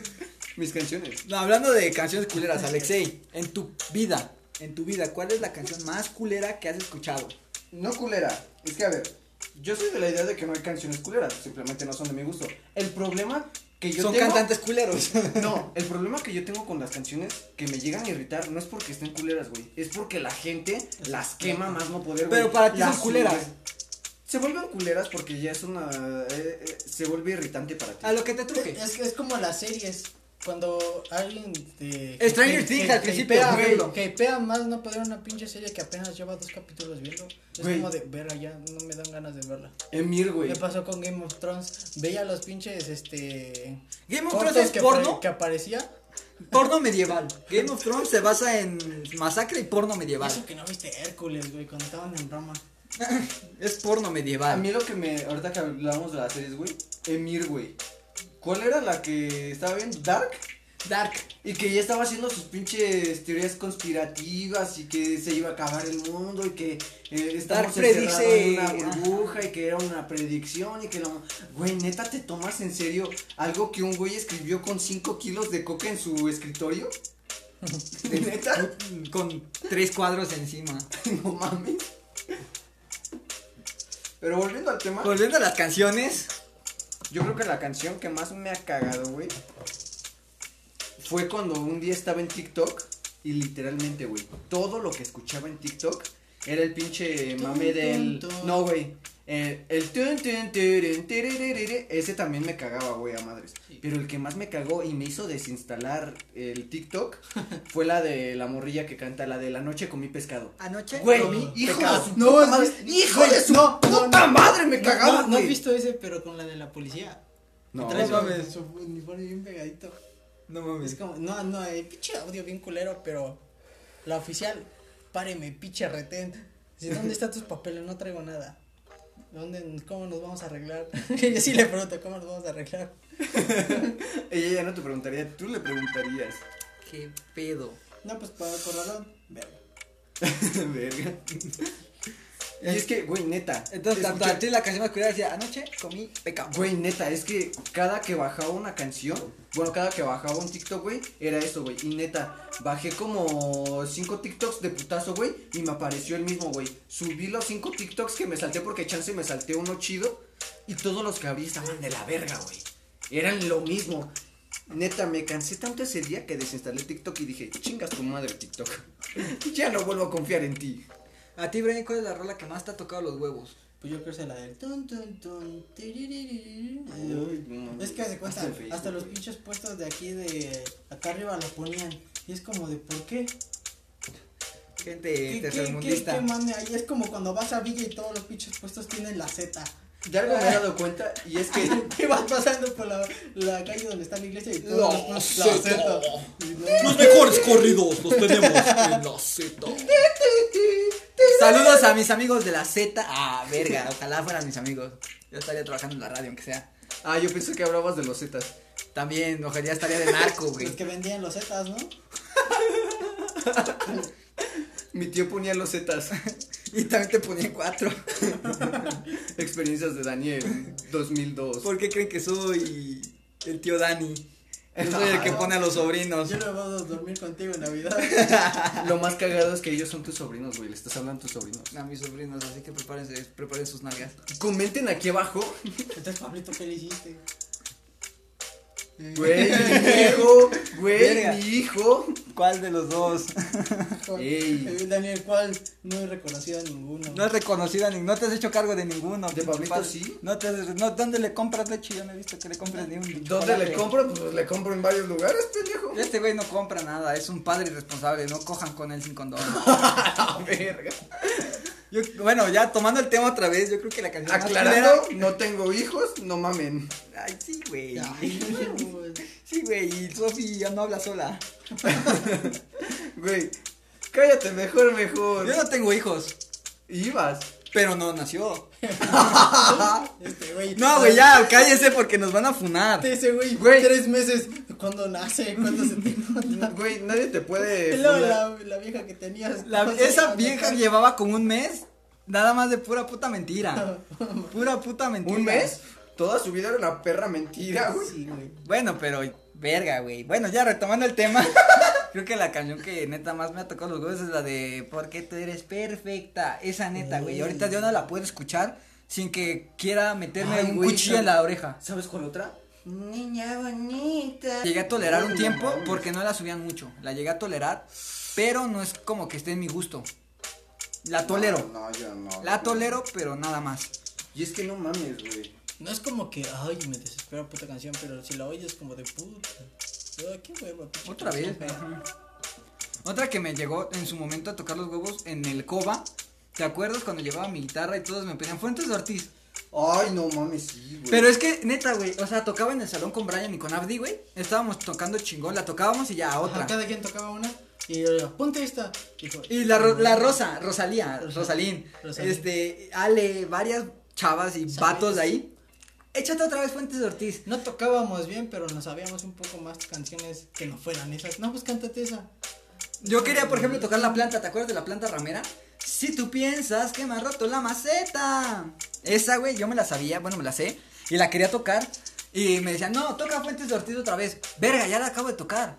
Speaker 3: Mis canciones.
Speaker 1: No, hablando de canciones culeras, Alexei, en tu vida, en tu vida, ¿cuál es la canción más culera que has escuchado?
Speaker 4: No culera. Es que a ver, yo soy de la idea de que no hay canciones culeras, simplemente no son de mi gusto. El problema que yo
Speaker 1: Son
Speaker 4: tengo.
Speaker 1: cantantes culeros.
Speaker 4: No, el problema que yo tengo con las canciones que me llegan a irritar no es porque estén culeras, güey. Es porque la gente las quema más no poder, güey.
Speaker 1: Pero para ti
Speaker 4: Las
Speaker 1: son culeras.
Speaker 4: sube. Se vuelven culeras porque ya es una. eh, eh, se vuelve irritante para ti.
Speaker 1: A lo que te truje.
Speaker 2: Es, es como las series. Cuando alguien te.
Speaker 1: Stranger
Speaker 2: que-
Speaker 1: Things
Speaker 2: que-
Speaker 1: al
Speaker 2: que
Speaker 1: principio,
Speaker 2: hypea,
Speaker 1: por ejemplo.
Speaker 2: Que pea más no poder una pinche serie que apenas lleva dos capítulos viendo. Es
Speaker 4: Güey.
Speaker 2: como de verla ya, no me dan ganas de verla.
Speaker 4: Emir, güey.
Speaker 2: ¿Qué pasó con Game of Thrones? Veía los pinches este.
Speaker 1: Game of
Speaker 2: cortos
Speaker 1: Thrones es
Speaker 2: que,
Speaker 1: porno,
Speaker 2: apare- que aparecía.
Speaker 1: porno medieval. Game of Thrones se basa en masacre y porno medieval.
Speaker 2: Eso que no viste Hércules, güey, cuando estaban en Roma.
Speaker 1: Es porno
Speaker 4: A
Speaker 1: medieval.
Speaker 4: mí lo que me. Ahorita que hablamos de las series, güey. Emir, güey. ¿Cuál era la que estaba bien? Dark.
Speaker 1: Dark.
Speaker 4: Y que ya estaba haciendo sus pinches teorías conspirativas y que se iba a acabar el mundo y que eh, estamos
Speaker 1: Dark
Speaker 4: encerrados en una
Speaker 1: predice-
Speaker 4: burbuja y que era una predicción y que la... Güey, neta, ¿te tomas en serio algo que un güey escribió con 5 kilos de coca en su escritorio? ¿De neta?
Speaker 1: Con tres cuadros encima.
Speaker 4: No mames. Pero volviendo al tema,
Speaker 1: Volviendo a las canciones.
Speaker 4: yo creo que la canción que más me ha cagado, güey, fue cuando un día estaba en TikTok y literalmente, güey, todo lo que escuchaba en TikTok era el pinche
Speaker 2: Tun,
Speaker 4: mame
Speaker 2: tun,
Speaker 4: del...
Speaker 2: tun.
Speaker 4: No, güey. El, el tun, tun, turun, tiririririr, ese también me cagaba, güey, a madres. Pero el que más me cagó y me hizo desinstalar el TikTok fue la de la morrilla que canta, la de la noche comí pescado.
Speaker 1: Anoche.
Speaker 4: Güey,
Speaker 1: comí
Speaker 4: hijo de
Speaker 1: pecado.
Speaker 4: su
Speaker 2: No,
Speaker 4: puta
Speaker 2: es-
Speaker 4: madre, hijo de su
Speaker 2: no, no, no.
Speaker 4: puta madre, me
Speaker 2: No,
Speaker 4: cagaba,
Speaker 2: No, no has
Speaker 4: güey.
Speaker 2: visto ese, pero con la de la policía.
Speaker 4: No,
Speaker 2: Trae
Speaker 1: no
Speaker 2: su-
Speaker 1: mames.
Speaker 2: su uniforme bien pegadito.
Speaker 1: No
Speaker 2: Es
Speaker 1: mames.
Speaker 2: como, no, no, el pinche audio bien culero, pero la oficial, páreme, pinche retén. Dice, ¿dónde están tus papeles? No traigo nada. ¿Dónde, cómo nos vamos a arreglar? Yo sí le pregunto, ¿cómo nos vamos a arreglar?
Speaker 4: Ella ya no te preguntaría, tú le preguntarías.
Speaker 1: Qué pedo.
Speaker 2: No, pues para el corralón. Verga.
Speaker 4: Verga. Y es que, güey, neta.
Speaker 1: Entonces,
Speaker 4: escucha-
Speaker 1: a ti la canción más culera decía, anoche comí pecado.
Speaker 4: Güey, neta, es que cada que bajaba una canción, bueno, cada que bajaba un TikTok, güey, era eso, güey. Y neta, bajé como cinco TikToks de putazo, güey, y me apareció el mismo, güey. Subí los cinco TikToks que me salté porque chance me salté uno chido. Y todos los que abrí estaban de la verga, güey. Eran lo mismo. Neta, me cansé tanto ese día que desinstalé TikTok y dije, chingas tu madre, TikTok. ya no vuelvo a confiar en ti.
Speaker 1: A ti, Brian, ¿cuál es la rola que más te ha tocado los huevos?
Speaker 2: Pues yo creo que es la del tun, tun, tun, tiririririn.
Speaker 4: Uy, no mames.
Speaker 2: Es que se cuenta,
Speaker 4: Hasta
Speaker 2: hasta,
Speaker 4: en Facebook,
Speaker 2: los
Speaker 4: güey.
Speaker 2: pinches puestos de aquí de acá arriba lo ponían. Y es como de, ¿por qué?
Speaker 1: Gente
Speaker 2: ¿Qué, qué, qué,
Speaker 1: tercermundista.
Speaker 2: qué mame ahí? Es como cuando vas a Villa y todos los pinches puestos tienen la Z.
Speaker 4: De algo me he dado cuenta y es que
Speaker 2: Y vas pasando por la, la calle donde está la iglesia y
Speaker 1: La
Speaker 2: todos los
Speaker 1: Zeta.
Speaker 2: placetos.
Speaker 1: mejores corridos los tenemos en la Z. Saludos a mis amigos de la Z. Ah, verga, ojalá fueran mis amigos. Yo estaría trabajando en la radio, aunque sea.
Speaker 4: Ah, yo pensé que hablabas de los Zetas.
Speaker 1: También, ojalá estaría de narco,
Speaker 2: Los
Speaker 1: güey.
Speaker 2: que vendían los Zetas, ¿no?
Speaker 4: Mi tío ponía los Zetas.
Speaker 1: Y también te ponía cuatro.
Speaker 4: Experiencias de Daniel 2002.
Speaker 1: ¿Por qué creen que soy el tío Dani? Yo soy el que pone a los sobrinos.
Speaker 2: Yo no vamos a dormir contigo en Navidad.
Speaker 4: Lo más cagado es que ellos son tus sobrinos, güey. Le estás hablando a tus sobrinos.
Speaker 1: A mis sobrinos, así que prepárense, preparen sus nalgas.
Speaker 4: Comenten aquí abajo.
Speaker 2: Entonces, Pablito, ¿qué le hiciste?
Speaker 4: Güey, mi hijo. Güey,
Speaker 1: Verga.
Speaker 4: mi hijo.
Speaker 1: ¿Cuál de los dos?
Speaker 4: Ey.
Speaker 2: El Eh, Daniel, ¿cuál? No he reconocido a ninguno.
Speaker 1: Eh. No has reconocido a ninguno, no te has hecho cargo de ninguno.
Speaker 4: De
Speaker 1: pinche
Speaker 4: Pablito
Speaker 1: padre.
Speaker 4: sí.
Speaker 1: No te has- no, ¿Dónde le compras leche? Yo no he visto que le compres ni un pinche
Speaker 4: ¿Dónde le
Speaker 1: chocolate.
Speaker 4: compro? Pues le compro en varios lugares, pendejo.
Speaker 1: Este güey no compra nada, es un padre irresponsable, no cojan con él sin condón.
Speaker 4: A verga.
Speaker 1: Yo, bueno, ya tomando el tema otra vez, yo creo que la canción más
Speaker 4: Aclarando,
Speaker 1: culera-
Speaker 4: no tengo hijos, no mamen.
Speaker 1: Ay, sí, güey.
Speaker 2: Ay, güey.
Speaker 1: Sí, güey, y Sofi ya no habla sola.
Speaker 4: Güey, cállate mejor, mejor.
Speaker 1: Yo no tengo hijos,
Speaker 4: Ibas.
Speaker 1: pero no nació.
Speaker 2: Este güey.
Speaker 1: No, güey, ya, cállense porque nos van a funar.
Speaker 2: Este güey,
Speaker 4: Güey.
Speaker 2: tres meses. ¿Cuándo nace? ¿Cuándo se te
Speaker 4: No, Güey, nadie te puede.
Speaker 2: Y luego
Speaker 4: fundar.
Speaker 2: la, la vieja que tenías.
Speaker 1: La-
Speaker 4: Pues
Speaker 1: esa vieja llevaba como un mes, nada más de pura puta mentira. Pura puta mentira.
Speaker 4: ¿Un mes? Toda su vida era una perra mentira, güey.
Speaker 2: Sí, güey.
Speaker 1: Bueno, pero verga, güey. Bueno, ya retomando el tema, creo que la canción que neta más me ha tocado los huevos es la de Porque tú eres perfecta. Esa neta, güey. Ahorita yo no la puedo escuchar sin que quiera meterme
Speaker 4: Ay,
Speaker 1: un
Speaker 4: güey,
Speaker 1: cuchillo en
Speaker 4: ¿sabes?
Speaker 1: la oreja.
Speaker 4: ¿Sabes cuál otra? Niña bonita.
Speaker 1: Llegué a tolerar un
Speaker 4: Ay,
Speaker 1: tiempo
Speaker 4: no mames.
Speaker 1: porque no la subían mucho. La llegué a tolerar, pero no es como que esté en mi gusto. La tolero.
Speaker 4: No, yo no.
Speaker 1: La tolero, pero nada más.
Speaker 4: Y es que no mames, güey.
Speaker 2: No es como que, ay, me desespera puta canción, pero si la oyes como de puta. Ay, qué hueva, pinche
Speaker 1: Otra vez.
Speaker 2: canción, güey.
Speaker 1: ajá. Otra que me llegó en su momento a tocar los huevos en el Coba. ¿Te acuerdas cuando llevaba mi guitarra y todos me pedían Fuentes de Ortiz?
Speaker 4: Ay, no mames, sí, güey.
Speaker 1: Pero es que, neta, güey, o sea, tocaba en el salón con Brian y con Abdi, güey. Estábamos tocando chingón, la tocábamos y ya a otra.
Speaker 2: Ajá, cada quien tocaba una. Y yo digo, ponte esta. Dijo,
Speaker 1: Y la, ro- la Rosa, Rosalía, Rosalín,
Speaker 2: Rosalín.
Speaker 1: este, Ale, varias chavas y
Speaker 2: Chavales.
Speaker 1: vatos de ahí. Échate otra vez Fuentes de Ortiz.
Speaker 2: No tocábamos bien, pero nos sabíamos un poco más canciones que no fueran esas. No, pues cántate esa.
Speaker 1: Yo quería, por ejemplo, tocar la planta, ¿te acuerdas de la planta ramera? Si tú piensas que me ha roto la maceta. Esa, güey, yo me la sabía, bueno, me la sé. Y la quería tocar. Y me decían, no, toca Fuentes de Ortiz otra vez. Verga, ya la acabo de tocar.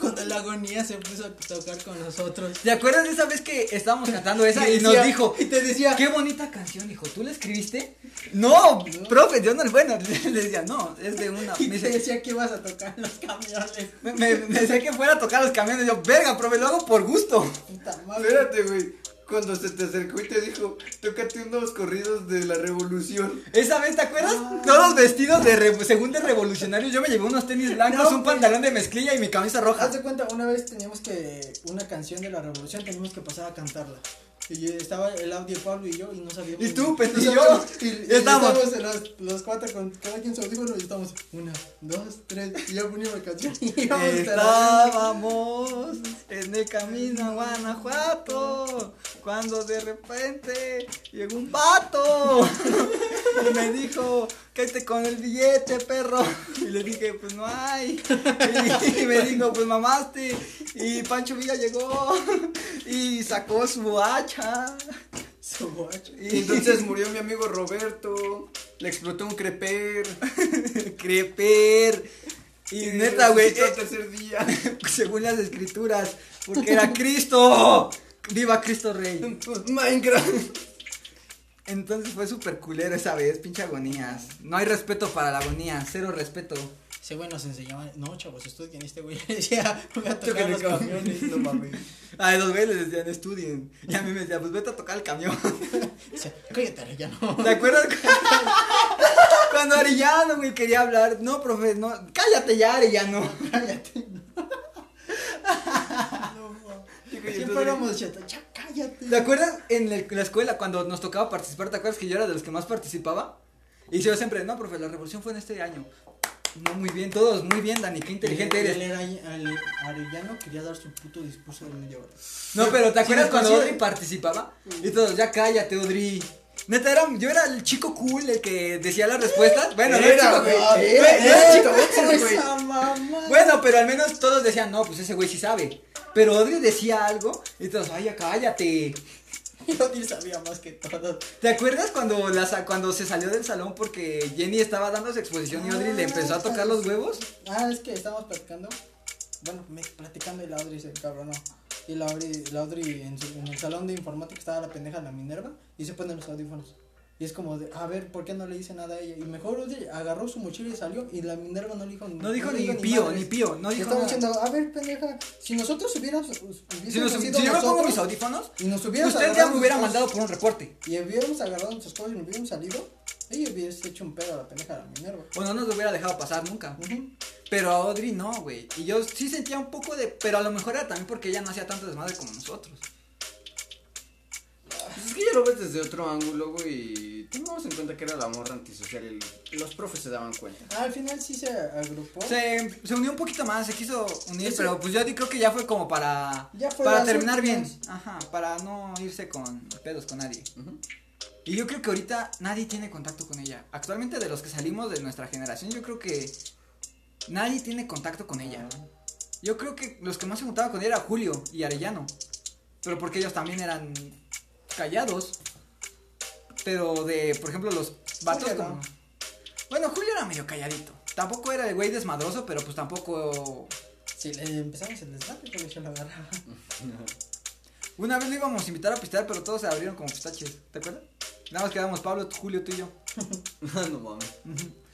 Speaker 2: Cuando la agonía se puso a tocar con nosotros.
Speaker 1: ¿Te acuerdas de esa vez que estábamos cantando esa
Speaker 2: Te
Speaker 1: y nos
Speaker 2: decía-
Speaker 1: dijo,
Speaker 2: Y te decía,
Speaker 1: Qué bonita canción, hijo. ¿Tú la escribiste? No, profe, yo no. Bueno, le decía, no, es de una.
Speaker 2: y
Speaker 1: Me
Speaker 2: te
Speaker 1: dice,
Speaker 2: decía que ibas a tocar los camiones.
Speaker 1: me, me- me decía que fuera a tocar los camiones. Yo, verga, profe, lo hago por gusto.
Speaker 2: Puta madre.
Speaker 4: Espérate, güey. Cuando se te acercó y te dijo, tócate unos corridos de la revolución.
Speaker 1: Esa vez, ¿te acuerdas? Todos vestidos de re- según de revolucionarios. Yo me llevé unos tenis blancos,
Speaker 2: No,
Speaker 1: un
Speaker 2: güey.
Speaker 1: pantalón de mezclilla y mi camisa roja.
Speaker 2: Haz de cuenta, una vez teníamos que una canción de la revolución, teníamos que pasar a cantarla. Y estaba el audio Pablo y yo y no sabíamos.
Speaker 1: Y tú,
Speaker 2: no
Speaker 1: pendejo, y yo.
Speaker 2: sabíamos, Y, y
Speaker 1: Estábamos.
Speaker 2: estábamos los, los cuatro con cada quien su audífono y estábamos una, dos, tres. Y yo ponía la canción y íbamos hasta la-
Speaker 1: Estábamos en el camino a Guanajuato cuando de repente llegó un vato y me dijo, cállate con el billete, perro. Y le dije, pues no hay. Y, me dijo, pues mamaste. Y Pancho Villa llegó y sacó su hacha.
Speaker 2: Su guacho.
Speaker 1: Y
Speaker 4: Y entonces murió mi amigo Roberto. Le explotó un creper.
Speaker 1: creper. Y neta, güey.
Speaker 4: resucitó
Speaker 1: eh,
Speaker 4: al tercer día.
Speaker 1: según las escrituras, porque era Cristo. ¡Viva Cristo Rey!
Speaker 4: Minecraft.
Speaker 1: Entonces fue súper culero esa vez, pinche agonías. No hay respeto para la agonía, cero respeto.
Speaker 2: Ese güey nos enseñaba, no chavos, estudien este güey. le Decía, voy a tocar
Speaker 4: Tócale
Speaker 2: los
Speaker 4: camiones,
Speaker 2: camiones.
Speaker 4: no mames.
Speaker 1: A los güeyes les decían, estudien. Y a mí me decían, pues vete a tocar el camión.
Speaker 2: Decía, cállate, ya no.
Speaker 1: ¿Te acuerdas? Cuando Arellano, güey, quería hablar. No, profe, no. Cállate ya, Arellano.
Speaker 2: Cállate. No, no. Siempre
Speaker 4: entonces-
Speaker 2: éramos chatos, ya cállate.
Speaker 1: ¿Te acuerdas en el- la escuela cuando nos tocaba participar? ¿Te acuerdas que yo era de los que más participaba? Y yo siempre, no, profe, la revolución fue en este año. No, muy bien, todos, muy bien, Dani, qué inteligente
Speaker 2: Y él-
Speaker 1: eres.
Speaker 2: y él era ahí- al- Arellano quería dar su puto discurso de media hora.
Speaker 1: No, pero ¿te
Speaker 2: Sí,
Speaker 1: acuerdas
Speaker 2: me
Speaker 1: cuando
Speaker 2: acuerdo.
Speaker 1: Odri participaba? Y todos, ya cállate, Odri. Neta, era, yo era el chico cool, el que decía las respuestas. Bueno, no
Speaker 4: Era,
Speaker 1: era,
Speaker 4: güey.
Speaker 1: chico cool.
Speaker 4: Era,
Speaker 1: Güey,
Speaker 4: era
Speaker 1: chico
Speaker 4: entonces, güey.
Speaker 2: Esa mamá.
Speaker 1: Bueno, pero al menos todos decían, no, pues ese güey sí sabe. Pero Odri decía algo y todos, ay, ya cállate.
Speaker 2: Yo ni sabía más que todos.
Speaker 1: ¿Te acuerdas cuando, la sa- cuando se salió del salón porque Jenny estaba dando su exposición y Odri le empezó a tocar los huevos?
Speaker 2: Ah, es que estábamos platicando. Bueno, me platicando y la Audrey se encabronó. Y la Audrey, la Audrey en, su- en el salón de informática estaba la pendeja la Minerva y se pone los audífonos. Y es como, de, a ver, ¿por qué no le hice nada a ella? Y mejor Udi agarró su mochila y salió. Y la Minerva no le dijo
Speaker 1: No dijo ni pío,
Speaker 2: madres.
Speaker 1: ni pío, no
Speaker 2: Le
Speaker 1: dijo
Speaker 2: estaba
Speaker 1: nada.
Speaker 2: diciendo, a ver, pendeja, si nosotros hubiéramos. hubiésemos
Speaker 1: Si, nos- si
Speaker 2: sido
Speaker 1: yo me pongo
Speaker 2: nosotros,
Speaker 1: mis audífonos,
Speaker 2: y nos hubiéramos
Speaker 1: usted ya
Speaker 2: agarrado
Speaker 1: me hubiera
Speaker 2: nuestras-
Speaker 1: mandado por un reporte.
Speaker 2: Y hubiéramos agarrado nuestras cosas y nos hubiéramos salido, ella hubiese hecho un pedo a la pendeja de la Minerva.
Speaker 1: O no nos lo hubiera dejado pasar nunca.
Speaker 2: Ujú.
Speaker 1: Pero a Audrey no, güey. Y yo sí sentía un poco de. Pero a lo mejor era también porque ella no hacía tanto desmadre como nosotros.
Speaker 3: Pues es que ya lo ves desde otro ángulo, güey. y Tengamos en cuenta que era la morra antisocial y los profes se daban cuenta.
Speaker 2: Ah, al final sí se agrupó.
Speaker 1: Se, se unió un poquito más, se quiso unir,
Speaker 2: Ese-
Speaker 1: pero pues yo di- creo que ya fue como para.
Speaker 2: Ya fue
Speaker 1: para
Speaker 2: las
Speaker 1: terminar bien.
Speaker 2: últimas.
Speaker 1: Ajá, para no irse con pedos con nadie.
Speaker 3: Ujú.
Speaker 1: Y yo creo que ahorita nadie tiene contacto con ella. Actualmente de los que salimos de nuestra generación, yo creo que nadie tiene contacto con ella.
Speaker 2: Ah.
Speaker 1: Yo creo que los que más se juntaban con ella era Julio y Arellano. Pero porque ellos también eran callados. Pero de, por ejemplo, los vatos
Speaker 2: Julio
Speaker 1: como...
Speaker 2: no.
Speaker 1: Bueno, Julio era medio calladito. Tampoco era el güey desmadroso, pero pues tampoco...
Speaker 2: Si le empezamos el desmadre, porque yo lo agarraba.
Speaker 1: Una vez lo íbamos a invitar a pistear, pero todos se abrieron como pistaches. ¿Te acuerdas? Nada más quedamos Pablo, Julio, tú y yo.
Speaker 3: Ah, no mames.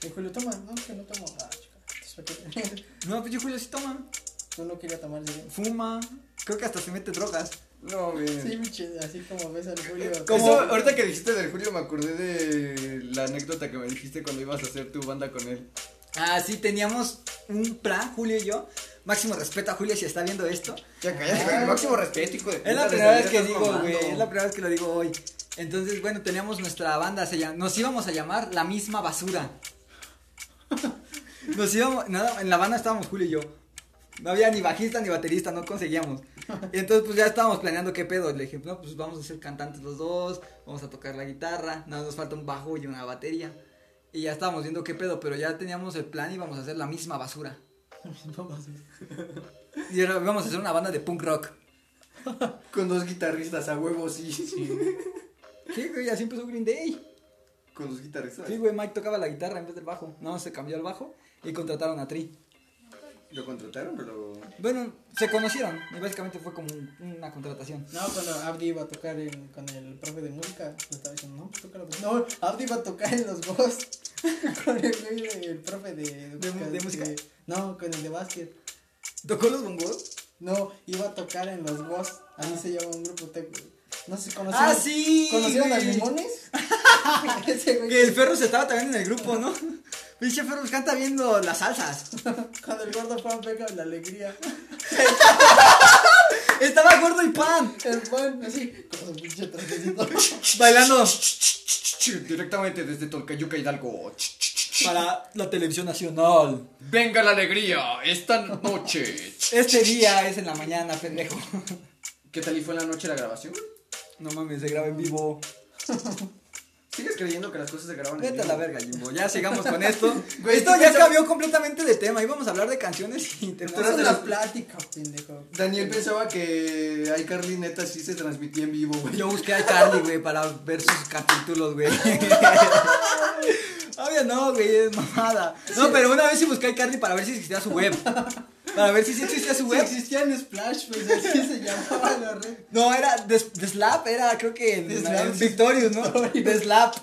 Speaker 2: Y Julio, toma, no, es que no tomo. Ah, chica, entonces, ¿para qué?
Speaker 1: No, pues yo Julio sí toma.
Speaker 2: Yo no quería tomar ese día.
Speaker 1: Fuma. Creo que hasta se mete drogas.
Speaker 4: No, bien.
Speaker 2: Sí, biche, así como ves al Julio.
Speaker 1: ¿Cómo?
Speaker 3: Eso, ahorita que dijiste del Julio me acordé de la anécdota que me dijiste cuando ibas a hacer tu banda con él.
Speaker 1: Ah, sí, teníamos un plan, Julio y yo. Máximo respeto a Julio si está viendo esto.
Speaker 3: Ya cállate,
Speaker 2: güey, máximo
Speaker 3: respeto, hijo de
Speaker 1: Es la primera vez que digo, güey. Es la primera vez que lo digo hoy. Entonces, bueno, teníamos nuestra banda. se llam- nos íbamos a llamar La misma basura. Nos íbamos. Nada, en la banda estábamos Julio y yo. No había ni bajista ni baterista, no conseguíamos. Y entonces, pues ya estábamos planeando qué pedo. Le dije, no, pues vamos a ser cantantes los dos. Vamos a tocar la guitarra. Nada, nos falta un bajo y una batería. Y ya estábamos viendo qué pedo, pero ya teníamos el plan y íbamos a hacer la misma basura.
Speaker 2: No, no, sí.
Speaker 1: Y ahora íbamos a hacer una banda de punk rock.
Speaker 4: Con dos guitarristas a huevos, sí.
Speaker 1: Sí, güey, así empezó Green Day.
Speaker 4: Con dos guitarristas.
Speaker 1: Sí, güey, Mike tocaba la guitarra en vez del bajo. No, se cambió al bajo y contrataron a Tri.
Speaker 4: ¿Lo contrataron o lo.?
Speaker 1: Bueno, se conocieron y básicamente fue como un- una contratación.
Speaker 2: No, cuando Abdi iba a tocar en- con el profe de música, le estaba diciendo, no, pues toca la música. No, Abdi iba a tocar en los boss con el, güey del profe de,
Speaker 1: De mu- de música.
Speaker 2: no, con el de básquet.
Speaker 1: ¿Tocó los bongos?
Speaker 2: No, iba a tocar en los boss. Así se llama un grupo tech. güey. No sé, conocieron.
Speaker 1: ¡Ah, sí!
Speaker 2: ¿Conocieron a
Speaker 1: güey!
Speaker 2: Limones? Ese güey.
Speaker 1: Que el Ferro se estaba también en el grupo, ¿no? Pinche Ferro canta viendo las salsas.
Speaker 2: Cuando el gordo Juan pega la alegría.
Speaker 1: Estaba gordo y pan.
Speaker 2: El Juan, así, con su pinche trajecito.
Speaker 1: Bailando
Speaker 3: Directamente desde Tolcayuca Hidalgo.
Speaker 1: para la televisión nacional.
Speaker 3: Venga la alegría esta noche.
Speaker 1: Este día es en la mañana, pendejo.
Speaker 3: ¿Qué tal y fue la noche la grabación?
Speaker 1: No mames, se graba en vivo.
Speaker 3: ¿Sigues creyendo que las cosas se graban en
Speaker 1: Vete a la
Speaker 3: vivo?
Speaker 1: verga, Jimbo. Ya sigamos con esto.
Speaker 4: Güey,
Speaker 1: esto
Speaker 4: tú
Speaker 1: ya
Speaker 4: pensabas-
Speaker 1: cambió completamente de tema. Íbamos a hablar de canciones y
Speaker 2: No,
Speaker 1: terminamos
Speaker 2: es
Speaker 4: Entonces,
Speaker 1: de
Speaker 2: la plática, pendejo.
Speaker 4: Daniel pensaba que iCarly neta sí se transmitía en vivo, güey.
Speaker 1: Yo busqué a Carly, güey, para ver sus capítulos, güey. Obvio no, güey, es mamada. No, pero una vez sí busqué a Carly para ver si existía su web. Para ver si sí existía su
Speaker 2: Si
Speaker 1: web.
Speaker 2: existía en Splash, pues así se llamaba la red.
Speaker 1: No, era de, de Slap, era creo que en,
Speaker 2: De Slap,
Speaker 1: en
Speaker 2: sí.
Speaker 1: Victorious, ¿no? De Slap.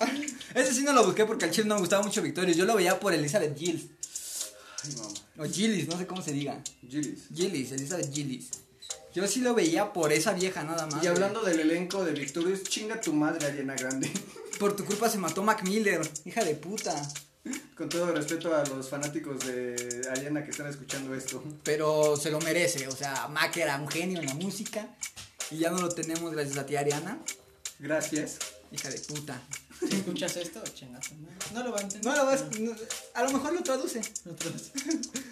Speaker 1: Ese sí no lo busqué porque al chile no me gustaba mucho Victorious. Yo lo veía por Elizabeth Gills.
Speaker 3: Ay, mamá.
Speaker 1: O Gillis, no sé cómo se diga.
Speaker 3: Gillis.
Speaker 1: Gillis, Elizabeth Gillis. Yo sí lo veía por esa vieja nada más.
Speaker 4: Y
Speaker 1: güey.
Speaker 4: hablando del elenco de Victorious, chinga tu madre, Ariana Grande.
Speaker 1: Por tu culpa se mató Mac Miller, hija de puta.
Speaker 4: Con todo respeto a los fanáticos de Ariana que están escuchando esto.
Speaker 1: pero se lo merece. O sea, Mac era un genio en la música y ya no lo tenemos gracias a ti, Ariana,
Speaker 4: Gracias.
Speaker 1: hija de puta.
Speaker 2: Si escuchas esto, chingazo. No, no lo va a entender.
Speaker 1: No lo vas, no- a lo mejor lo traduce.
Speaker 2: Otros.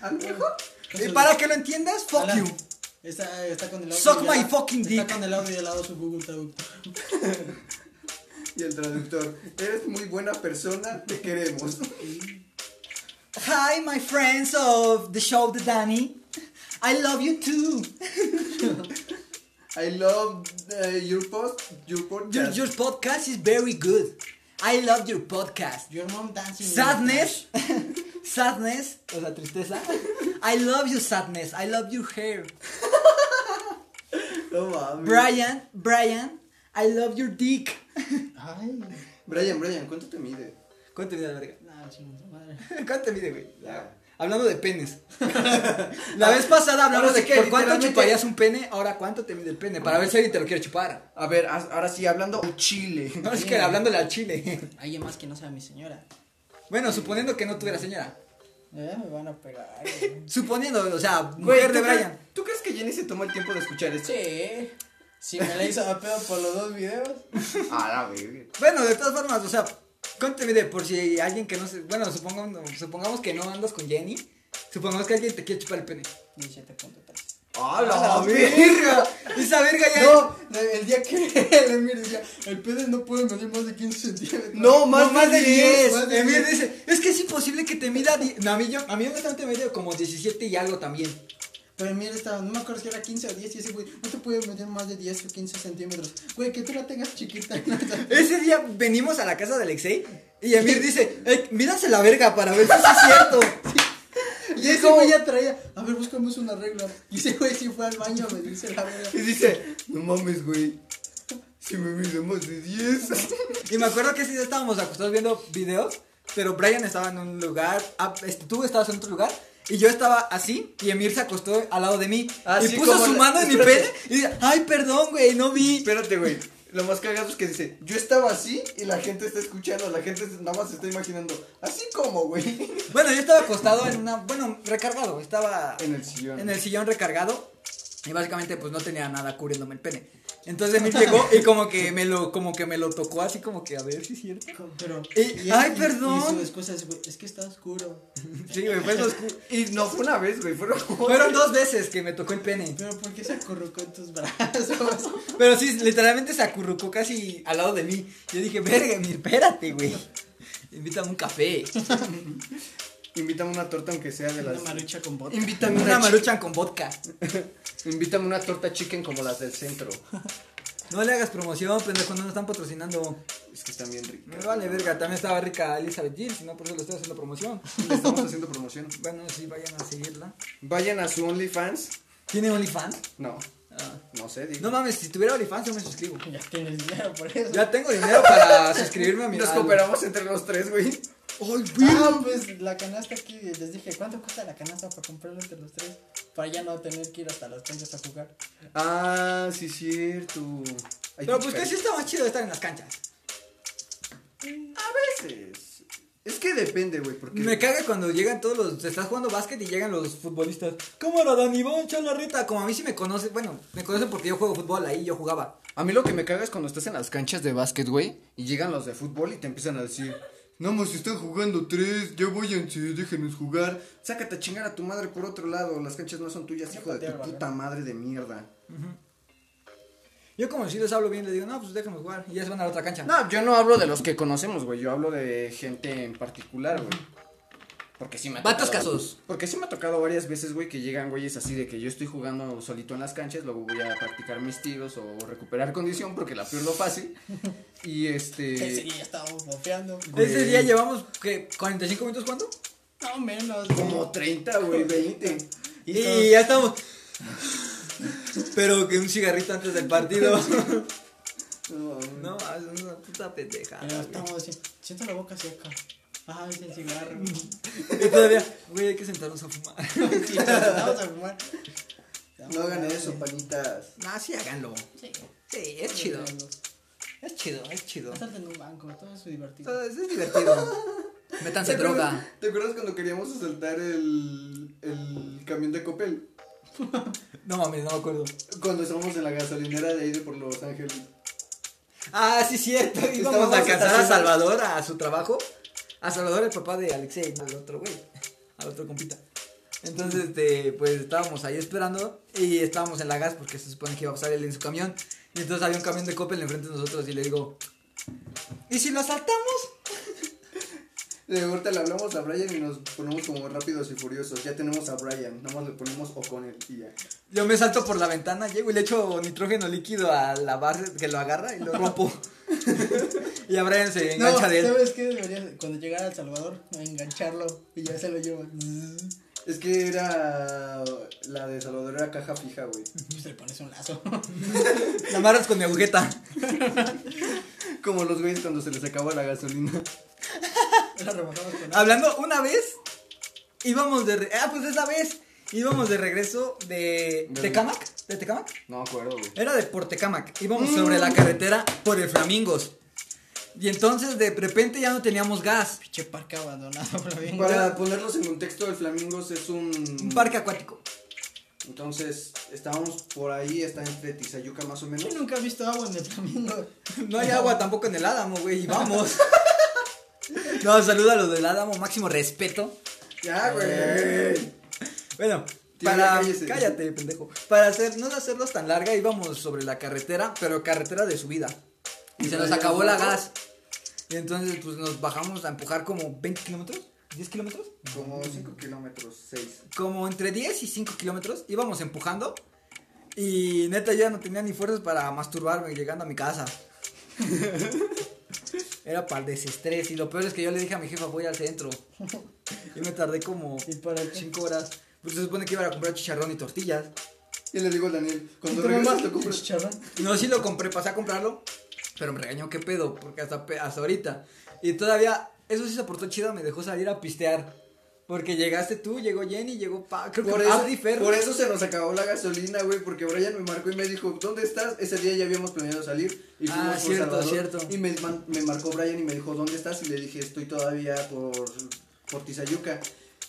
Speaker 4: A lo mejor.
Speaker 1: Y para que lo entiendas, fuck
Speaker 2: Alan,
Speaker 1: you.
Speaker 2: Está, está con el audio.
Speaker 1: Suck
Speaker 2: y
Speaker 1: my
Speaker 2: al-
Speaker 1: fucking dick.
Speaker 2: Está con el audio y al lado su Google Traductor.
Speaker 4: Y el traductor, eres muy buena persona, te queremos.
Speaker 1: Hi, my friends of the show, The Danny. I love you too.
Speaker 4: I love eh, your post, your
Speaker 1: Your,
Speaker 4: podcast.
Speaker 1: your podcast is very good. I love your podcast.
Speaker 2: Your mom dancing.
Speaker 1: Sadness. Sadness. O sea, tristeza. I love you, sadness. I love your hair.
Speaker 4: No mames.
Speaker 1: Brian, Brian, I love your dick.
Speaker 2: Ay.
Speaker 3: Brian, Brian, ¿cuánto te mide?
Speaker 1: ¿Cuánto mide la verga?
Speaker 2: Nah, chinga su madre.
Speaker 1: ¿Cuánto mide, güey?
Speaker 3: Ya.
Speaker 1: Hablando de penes. la vez pasada hablamos
Speaker 3: ahora
Speaker 1: de
Speaker 3: sí que
Speaker 1: por cuánto
Speaker 3: literalmente-
Speaker 1: chuparías un pene, ahora cuánto te mide el pene. Para ver si alguien te lo quiere chupar.
Speaker 3: A ver, as- ahora sí, hablando al chile.
Speaker 1: No, es que hablándole al chile.
Speaker 2: Alguien más que no sea mi señora.
Speaker 1: Bueno, suponiendo que no tuviera señora.
Speaker 2: Eh, me van a pegar. güey.
Speaker 1: Suponiendo, o sea,
Speaker 3: Güey,
Speaker 1: mujer de
Speaker 3: ¿tú crees-
Speaker 1: Brian.
Speaker 3: ¿Tú crees que Jenny se toma el tiempo de escuchar esto?
Speaker 2: Sí. Si me la hizo a pedo por los dos videos.
Speaker 3: A la verga.
Speaker 1: Bueno, de todas formas, o sea, cuéntame de por si alguien que no se. Bueno, supongamos, supongamos que no andas con Jenny. Supongamos que alguien te quiere chupar el pene.
Speaker 2: 17.3.
Speaker 3: A
Speaker 1: ¡A la verga! Esa verga ya.
Speaker 2: No, el día que el Emir decía, el pene no puede medir más de 15 centímetros.
Speaker 3: No, más,
Speaker 1: No, Pues más de 10.
Speaker 3: más de
Speaker 1: Emir
Speaker 3: 10.
Speaker 1: dice, es que es imposible que te mida. die-". No, a mí yo, a mí honestamente me dio como 17 y algo también.
Speaker 2: Pero mira, estaba, no me acuerdo si era 15 o 10 y ese güey, no te puede medir más de 10 o 15 centímetros. Güey, que tú la tengas chiquita.
Speaker 1: Ese día venimos a la casa de Alexei y Emir dice, "Ey, mídase la verga para ver si es cierto.
Speaker 2: y ese güey ya traía, a ver, buscamos una regla. Y ese güey sí fue al baño, me dice la regla.
Speaker 3: Y dice, no mames, güey. Si me mide más de 10.
Speaker 1: Y me acuerdo que ese día estábamos acostados viendo videos, pero Brian estaba en un lugar, ah, este, tú estabas en otro lugar. Y yo estaba así, y Emir se acostó al lado de mí.
Speaker 3: Así
Speaker 1: y puso
Speaker 3: como
Speaker 1: su
Speaker 3: la-
Speaker 1: mano en mi pene
Speaker 3: espérate.
Speaker 1: y dice, ay, perdón, güey, no vi.
Speaker 3: Espérate, güey. Lo más cagado es que dice, yo estaba así y la gente está escuchando, la gente nada más se está imaginando. Así como, güey.
Speaker 1: Bueno, yo estaba acostado en una. Bueno, recargado. Estaba.
Speaker 3: En el sillón.
Speaker 1: En el sillón recargado. Y básicamente, pues no tenía nada cubriéndome el pene. Entonces me llegó y como que me lo, como que me lo tocó así como que a ver si es cierto.
Speaker 2: Pero,
Speaker 1: Y- ay, perdón.
Speaker 2: Y su excusa es, güey, es que está oscuro.
Speaker 1: Sí, güey, fue dos cu-
Speaker 3: Y no fue una vez, güey, fueron
Speaker 1: Fueron dos veces que me tocó el pene.
Speaker 2: Pero, ¿por qué se acurrucó en tus brazos?
Speaker 1: Pero sí, literalmente se acurrucó casi al lado de mí. Yo dije, verga, mi, espérate, güey. Invítame un café.
Speaker 3: Invítame una torta aunque sea de
Speaker 2: Una
Speaker 3: las.
Speaker 2: marucha con botas.
Speaker 3: Invítame una,
Speaker 1: Una maruchan con vodka.
Speaker 3: chi- Invítame una torta chicken como las del centro.
Speaker 1: No le hagas promoción, pendejo, no nos están patrocinando.
Speaker 3: Es que están bien ricas.
Speaker 1: Me vale, verga. También estaba rica Elizabeth Jill, si no, por eso le estoy haciendo promoción.
Speaker 3: Le estamos haciendo promoción.
Speaker 1: Bueno, sí, vayan a seguirla.
Speaker 3: Vayan a su OnlyFans.
Speaker 1: ¿Tiene OnlyFans?
Speaker 3: No,
Speaker 1: Ah.
Speaker 3: no sé, digo.
Speaker 1: No mames, si tuviera OnlyFans yo me suscribo.
Speaker 2: Ya tienes dinero por eso.
Speaker 1: Ya tengo dinero para suscribirme a mi
Speaker 3: Nos
Speaker 1: al-
Speaker 3: cooperamos entre los tres, güey.
Speaker 1: ¡Ay,
Speaker 2: Ah, pues la canasta aquí, les dije, ¿cuánto cuesta la canasta para comprarla entre los tres? Para ya no tener que ir hasta las canchas a jugar.
Speaker 3: Ah, sí, cierto. Ay,
Speaker 1: Pero pues que
Speaker 3: espera.
Speaker 1: sí está más chido estar en las canchas.
Speaker 3: A veces. Es que depende, güey, porque.
Speaker 1: Me caga cuando llegan todos los. Se estás jugando básquet y llegan los futbolistas. Cámara, Dani, vamos a la reta. Como a mí sí me conocen. Bueno, me conocen porque yo juego fútbol, ahí yo jugaba.
Speaker 3: A mí lo que me caga es cuando estás en las canchas de básquet, güey, y llegan los de fútbol y te empiezan a decir, no más están jugando tres, ya váyanse, déjenos jugar. Sácate a chingar a tu madre por otro lado, las canchas no son tuyas,
Speaker 2: Ya
Speaker 3: hijo de
Speaker 2: patearon,
Speaker 3: tu puta madre de mierda.
Speaker 1: Yo como si les hablo bien, les digo, no, pues déjenme jugar. Y ya se van a la otra cancha.
Speaker 3: No, yo no hablo de los que conocemos, güey, yo hablo de gente en particular, güey. Porque sí me ha
Speaker 1: Vatos
Speaker 3: tocado-
Speaker 1: casos.
Speaker 3: Porque sí me ha tocado varias veces, güey, que llegan güeyes así de que yo estoy jugando solito en las canchas, luego voy a practicar mis tiros o recuperar condición porque la pierdo fácil. Y
Speaker 2: Ese
Speaker 3: este...
Speaker 2: día estábamos bofeando.
Speaker 1: Ese día llevamos, ¿qué? ¿45 minutos cuánto?
Speaker 2: No menos.
Speaker 3: Como 30, güey, 20.
Speaker 1: Y, ya estamos. Pero que un cigarrito antes del partido. no, es una puta pendeja.
Speaker 2: Pero estamos así, siento la boca seca. Ay, es el cigarro.
Speaker 1: Y todavía, güey, hay que sentarnos a fumar.
Speaker 2: Y nos sentamos a fumar.
Speaker 3: No hagan eso, panitas.
Speaker 1: nah, sí, háganlo.
Speaker 2: Sí,
Speaker 1: Sí, es chido. Es chido, es chido.
Speaker 2: Bastante en un banco, todo eso divertido.
Speaker 1: Entonces, es divertido. Métanse droga.
Speaker 3: ¿Te acuerdas cuando queríamos asaltar el, el camión de Coppel?
Speaker 1: No mames, no me acuerdo.
Speaker 3: Cuando estábamos en la gasolinera de ahí de por Los Ángeles.
Speaker 1: Ah, sí, cierto. Íbamos
Speaker 3: Estábamos
Speaker 1: a casar a
Speaker 3: estacionados.
Speaker 1: Salvador a su trabajo. A Salvador, el papá de Alexei, al otro güey, al otro compita. Entonces, este, pues estábamos ahí esperando y estábamos en la gas porque se supone que iba a pasar él en su camión. Y entonces había un camión de Coppel enfrente de nosotros y le digo, ¿y si lo asaltamos?
Speaker 3: De ahorita le hablamos a Brian y nos ponemos como rápidos y furiosos. Ya tenemos a Brian, nada más le ponemos O'Connell y ya.
Speaker 1: Yo me salto por la ventana, llego y le echo nitrógeno líquido a la barra que lo agarra y lo rompo. y a Brian se engancha
Speaker 2: no,
Speaker 1: de él.
Speaker 2: ¿sabes qué? Debería, cuando llegara a El Salvador, engancharlo y ya se lo llevo.
Speaker 3: Es que era. La de Salvador era caja fija,
Speaker 2: Pues
Speaker 3: güey.
Speaker 2: Y se le pones un lazo.
Speaker 1: La amarras con mi agujeta.
Speaker 3: Como los güeyes cuando se les acaba la gasolina.
Speaker 2: La rebajamos con agua.
Speaker 1: Hablando una vez, íbamos de. re- Ah, pues esa vez. Íbamos de regreso de.
Speaker 3: De-
Speaker 1: ¿Tecamac? ¿De Tecamac?
Speaker 3: No me acuerdo, güey.
Speaker 1: Era de por Tecamac. Íbamos sobre la carretera por el Flamingos. Y entonces de repente ya no teníamos gas.
Speaker 2: Pinche parque abandonado, pero bien.
Speaker 3: Para ponerlos en contexto, el Flamingos es un.
Speaker 1: Un parque acuático.
Speaker 3: Entonces, estábamos por ahí, está entre Tizayuca más o menos.
Speaker 2: Yo nunca he visto agua en el flamingo.
Speaker 1: No hay agua tampoco en el Álamo, güey. Y vamos. No, saluda a los del Álamo, máximo respeto.
Speaker 3: Ya, Ah, güey.
Speaker 1: Bueno,
Speaker 3: Tío, ya
Speaker 1: para.
Speaker 3: cállese.
Speaker 1: Cállate, pendejo. Para hacer, no hacerlos tan larga, íbamos sobre la carretera, pero carretera de subida. Y se nos acabó la gas. Y entonces, pues nos bajamos a empujar como 20 kilómetros, 10 kilómetros.
Speaker 3: Como 5 kilómetros, 6.
Speaker 1: Como entre 10 y 5 kilómetros íbamos empujando. Y neta, ya no tenía ni fuerzas para masturbarme llegando a mi casa. Era para el desestrés. Y lo peor es que yo le dije a mi jefa, voy al centro. Y me tardé como
Speaker 2: Y para el chico.
Speaker 1: 5 horas. Pues se supone que iba a comprar chicharrón y tortillas.
Speaker 3: Y le digo a Daniel, cuando
Speaker 2: ¿Cómo
Speaker 3: regreses
Speaker 2: más
Speaker 3: lo compras.
Speaker 2: chicharrón?
Speaker 1: No, sí lo compré, pasé a comprarlo. Pero me regañó, ¿qué pedo? Porque hasta, pe- hasta ahorita. Y todavía, eso sí se portó chido, me dejó salir a pistear. Porque llegaste tú, llegó Jenny, llegó Pa. Creo
Speaker 3: Por
Speaker 1: que
Speaker 3: eso,
Speaker 1: Abdi Ferro.
Speaker 3: Ah, por eso se nos acabó la gasolina, güey, porque Brian me marcó y me dijo, ¿dónde estás? Ese día ya habíamos planeado salir. Y
Speaker 1: Ah,
Speaker 3: fuimos por
Speaker 1: cierto,
Speaker 3: Salvador,
Speaker 1: cierto.
Speaker 3: Y me, man- me marcó Brian y me dijo, ¿dónde estás? Y le dije, estoy todavía por, por Tizayuca.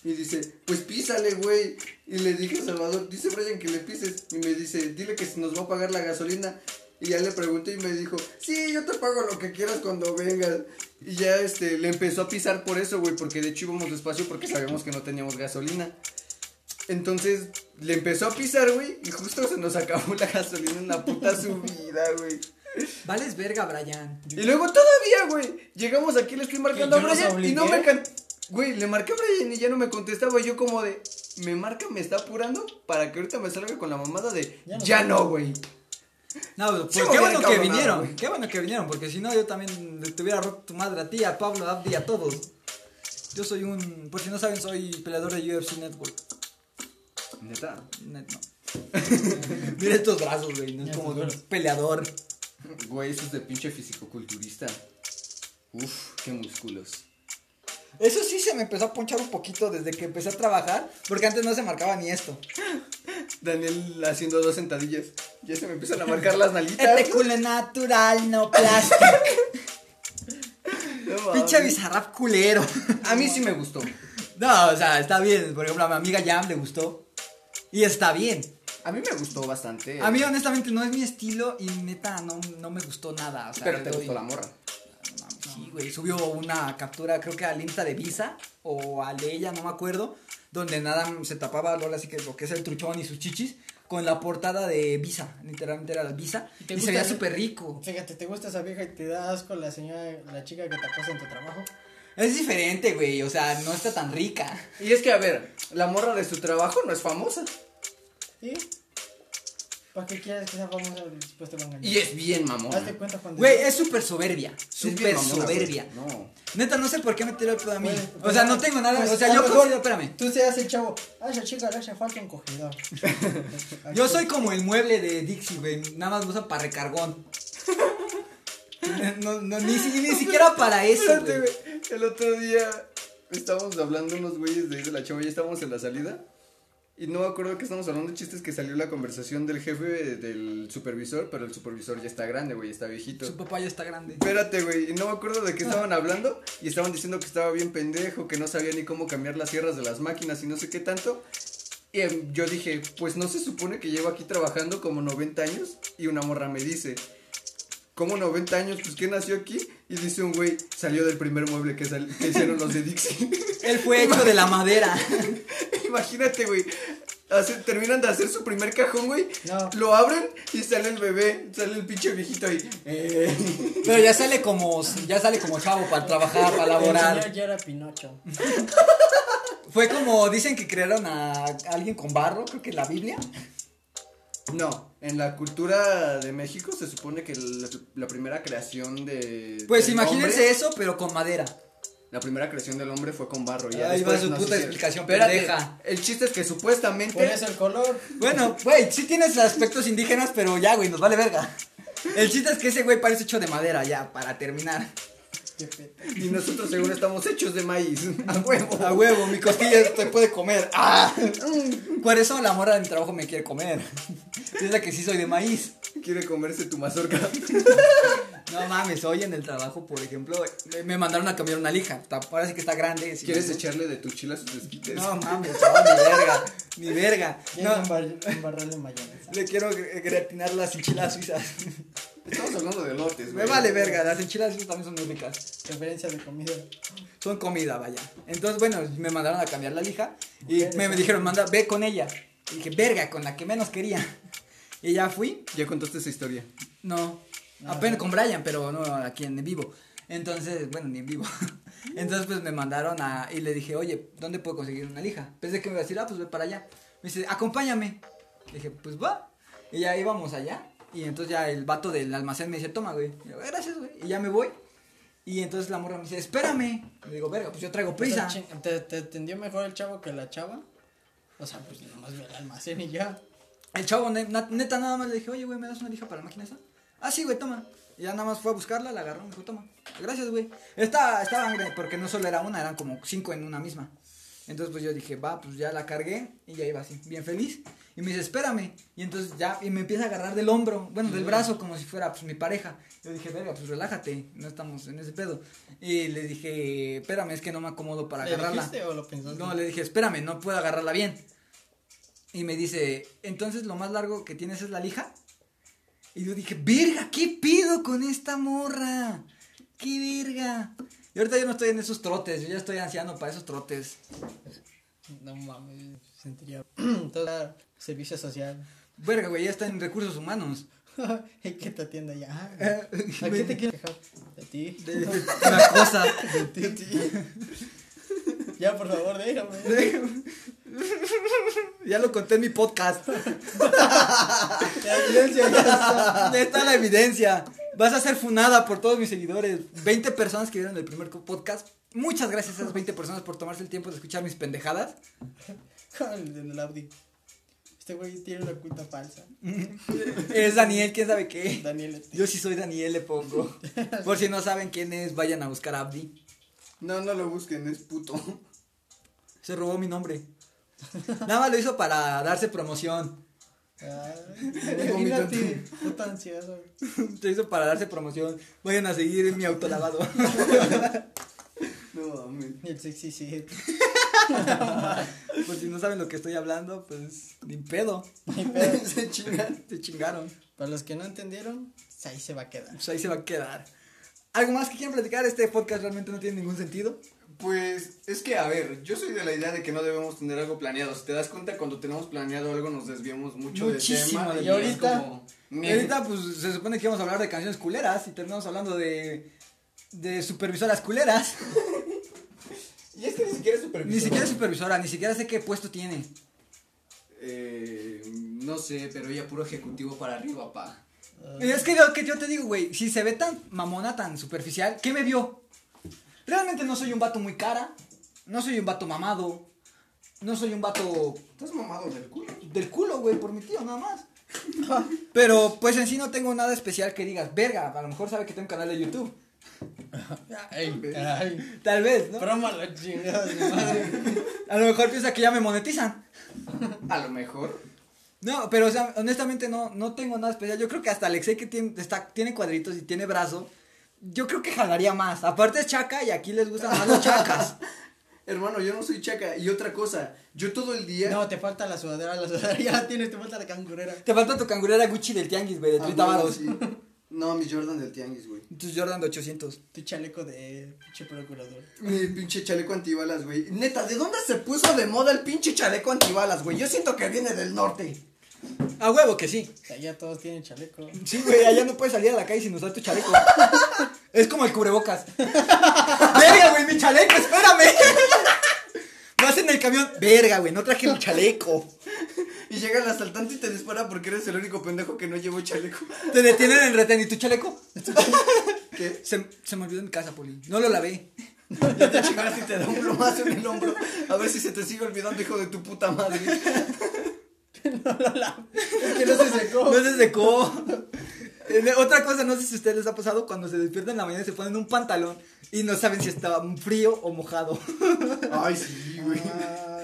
Speaker 3: Y dice, pues písale, güey. Y le dije a Salvador, dice Brian que le pises. Y me dice, dile que se nos va a pagar la gasolina. Y ya le pregunté y me dijo, sí, yo te pago lo que quieras cuando vengas. Y ya este, le empezó a pisar por eso, güey, porque de hecho íbamos despacio porque sabíamos que no teníamos gasolina. Entonces le empezó a pisar, güey, y justo se nos acabó la gasolina en la puta subida, güey.
Speaker 1: Vales verga, Brian.
Speaker 3: Y luego todavía, güey, llegamos aquí, le estoy marcando a
Speaker 2: yo los
Speaker 3: Brian y no
Speaker 2: obligué?
Speaker 3: me can... Güey, le marqué a Brian y ya no me contestaba. y Yo como de, me marca, me está apurando para que ahorita me salga con la mamada de,
Speaker 2: Ya no
Speaker 3: ya
Speaker 2: sé".
Speaker 3: no, güey.
Speaker 1: No, pero
Speaker 3: Sí,
Speaker 1: pues, qué
Speaker 3: me hubiera
Speaker 1: bueno que
Speaker 3: encabronado,
Speaker 1: vinieron,
Speaker 3: güey.
Speaker 1: qué bueno que vinieron, porque si no yo también le tuviera roto tu madre a ti, a Pablo, a Abdi, a todos. Yo soy un, por si no saben, soy peleador de UFC Network.
Speaker 3: Neta.
Speaker 1: Net, no. Mira estos brazos, güey, no es
Speaker 2: Ya,
Speaker 1: como de
Speaker 2: estos
Speaker 1: un
Speaker 2: brazos.
Speaker 1: peleador.
Speaker 3: Güey, eso es de pinche fisicoculturista. Uf, qué músculos.
Speaker 1: Eso sí se me empezó a ponchar un poquito desde que empecé a trabajar, porque antes no se marcaba ni esto.
Speaker 3: Daniel haciendo dos sentadillas. Ya se me empiezan a marcar las nalitas.
Speaker 1: Este culo es natural, no plástico.
Speaker 3: No mames.
Speaker 1: Pinche bizarrap culero.
Speaker 3: A mí sí me gustó.
Speaker 1: No, o sea, está bien, por ejemplo, a mi amiga Jam le gustó. Y está bien.
Speaker 3: A mí me gustó bastante.
Speaker 1: A mí honestamente no es mi estilo y neta no, no me gustó nada. O sea,
Speaker 3: Pero
Speaker 1: le
Speaker 3: te
Speaker 1: doy-
Speaker 3: gustó la morra.
Speaker 1: No mames, Sí, güey. Subió una captura, creo que al Insta de Visa o al de ella, no me acuerdo. Donde nada se tapaba ahora así que lo que es el truchón y sus chichis. Con la portada de Visa. Literalmente era la Visa.
Speaker 2: ¿Y te
Speaker 1: Y se
Speaker 2: gusta
Speaker 1: veía
Speaker 2: el-
Speaker 1: súper rico.
Speaker 2: Fíjate, te gusta esa vieja y te da asco la señora, la chica que te acosa en tu trabajo.
Speaker 1: Es diferente, güey. O sea, no está tan rica.
Speaker 3: Y es que, a ver, la morra de su trabajo no es famosa.
Speaker 2: ¿Sí? ¿Para qué quieres que sea famosa después te van a engañar?
Speaker 3: Y es bien mamona.
Speaker 2: Hazte cuenta cuando.
Speaker 1: Güey, es súper soberbia.
Speaker 3: Es bien
Speaker 1: Súper
Speaker 3: mamona, güey.
Speaker 1: soberbia.
Speaker 3: No.
Speaker 1: Neta, no sé por qué me tiró el pedo a mí.
Speaker 2: Güey,
Speaker 1: O sea, no tengo nada.
Speaker 2: pues,
Speaker 1: O sea,
Speaker 2: a
Speaker 1: yo
Speaker 2: lo
Speaker 1: considero.
Speaker 2: mejor
Speaker 1: Espérame.
Speaker 2: Tú seas el chavo. Ah, esa chica le hace falta un cogedor.
Speaker 1: Yo soy como el mueble de Dixie, güey. Nada más lo usan para recargón. No, no, ni, si- ni siquiera para eso,
Speaker 3: Espérate,
Speaker 1: güey.
Speaker 3: güey. El otro día estábamos hablando unos güeyes de ahí de la chava, ya estábamos en la salida. Y no me acuerdo que estábamos hablando de chistes que salió la conversación del jefe eh, del supervisor, pero el supervisor ya está grande, güey, está viejito.
Speaker 1: Su papá ya está grande.
Speaker 3: Espérate, güey, y no me acuerdo de qué estaban hablando y estaban diciendo que estaba bien pendejo, que no sabía ni cómo cambiar las sierras de las máquinas y no sé qué tanto. Y em, yo dije, pues no se supone que llevo aquí trabajando como 90 años y una morra me dice, ¿cómo 90 años? Pues ¿quién nació aquí? Y dice un güey, salió del primer mueble que, sal- que hicieron los de Dixie.
Speaker 1: Él fue hecho de la madera.
Speaker 3: Imagínate, güey. hacen- terminan de hacer su primer cajón, güey.
Speaker 2: No.
Speaker 3: Lo abren y sale el bebé, sale el pinche viejito ahí. Eh.
Speaker 1: Pero ya sale como ya sale como chavo para trabajar, para
Speaker 2: El
Speaker 1: laborar.
Speaker 2: señor ya era Pinocho.
Speaker 1: Fue como dicen que crearon a alguien con barro, creo que en la Biblia.
Speaker 3: No, en la cultura de México se supone que la, la primera creación de.
Speaker 1: Pues
Speaker 3: del
Speaker 1: imagínense
Speaker 3: hombre-
Speaker 1: eso, pero con madera.
Speaker 3: La primera creación del hombre fue con barro. y ya
Speaker 1: Ahí va
Speaker 3: después
Speaker 1: su
Speaker 3: nos
Speaker 1: puta
Speaker 3: hicieron-
Speaker 1: explicación
Speaker 3: Espérate,
Speaker 1: pendeja.
Speaker 3: El chiste es que supuestamente.
Speaker 2: Por eso el color.
Speaker 1: Bueno, güey, sí tienes aspectos indígenas, pero ya, güey, nos vale verga. El chiste es que ese güey parece hecho de madera ya, para terminar.
Speaker 2: Qué peta.
Speaker 3: Y nosotros según estamos hechos de maíz.
Speaker 1: A huevo. A huevo, mi costilla te puede comer. ¡Ah! Por eso la morra de mi trabajo me quiere comer. Piensa que sí soy de maíz.
Speaker 3: Quiere comerse tu mazorca.
Speaker 1: No mames, hoy en el trabajo, por ejemplo, me- me mandaron a cambiar una lija. Está- Ahora sí que está grande. sí.
Speaker 3: ¿Quieres echarle de tu chila sus esquites?
Speaker 1: No mames, no, ni verga. Ni verga.
Speaker 2: Quiero
Speaker 1: No,
Speaker 2: embar- embarrarle mayonesa.
Speaker 1: le quiero gr- gratinar las enchiladas suizas.
Speaker 3: Estamos hablando de lotes,
Speaker 1: Me vale verga, las enchiladas suizas también son muy ricas.
Speaker 2: Referencia de comida.
Speaker 1: son comida, vaya. Entonces, bueno, me mandaron a cambiar la lija y
Speaker 2: Ok,
Speaker 1: me, me dijeron, manda, ve con ella. Y dije, verga, con la que menos quería. Y ya fui,
Speaker 3: Ya contaste esa historia.
Speaker 1: no, apenas con Brian, pero no aquí en vivo. Entonces, bueno, ni en vivo. Entonces, pues me mandaron a, y le dije, oye, ¿dónde puedo conseguir una lija? Pensé que me iba a decir, ah, pues ve para allá. Me dice, acompáñame. Le dije, pues va. Y ya íbamos allá. Y entonces ya el vato del almacén me dice, toma, güey. Y yo, Gracias, güey. Y ya me voy. Y entonces la morra me dice, espérame. Le digo, verga, pues yo traigo prisa.
Speaker 2: Ching- ¿Te, te atendió mejor el chavo que la chava? O sea, pues nomás ve al almacén y ya.
Speaker 1: El chavo, ne- na- neta, nada más le dije, oye, güey, ¿me das una lija para la máquina esa? Ah, sí, güey, toma. Y ya nada más fue a buscarla, la agarró, me dijo, toma. Gracias, güey. Esta- Estaban, gr- porque no solo era una, eran como cinco en una misma. Entonces, pues yo dije, va, pues ya la cargué y ya iba así, bien feliz. Y me dice, espérame. Y entonces ya, y me empieza a agarrar del hombro, bueno,
Speaker 2: Mm.
Speaker 1: del brazo, como si fuera, pues, mi pareja. Yo dije, verga, pues relájate, no estamos en ese pedo. Y le dije, espérame, es que no me acomodo para
Speaker 2: ¿Le
Speaker 1: agarrarla.
Speaker 2: dijiste o lo pensaste?
Speaker 1: No, le dije, espérame, no puedo agarrarla bien. Y me dice, entonces lo más largo que tienes es la lija. Y yo dije, verga, ¿qué pido con esta morra? ¡Qué verga! Y ahorita yo no estoy en esos trotes, yo ya estoy anciano para esos trotes.
Speaker 2: No mames, sentiría toda servicio social.
Speaker 1: Verga, güey, ya está en recursos humanos.
Speaker 2: y que te atienda ya.
Speaker 1: Eh,
Speaker 2: ¿A quién te quieres quejar? De ti.
Speaker 1: De- de- Una cosa.
Speaker 2: De ti. ya, por favor, déjame.
Speaker 1: Ya lo conté en mi podcast.
Speaker 2: Ya, silencio, ya está.
Speaker 1: Ahí está la evidencia. Vas a ser funada por todos mis seguidores. 20 personas que vieron el primer co- podcast. Muchas gracias a esas 20 personas por tomarse el tiempo de escuchar mis pendejadas.
Speaker 2: En el Audi. Este güey tiene una cuenta falsa.
Speaker 1: Es Daniel, quién sabe qué.
Speaker 2: Daniel. este.
Speaker 1: Yo sí soy Daniel, le pongo. Por si no saben quién es, vayan a buscar a Abdi.
Speaker 3: No, no lo busquen, es puto.
Speaker 1: Se robó mi nombre. Nada más lo hizo para darse promoción.
Speaker 2: Ay, imagínate, puta ansioso.
Speaker 1: Lo hizo para darse promoción. Vayan a seguir mi autolavado.
Speaker 3: No mames.
Speaker 2: Y el sexy sí.
Speaker 1: Por si no saben lo que estoy hablando, pues ni pedo.
Speaker 2: Ni pedo.
Speaker 1: Se chingaron. Se chingaron.
Speaker 2: Para los que no entendieron, ahí se va a quedar.
Speaker 1: Pues ahí se va a quedar. ¿Algo más que quieran platicar? Este podcast realmente no tiene ningún sentido.
Speaker 3: Pues es que, a ver, yo soy de la idea de que no debemos tener algo planeado. Si te das cuenta, cuando tenemos planeado algo nos desviamos mucho
Speaker 1: Muchísimo
Speaker 3: de tema.
Speaker 1: de-
Speaker 3: es
Speaker 2: y ahorita-
Speaker 3: como,
Speaker 1: Y ahorita, pues, se supone que íbamos a hablar de canciones culeras y terminamos hablando de. de supervisoras culeras.
Speaker 3: Y es que ni siquiera es supervisor.
Speaker 1: Ni siquiera es supervisora, ni siquiera sé qué puesto tiene.
Speaker 3: Eh, no sé, pero ya puro ejecutivo para arriba, pa.
Speaker 1: Y es que lo que yo te digo, güey, si se ve tan mamona, tan superficial, ¿qué me vio? Realmente no soy un vato muy cara, no soy un vato mamado, no soy un vato
Speaker 3: Estás mamado del culo.
Speaker 1: del culo, güey, por mi tío, nada más. Pero pues en sí no tengo nada especial que digas, verga, a lo mejor sabe que tengo un canal de YouTube.
Speaker 2: Ay, ay.
Speaker 1: Tal vez, ¿no?
Speaker 2: Broma la chingada de mi madre.
Speaker 1: A lo mejor piensa que ya me monetizan.
Speaker 3: A lo mejor.
Speaker 1: No, pero o sea, honestamente no, no tengo nada especial. Yo creo que hasta Alexei que tiene, está, tiene cuadritos y tiene brazo, yo creo que jalaría más. Aparte es chaca y aquí les gustan más los chacas.
Speaker 3: Hermano, yo no soy chaca. Y otra cosa, yo todo el día.
Speaker 2: No, te falta la sudadera, la sudadera ya la tienes, te falta la cangurera.
Speaker 1: Te falta tu cangurera Gucci del tianguis, güey, de
Speaker 3: Ah,
Speaker 1: 30
Speaker 3: bueno,
Speaker 1: varos.
Speaker 3: sí. No, mi Jordan del Tianguis, güey.
Speaker 1: Tus Jordan de 800.
Speaker 2: Tu chaleco de pinche procurador.
Speaker 3: Mi pinche chaleco antibalas, güey. Neta, ¿de dónde se puso de moda el pinche chaleco antibalas, güey? Yo siento que viene del norte.
Speaker 1: A huevo que sí.
Speaker 2: O sea, ya todos tienen chaleco.
Speaker 1: Sí, güey, allá no puedes salir a la calle sin usar tu chaleco. es como el cubrebocas. Verga, güey, mi chaleco, espérame. Vas en el camión. Verga, güey, no traje mi chaleco.
Speaker 3: Y llega el asaltante y te dispara porque eres el único pendejo que no llevó chaleco.
Speaker 1: Te detienen en retén. ¿Y tu chaleco?
Speaker 3: ¿Qué?
Speaker 1: Se, se me olvidó en casa, Poli. No lo lavé.
Speaker 3: Ya te chingaste y te da un plomazo en el hombro. A ver si se te sigue olvidando, hijo de tu puta madre.
Speaker 2: Es que no se secó.
Speaker 1: No se secó. Eh, Otra cosa, no sé si a ustedes les ha pasado cuando se despiertan en la mañana y se ponen un pantalón y no saben si está frío o mojado.
Speaker 4: Ay, sí, güey.
Speaker 2: Ah,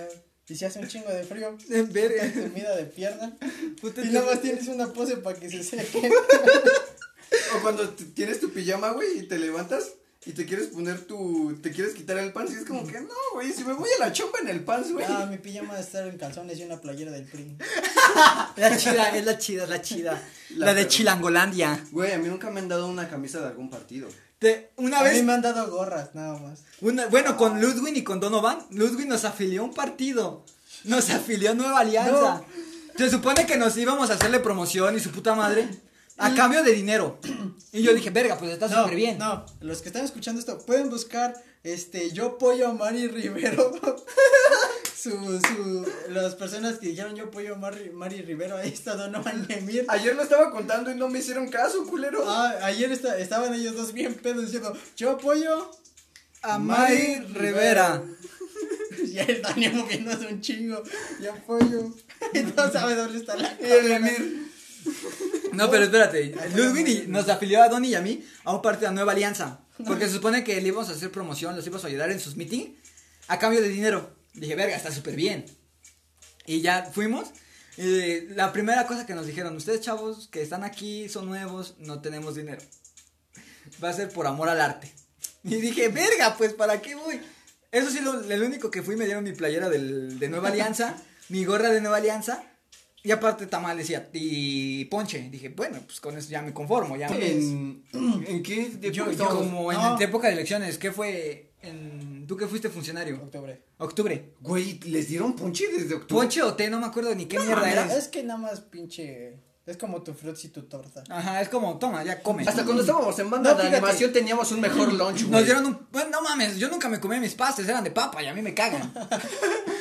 Speaker 2: y si hace un chingo de frío,
Speaker 1: En
Speaker 2: te
Speaker 1: ver,
Speaker 2: termina de pierna.
Speaker 1: puta,
Speaker 2: Y nada más tienes una pose para que se seque.
Speaker 4: O cuando t- tienes tu pijama, güey, y te levantas y te quieres poner tu. Te quieres quitar el pants y es como que no, güey. Si me voy a la chompa en el pants, güey.
Speaker 2: Ah, mi pijama de estar en calzones y una playera del PRI.
Speaker 1: la chida, es la chida, es la chida. La,
Speaker 4: La
Speaker 1: de
Speaker 4: perra.
Speaker 1: Chilangolandia.
Speaker 4: Güey, a mí nunca me han dado una camisa de algún partido.
Speaker 1: Te- una
Speaker 3: Ah,
Speaker 2: A mí
Speaker 1: vez,
Speaker 2: me han dado gorras, nada más.
Speaker 1: una- bueno, con Ludwig y con Donovan, Ludwig nos afilió a un partido. Nos afilió a Nueva Alianza. Se supone que nos íbamos a hacerle promoción y su puta madre. A cambio de dinero. Y yo dije, verga, pues está
Speaker 2: No,
Speaker 1: súper bien.
Speaker 2: no, los que están escuchando esto pueden buscar este yo apoyo a Mari Rivero. su, su, las personas que dijeron yo apoyo a Mari, Mari Rivero, ahí está Donovan Lemir.
Speaker 4: Ayer lo estaba contando y no me hicieron caso, culero.
Speaker 2: Ah, ayer esta- estaban ellos dos bien pedos diciendo yo apoyo
Speaker 1: A Mari Rivera.
Speaker 2: Y ahí están ya moviéndose un chingo. Yo apoyo. Y no sabe dónde está la
Speaker 4: Y el Emir.
Speaker 1: No, pero espérate. Ludwig y- nos afilió a Donny y a mí a un partido de Nueva Alianza. Porque se supone que le íbamos a hacer promoción, los íbamos a ayudar en sus meetings a cambio de dinero. Dije, verga, está súper bien. Y ya fuimos. Eh, la primera cosa que nos dijeron, ustedes chavos que están aquí, son nuevos, no tenemos dinero. Va a ser por amor al arte. Y dije, verga, pues ¿para qué voy? Eso sí, lo, el único que fui me dieron mi playera del- de Nueva Alianza, mi gorra de Nueva Alianza. Y aparte tamales y, a- y ponche. Dije, bueno, pues con eso ya me conformo. Ya me-
Speaker 4: ¿En, ¿En qué? época
Speaker 1: Yo-
Speaker 4: estamos?
Speaker 1: como en
Speaker 2: no.
Speaker 1: época de elecciones, ¿qué fue? En, ¿Tú que fuiste funcionario?
Speaker 2: Octubre.
Speaker 1: Octubre.
Speaker 4: Güey, les dieron ponche desde octubre.
Speaker 1: Ponche o té, no me acuerdo ni qué mierda era.
Speaker 2: Es que nada más pinche. Es como tu fruits y tu torta.
Speaker 1: Ajá, es como, toma, ya come.
Speaker 4: Hasta cuando estábamos en banda
Speaker 2: No,
Speaker 4: de
Speaker 2: fíjate.
Speaker 4: animación teníamos un mejor lunch,
Speaker 1: Nos
Speaker 4: güey.
Speaker 1: dieron un... Bueno, no mames, yo nunca me comí mis pastes, eran de papa y a mí me cagan.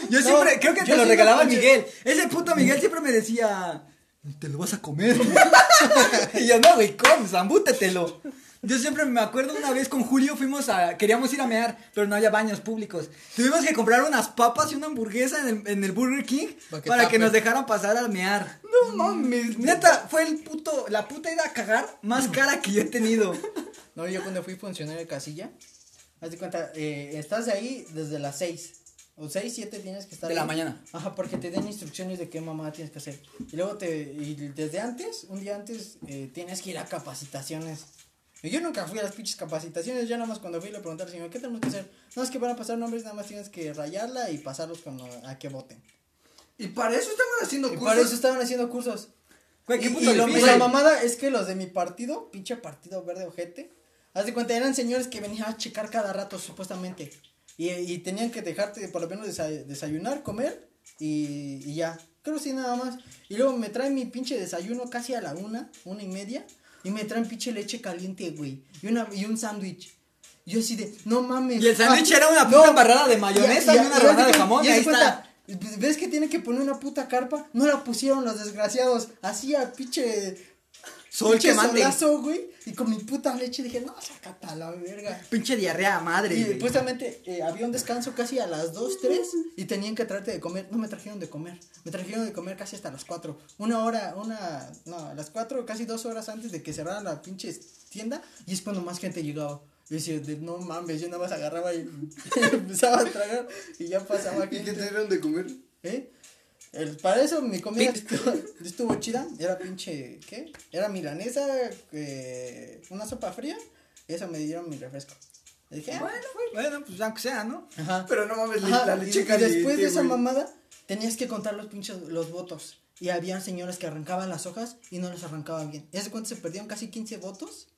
Speaker 1: Yo
Speaker 2: No,
Speaker 1: siempre, creo que
Speaker 2: yo
Speaker 1: te lo
Speaker 2: sí me
Speaker 1: regalaba
Speaker 2: ponche.
Speaker 1: Miguel. Ese puto Miguel siempre me decía, te lo vas a comer. y yo, no, güey, come, zambútetelo. Yo siempre me acuerdo una vez con Julio fuimos a, queríamos ir a mear, pero no había baños públicos. Tuvimos que comprar unas papas y una hamburguesa en el, en el Burger King
Speaker 2: Pa' que
Speaker 1: para que
Speaker 2: tape.
Speaker 1: nos dejaran pasar a mear.
Speaker 4: No mames,
Speaker 1: Neta, fue el puto, la puta ida a cagar más cara que yo he tenido.
Speaker 2: No, yo cuando fui funcionario de casilla, haz de cuenta, eh, estás ahí desde las 6. O 6, 7 tienes que estar.
Speaker 1: De la
Speaker 2: ahí.
Speaker 1: mañana.
Speaker 2: Ajá, porque te den instrucciones de qué mamá tienes que hacer. Y luego te. Y desde antes, un día antes, eh, tienes que ir a capacitaciones. Y yo nunca fui a las pinches capacitaciones. Yo nada más cuando fui le pregunté al señor, ¿qué tenemos que hacer? No, es que van a pasar nombres, nada más tienes que rayarla y pasarlos cuando, a que voten.
Speaker 4: Y para eso estaban haciendo
Speaker 2: Y
Speaker 4: cursos.
Speaker 2: para eso estaban haciendo cursos.
Speaker 1: Güey, qué
Speaker 2: Y-
Speaker 1: puto
Speaker 2: y lo-
Speaker 1: difícil.
Speaker 2: la mamada es que los de mi partido, pinche partido verde ojete, haz de cuenta, eran señores que venían a checar cada rato, supuestamente. Y, y tenían que dejarte por lo menos desa- desayunar, comer y, y ya. Creo que sí, nada más. Y luego me traen mi pinche desayuno casi a la una, una y media. Y me traen pinche leche caliente, güey. Y, una, y un sándwich. Yo así de, no mames.
Speaker 1: Y el sándwich
Speaker 2: Ah,
Speaker 1: era una puta embarrada de mayonesa y una
Speaker 2: haz
Speaker 1: rebanada de
Speaker 2: cuenta-
Speaker 1: jamón,
Speaker 2: y
Speaker 1: y
Speaker 2: haz
Speaker 1: ahí
Speaker 2: cuenta,
Speaker 1: está.
Speaker 2: pues, ¿Ves que tiene que poner una puta carpa? No la pusieron los desgraciados. Así a pinche.
Speaker 1: Sol
Speaker 2: pinche
Speaker 1: quemante.
Speaker 2: solazo, güey. Y con mi puta leche dije, no, sácate a la verga.
Speaker 1: Pinche diarrea madre.
Speaker 2: Y
Speaker 1: güey.
Speaker 2: justamente eh, había un descanso casi a las 2, 3 y tenían que traerte de comer. No me trajeron de comer. Me trajeron de comer casi hasta las 4. Una hora, una. No, a las 4, casi dos horas antes de que cerrara la pinche tienda. Y es cuando más gente llegaba. Y decía, de, no mames, yo nada más agarraba y empezaba a tragar y ya pasaba
Speaker 4: ¿Y qué
Speaker 2: gente.
Speaker 4: te dieron de comer?
Speaker 2: ¿Eh? El, para eso mi comida estuvo, estuvo chida. Era pinche. ¿Qué? Era milanesa, eh, una sopa fría. Y eso me dieron mi refresco. Y dije, ah,
Speaker 1: Bueno, pues aunque sea, ¿no?
Speaker 2: Ajá.
Speaker 4: Pero no mames,
Speaker 2: Ajá,
Speaker 4: la
Speaker 2: y-
Speaker 4: leche
Speaker 2: y
Speaker 4: caliente,
Speaker 2: después de esa
Speaker 4: güey.
Speaker 2: mamada, tenías que contar los pinches los votos. Y había señoras que arrancaban las hojas y no las arrancaban bien. ¿Y hace cuánto se perdieron casi 15 votos?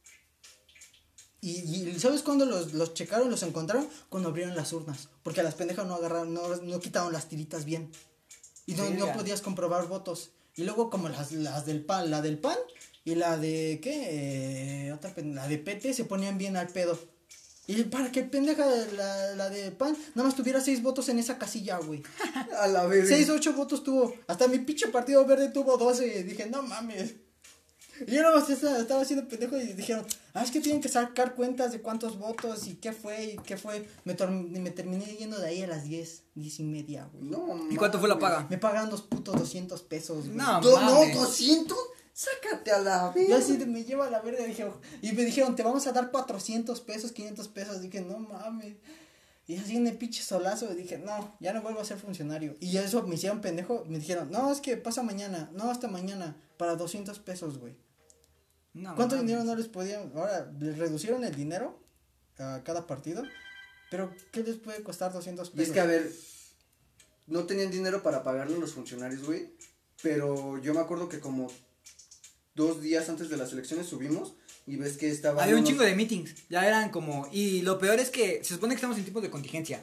Speaker 2: Y, y ¿sabes cuándo los, los checaron, los encontraron? Cuando abrieron las urnas. Porque a las pendejas no agarraron, no, no quitaron las tiritas bien. Y no, no
Speaker 1: Verga.
Speaker 2: podías comprobar votos. Y luego como las, las del PAN, la del PAN y la de, ¿qué? Eh, otra, pen- la de PT se ponían bien al pedo. Y para que pendeja de la, la de PAN nada más tuviera seis votos en esa casilla, güey.
Speaker 4: A la verga.
Speaker 2: Seis, ocho votos tuvo. Hasta mi pinche partido verde tuvo doce. Dije, no mames. Y yo nada más esta- estaba haciendo pendejo y dijeron, ah, es que tienen que sacar cuentas de cuántos votos y qué fue y qué fue. Me, tor- me terminé yendo de ahí a las diez, diez y media, güey.
Speaker 4: No,
Speaker 1: ¿Y cuánto fue la paga?
Speaker 2: Me pagaron dos putos 200 pesos, güey.
Speaker 1: No,
Speaker 4: No, no,
Speaker 1: mames.
Speaker 4: 200. Sácate a la
Speaker 2: Yo
Speaker 4: vida.
Speaker 2: así de- me llevo a la verga dije, "Oj". y me dijeron, te vamos a dar 400 pesos, 500 pesos. Dije, no mames. Y así en el pinche solazo dije, no, ya no vuelvo a ser funcionario. Y eso me hicieron pendejo. Me dijeron, no, es que pasa mañana, no, hasta mañana, para 200 pesos, güey.
Speaker 1: No,
Speaker 2: ¿Cuánto
Speaker 1: mames.
Speaker 2: dinero no les podían? Ahora, les reducieron el dinero a cada partido. Pero, ¿qué les puede costar 200 pesos?
Speaker 4: Y es que, a ver, no tenían dinero para pagarle a los funcionarios, güey. Pero yo me acuerdo que como dos días antes de las elecciones subimos y ves que estaba.
Speaker 1: Había un chingo de meetings, ya eran como, y lo peor es que se supone que estamos en tiempos de contingencia,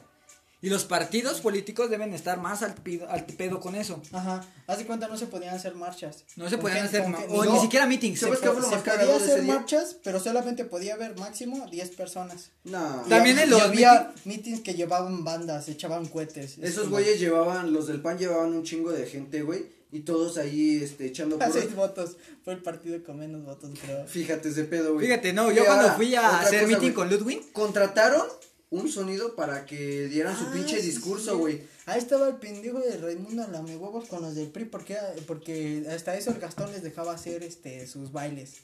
Speaker 1: y los partidos políticos deben estar más al, pido- al pedo con eso,
Speaker 2: Ajá, haz de cuenta no se podían hacer marchas.
Speaker 1: no se
Speaker 2: Con
Speaker 1: podían
Speaker 2: gente-
Speaker 1: hacer,
Speaker 2: con
Speaker 1: ma-
Speaker 2: gente-
Speaker 1: o
Speaker 2: no,
Speaker 1: ni siquiera meetings, eh.
Speaker 4: ¿Sabes
Speaker 1: se-
Speaker 4: qué fue lo
Speaker 2: Se
Speaker 4: más cagado
Speaker 2: podía
Speaker 4: de ese
Speaker 2: hacer
Speaker 4: día?
Speaker 2: marchas, pero solamente podía haber máximo 10 personas.
Speaker 4: No.
Speaker 2: Y
Speaker 1: También
Speaker 2: hab-
Speaker 1: en
Speaker 2: y
Speaker 1: los
Speaker 2: había meetings que llevaban bandas, echaban cohetes. Es
Speaker 4: Esos
Speaker 2: como-
Speaker 4: güeyes llevaban, los del PAN llevaban un chingo de gente, güey, y todos ahí, este, echando
Speaker 2: A
Speaker 1: Ah,
Speaker 4: puros-
Speaker 2: seis votos. Fue el partido con menos votos, creo.
Speaker 4: Fíjate ese pedo, güey.
Speaker 1: fíjate, no,
Speaker 4: Y
Speaker 1: yo cuando
Speaker 4: ahora,
Speaker 1: fui a
Speaker 4: otra
Speaker 1: hacer
Speaker 4: cosa,
Speaker 1: meeting
Speaker 4: güey.
Speaker 1: con Ludwig,
Speaker 4: Contrataron un sonido para que dieran
Speaker 1: Ah,
Speaker 4: su pinche discurso, güey.
Speaker 2: Ahí estaba el pendejo de Raimundo Lamehuevos con los del PRI, porque, era- porque hasta eso el Gastón les dejaba hacer este sus bailes.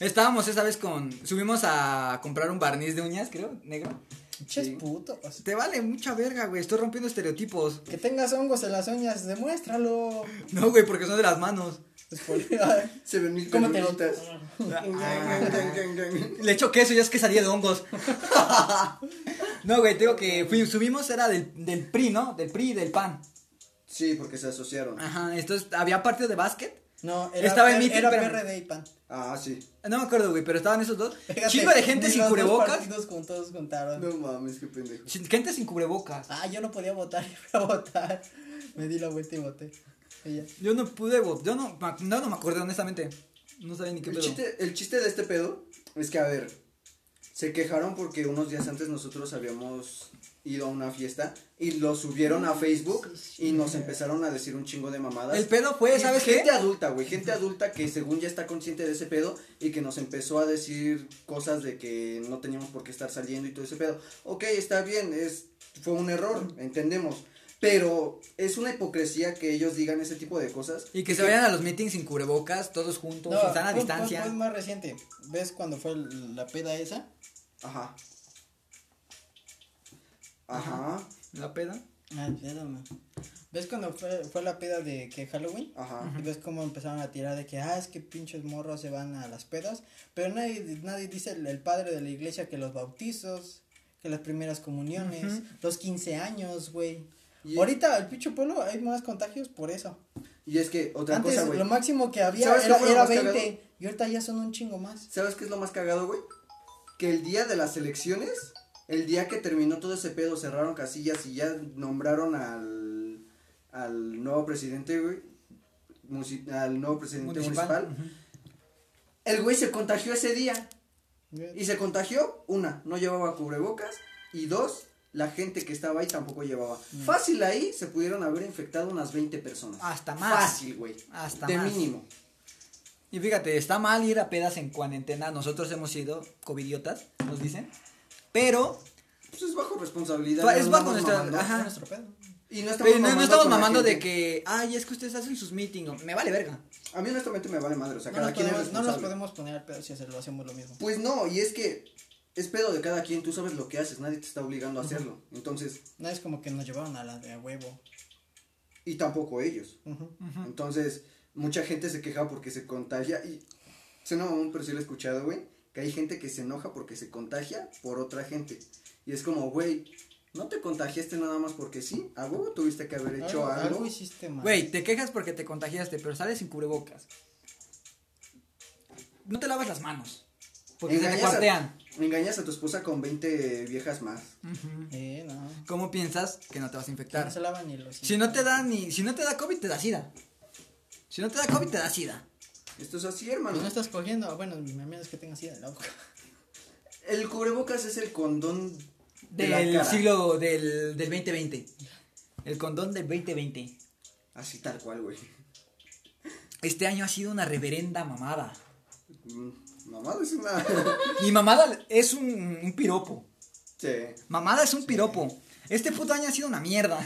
Speaker 1: estábamos esa vez con, subimos a comprar un barniz de uñas, creo, negro,
Speaker 2: Pinches putos.
Speaker 1: te vale mucha verga, güey, estoy rompiendo estereotipos,
Speaker 2: Que tengas hongos en las uñas, demuéstralo.
Speaker 1: no, güey, porque son de las manos,
Speaker 2: Pues, por-
Speaker 4: Se ven mil
Speaker 2: Cómetelo.
Speaker 4: peluditas.
Speaker 1: ah, Le echo queso, ya es que salía de hongos. no, güey, te digo que fui- subimos, era del, del PRI, ¿no? Del PRI y del PAN.
Speaker 4: Sí, porque se asociaron.
Speaker 1: Ajá, entonces había partido de básquet.
Speaker 2: No, era,
Speaker 1: Estaba en
Speaker 2: era-
Speaker 1: meeting,
Speaker 2: era
Speaker 1: espérame.
Speaker 2: PRD y PAN.
Speaker 4: Ah, sí.
Speaker 1: No me acuerdo, güey, pero estaban esos dos.
Speaker 2: Fíjate,
Speaker 1: Chingo de gente
Speaker 2: ni
Speaker 1: sin
Speaker 2: los dos
Speaker 1: cubrebocas.
Speaker 2: partidos con todos contaron.
Speaker 4: No mames, qué pendejo.
Speaker 1: Chin- Gente sin cubrebocas.
Speaker 2: Ah, yo no podía votar, iba a votar. Me di la vuelta y voté. Y ya.
Speaker 1: Yo no pude, vo- yo no, ma- no, no me acordé, honestamente. No sabía ni qué
Speaker 4: El
Speaker 1: pedo.
Speaker 4: chiste, el chiste de este pedo es que, a ver, se quejaron porque unos días antes nosotros habíamos ido a una fiesta y lo subieron a Facebook y nos empezaron a decir un chingo de mamadas.
Speaker 1: El pedo fue,
Speaker 4: Y
Speaker 1: ¿sabes
Speaker 4: gente
Speaker 1: qué?
Speaker 4: adulta, güey, gente adulta que según ya está consciente de ese pedo y que nos em-, empezó a decir cosas de que no teníamos por qué estar saliendo y todo ese pedo. Ok, está bien, es fue un error, entendemos, pero es una hipocresía que ellos digan ese tipo de cosas.
Speaker 1: Y que se vayan a los meetings sin cubrebocas, todos juntos, están a
Speaker 2: fue-
Speaker 1: distancia.
Speaker 2: Fue, fue más reciente. ¿Ves cuando fue el- la peda esa?
Speaker 4: Ajá. Ajá,
Speaker 1: La peda.
Speaker 2: Ah, espérame. ¿Ves cuando fue, fue la peda de que Halloween?
Speaker 4: ajá.
Speaker 2: Y ves cómo empezaron a tirar de que, ah, es que pinches morros se van a las pedas. Pero nadie, nadie dice el, el padre de la iglesia que los bautizos, que las primeras comuniones,
Speaker 1: Ujú.
Speaker 2: los 15 años, güey.
Speaker 4: Y-
Speaker 2: Ahorita, el pinche pueblo, hay más contagios por eso.
Speaker 4: Y es que otra
Speaker 2: Antes,
Speaker 4: cosa, güey.
Speaker 2: lo máximo que había
Speaker 4: ¿Sabes qué
Speaker 2: era,
Speaker 4: fue lo
Speaker 2: era
Speaker 4: más
Speaker 2: 20.
Speaker 4: cagado?
Speaker 2: Y ahorita ya son un chingo más.
Speaker 4: ¿Sabes qué es lo más cagado, güey? Que el día de las elecciones, el día que terminó todo ese pedo, cerraron casillas y ya nombraron al, al nuevo presidente, güey. musi- Al nuevo presidente municipal.
Speaker 1: Municipal.
Speaker 4: El güey se contagió ese día. Y se contagió, una, no llevaba cubrebocas. Y dos, la gente que estaba ahí tampoco llevaba.
Speaker 1: Mm.
Speaker 4: Fácil ahí se pudieron haber infectado unas 20 personas.
Speaker 1: Hasta más.
Speaker 4: Fácil, güey.
Speaker 1: Hasta
Speaker 4: De
Speaker 1: más.
Speaker 4: mínimo.
Speaker 1: Y fíjate, está mal ir a pedas en cuarentena. Nosotros hemos sido covidiotas, nos dicen. Pero,
Speaker 4: Pues es bajo responsabilidad.
Speaker 1: Pues es
Speaker 4: no
Speaker 1: bajo
Speaker 4: andamos
Speaker 1: nuestra-
Speaker 4: mamando.
Speaker 1: ajá.
Speaker 2: Fue nuestro pedo.
Speaker 4: Y no
Speaker 1: pero no, no
Speaker 4: mamando
Speaker 1: estamos
Speaker 4: con la
Speaker 1: mamando de
Speaker 4: gente.
Speaker 1: que, ay, es que ustedes hacen sus meetings. Me vale verga.
Speaker 4: A mí honestamente me vale madre, o sea,
Speaker 2: No
Speaker 4: cada
Speaker 2: nos,
Speaker 4: quien es
Speaker 2: podemos, no nos
Speaker 4: responsable.
Speaker 2: podemos poner al pedo si hacer- lo hacemos lo mismo.
Speaker 4: Pues no, y es que es pedo de cada quien, tú sabes lo que haces, nadie te está obligando a hacerlo. Entonces,
Speaker 2: No es como que nos llevaron a la de a huevo.
Speaker 4: y tampoco ellos.
Speaker 2: Ujú.
Speaker 4: Entonces, mucha gente se queja porque se contagia y se no, pero sí lo he escuchado, güey, que hay gente que se enoja porque se contagia por otra gente. Y es como, güey, no te contagiaste nada más porque sí, a huevo tuviste que haber hecho
Speaker 2: algo,
Speaker 4: algo.
Speaker 2: algo hiciste mal.
Speaker 1: Güey, te quejas porque te contagiaste, pero sales sin cubrebocas. No te lavas las manos. Porque se te
Speaker 4: Engañas a-
Speaker 1: cuartean.
Speaker 4: engañas a tu esposa con 20 viejas más.
Speaker 2: Eh, no.
Speaker 1: ¿Cómo piensas que no te vas a
Speaker 2: No
Speaker 1: infectar?
Speaker 2: se lavan ni los.
Speaker 1: Si no te da ni, si no te da COVID, te da sida. Si no te da COVID, te da sida.
Speaker 4: Esto es así, hermano.
Speaker 2: Pues no estás cogiendo. Bueno, a menos que tengas así de la boca.
Speaker 4: El cubrebocas es el condón de la
Speaker 1: Del
Speaker 4: cara.
Speaker 1: siglo del, del 2020. El condón del 2020.
Speaker 4: Así tal cual, güey.
Speaker 1: Este año ha sido una reverenda mamada.
Speaker 4: Mm, Mamado es una.
Speaker 1: Y mamada es un, un piropo.
Speaker 4: sí.
Speaker 1: Mamada es un piropo. Este puto año ha sido una mierda.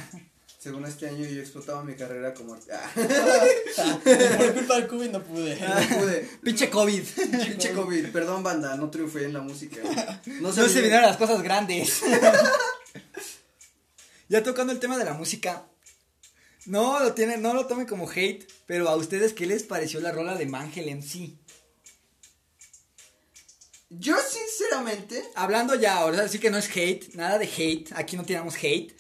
Speaker 3: según este año yo explotaba mi carrera como arti- Ah,
Speaker 2: Por culpa del COVID no pude.
Speaker 4: Ah,
Speaker 3: no pude.
Speaker 1: Pinche COVID.
Speaker 3: Pinche COVID. Perdón, banda, no triunfé en la música.
Speaker 1: No
Speaker 3: sabía-
Speaker 1: se vinieron las cosas grandes. ya tocando el tema de la música. No lo tienen, no lo tomen como hate, pero a ustedes qué les pareció la rola de Mangel MC.
Speaker 3: Yo sinceramente
Speaker 1: Hablando ya, ahora sí que no es hate, nada de hate, aquí no tiramos hate,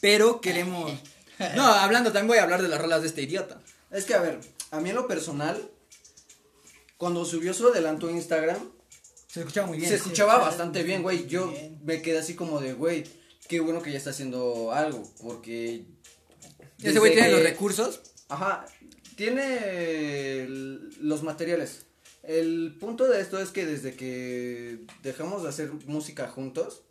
Speaker 1: pero queremos No, hablando también voy a hablar de las rolas de este idiota.
Speaker 3: Es que, a ver, a mí en lo personal, cuando subió su adelanto a Instagram,
Speaker 1: Se escuchaba muy bien.
Speaker 3: se
Speaker 1: sí.
Speaker 3: escuchaba bastante bien, güey. Yo
Speaker 2: Bien.
Speaker 3: me quedé así como de, güey, qué bueno que ya está haciendo algo, porque...
Speaker 1: Ese güey
Speaker 3: desde
Speaker 1: tiene los
Speaker 3: que-
Speaker 1: recursos.
Speaker 3: Ajá, tiene el- los materiales. El punto de esto es que desde que dejamos de hacer música juntos,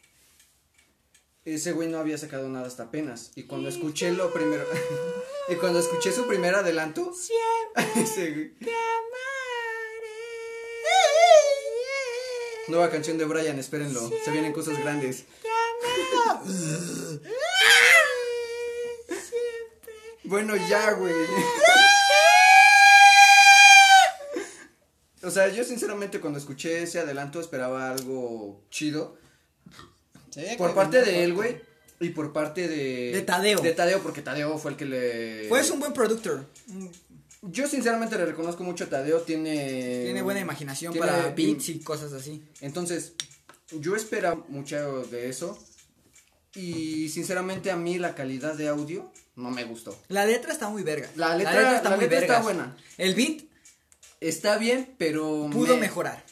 Speaker 3: ese güey no había sacado nada hasta apenas. Y cuando escuché lo primero... y cuando escuché su primer adelanto... ese güey. Nueva canción de Brian, espérenlo. Se vienen cosas grandes. Bueno, ya, güey. O sea, yo sinceramente cuando escuché ese adelanto esperaba algo chido. Por parte de él, güey. Y por parte de...
Speaker 1: De Tadeo.
Speaker 3: De Tadeo, porque Tadeo fue el que le...
Speaker 1: Pues es un buen productor.
Speaker 3: Yo sinceramente le reconozco mucho a Tadeo, tiene...
Speaker 1: Tiene buena imaginación
Speaker 3: eh, tiene-
Speaker 1: para beats y cosas así.
Speaker 3: Entonces, yo esperaba mucho de eso. Y sinceramente a mí la calidad de audio no me gustó.
Speaker 1: La letra está muy verga.
Speaker 3: La letra- la letra está
Speaker 1: vergas.
Speaker 3: buena.
Speaker 1: El beat
Speaker 3: Está bien, pero...
Speaker 1: pudo
Speaker 3: me-
Speaker 1: mejorar.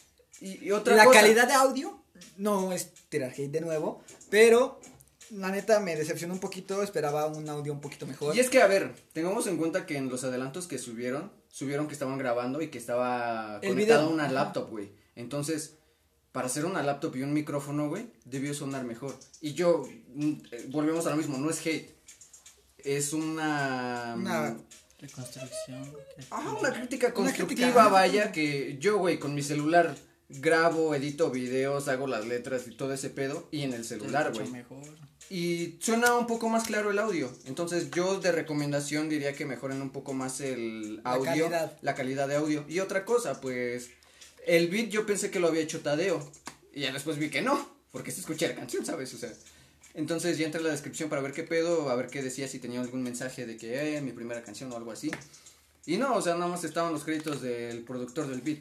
Speaker 3: Y, y otra
Speaker 1: La
Speaker 3: cosa,
Speaker 1: calidad de audio no es tirar hate de nuevo, pero la neta me decepcionó un poquito, esperaba un audio un poquito mejor.
Speaker 3: Y es que, a ver, tengamos en cuenta que en los adelantos que subieron, subieron que estaban grabando y que estaba
Speaker 1: El
Speaker 3: conectado
Speaker 1: video.
Speaker 3: a una
Speaker 1: Ajá.
Speaker 3: laptop, güey. Entonces, para hacer una laptop y un micrófono, güey, debió sonar mejor. Y yo, mm, eh, volvemos a lo mismo, no es hate. Es una...
Speaker 1: Una-
Speaker 2: Reconstrucción.
Speaker 4: Ah,
Speaker 3: Ajá, una crítica
Speaker 1: Una
Speaker 3: constructiva,
Speaker 1: crítica.
Speaker 3: vaya, que yo, güey, con mi celular grabo, edito videos, hago las letras y todo ese pedo, y en el celular,
Speaker 2: Mucho
Speaker 3: güey.
Speaker 2: mejor.
Speaker 3: Y suena un poco más claro el audio. Entonces, yo de recomendación diría que mejoren un poco más el
Speaker 1: La
Speaker 3: audio,
Speaker 1: calidad.
Speaker 3: la calidad de audio. Y otra cosa, pues, el beat yo pensé que lo había hecho Tadeo, y ya después vi que no, porque se escucha la canción, ¿sabes? O sea, entonces ya entré a la descripción para ver qué pedo, a ver qué decía, si tenía algún mensaje de que, eh, mi primera canción o algo así. Y no, o sea, nada más estaban los créditos del productor del beat.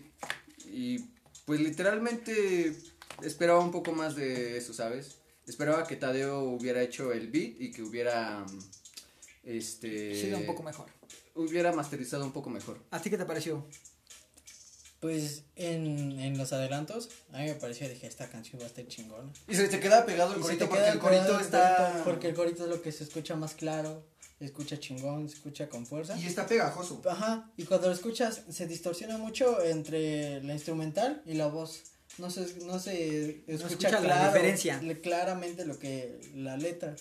Speaker 3: Y pues literalmente esperaba un poco más de eso, ¿sabes? Esperaba que Tadeo hubiera hecho el beat y que hubiera mm, este
Speaker 1: sido un poco mejor.
Speaker 3: hubiera masterizado un poco mejor.
Speaker 1: ¿A ti qué te pareció?
Speaker 2: Pues en, en los adelantos, a mí me pareció, dije, esta canción va a estar chingona.
Speaker 4: Y se te queda pegado el
Speaker 2: Y se
Speaker 4: corito
Speaker 2: te
Speaker 4: porque
Speaker 2: queda
Speaker 4: el corito
Speaker 2: colgado el
Speaker 4: está.
Speaker 2: corito, Porque el corito es lo que se escucha más claro, se escucha chingón, se escucha con fuerza.
Speaker 4: Y está pegajoso.
Speaker 2: Ajá, y cuando lo escuchas se distorsiona mucho entre la instrumental y la voz. No se, no se escucha,
Speaker 1: escucha la
Speaker 2: claro,
Speaker 1: diferencia.
Speaker 2: le- claramente lo que la letra.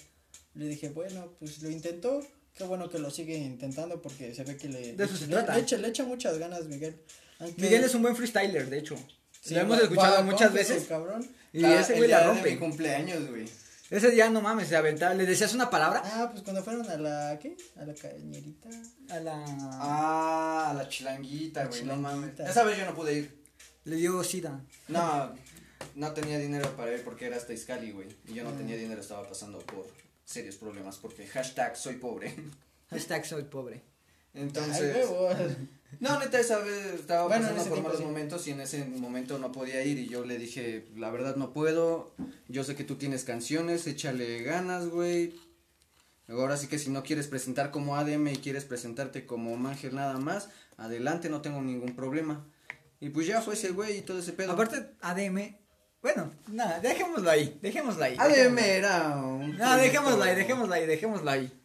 Speaker 2: Le dije, bueno, pues lo intentó, qué bueno que lo sigue intentando porque se ve que le,
Speaker 1: De eso se
Speaker 2: le-
Speaker 1: trata.
Speaker 2: le echa, le echa muchas ganas, Miguel. Aunque-
Speaker 1: Miguel es un buen freestyler, de hecho.
Speaker 2: sí,
Speaker 1: lo hemos
Speaker 2: va-
Speaker 1: escuchado
Speaker 2: va-
Speaker 1: muchas
Speaker 2: ¿cómo es el
Speaker 1: veces.
Speaker 2: cabrón.
Speaker 1: Y ese güey la rompe.
Speaker 4: cumpleaños, güey.
Speaker 1: Ese día no mames, se aventaba. ¿Le decías una palabra?
Speaker 2: Ah, pues cuando fueron a la, ¿qué? A la cañerita.
Speaker 1: A la.
Speaker 4: Ah, la chilanguita, güey. No mames.
Speaker 2: chilanguita.
Speaker 4: Esa vez yo no pude ir.
Speaker 1: Le dio sida.
Speaker 4: No, no tenía dinero para ir porque era hasta Iscali, güey. Y
Speaker 2: Ah.
Speaker 4: yo no tenía dinero, estaba pasando por serios problemas porque hashtag soy pobre.
Speaker 1: Hashtag soy pobre.
Speaker 4: Entonces.
Speaker 2: Ay, huevo.
Speaker 4: No, neta, esa vez estaba
Speaker 2: Bueno, en
Speaker 4: pasando
Speaker 2: ese
Speaker 4: por
Speaker 2: tiempo
Speaker 4: malos
Speaker 2: sí.
Speaker 4: momentos y en ese momento no podía ir y yo le dije, la verdad no puedo, yo sé que tú tienes canciones, échale ganas, güey. Ahora sí que si no quieres presentar como ADM y quieres presentarte como Mangel nada más, adelante, no tengo ningún problema. Y pues ya fue ese güey y todo ese pedo.
Speaker 1: Aparte, ADM. Bueno, nada, dejémoslo ahí. Dejémoslo ahí.
Speaker 4: ADM
Speaker 1: dejémoslo ahí.
Speaker 4: era Ah, un...
Speaker 1: No, dejémoslo ahí,
Speaker 4: proyecto-
Speaker 1: dejémoslo ahí, dejémoslo ahí.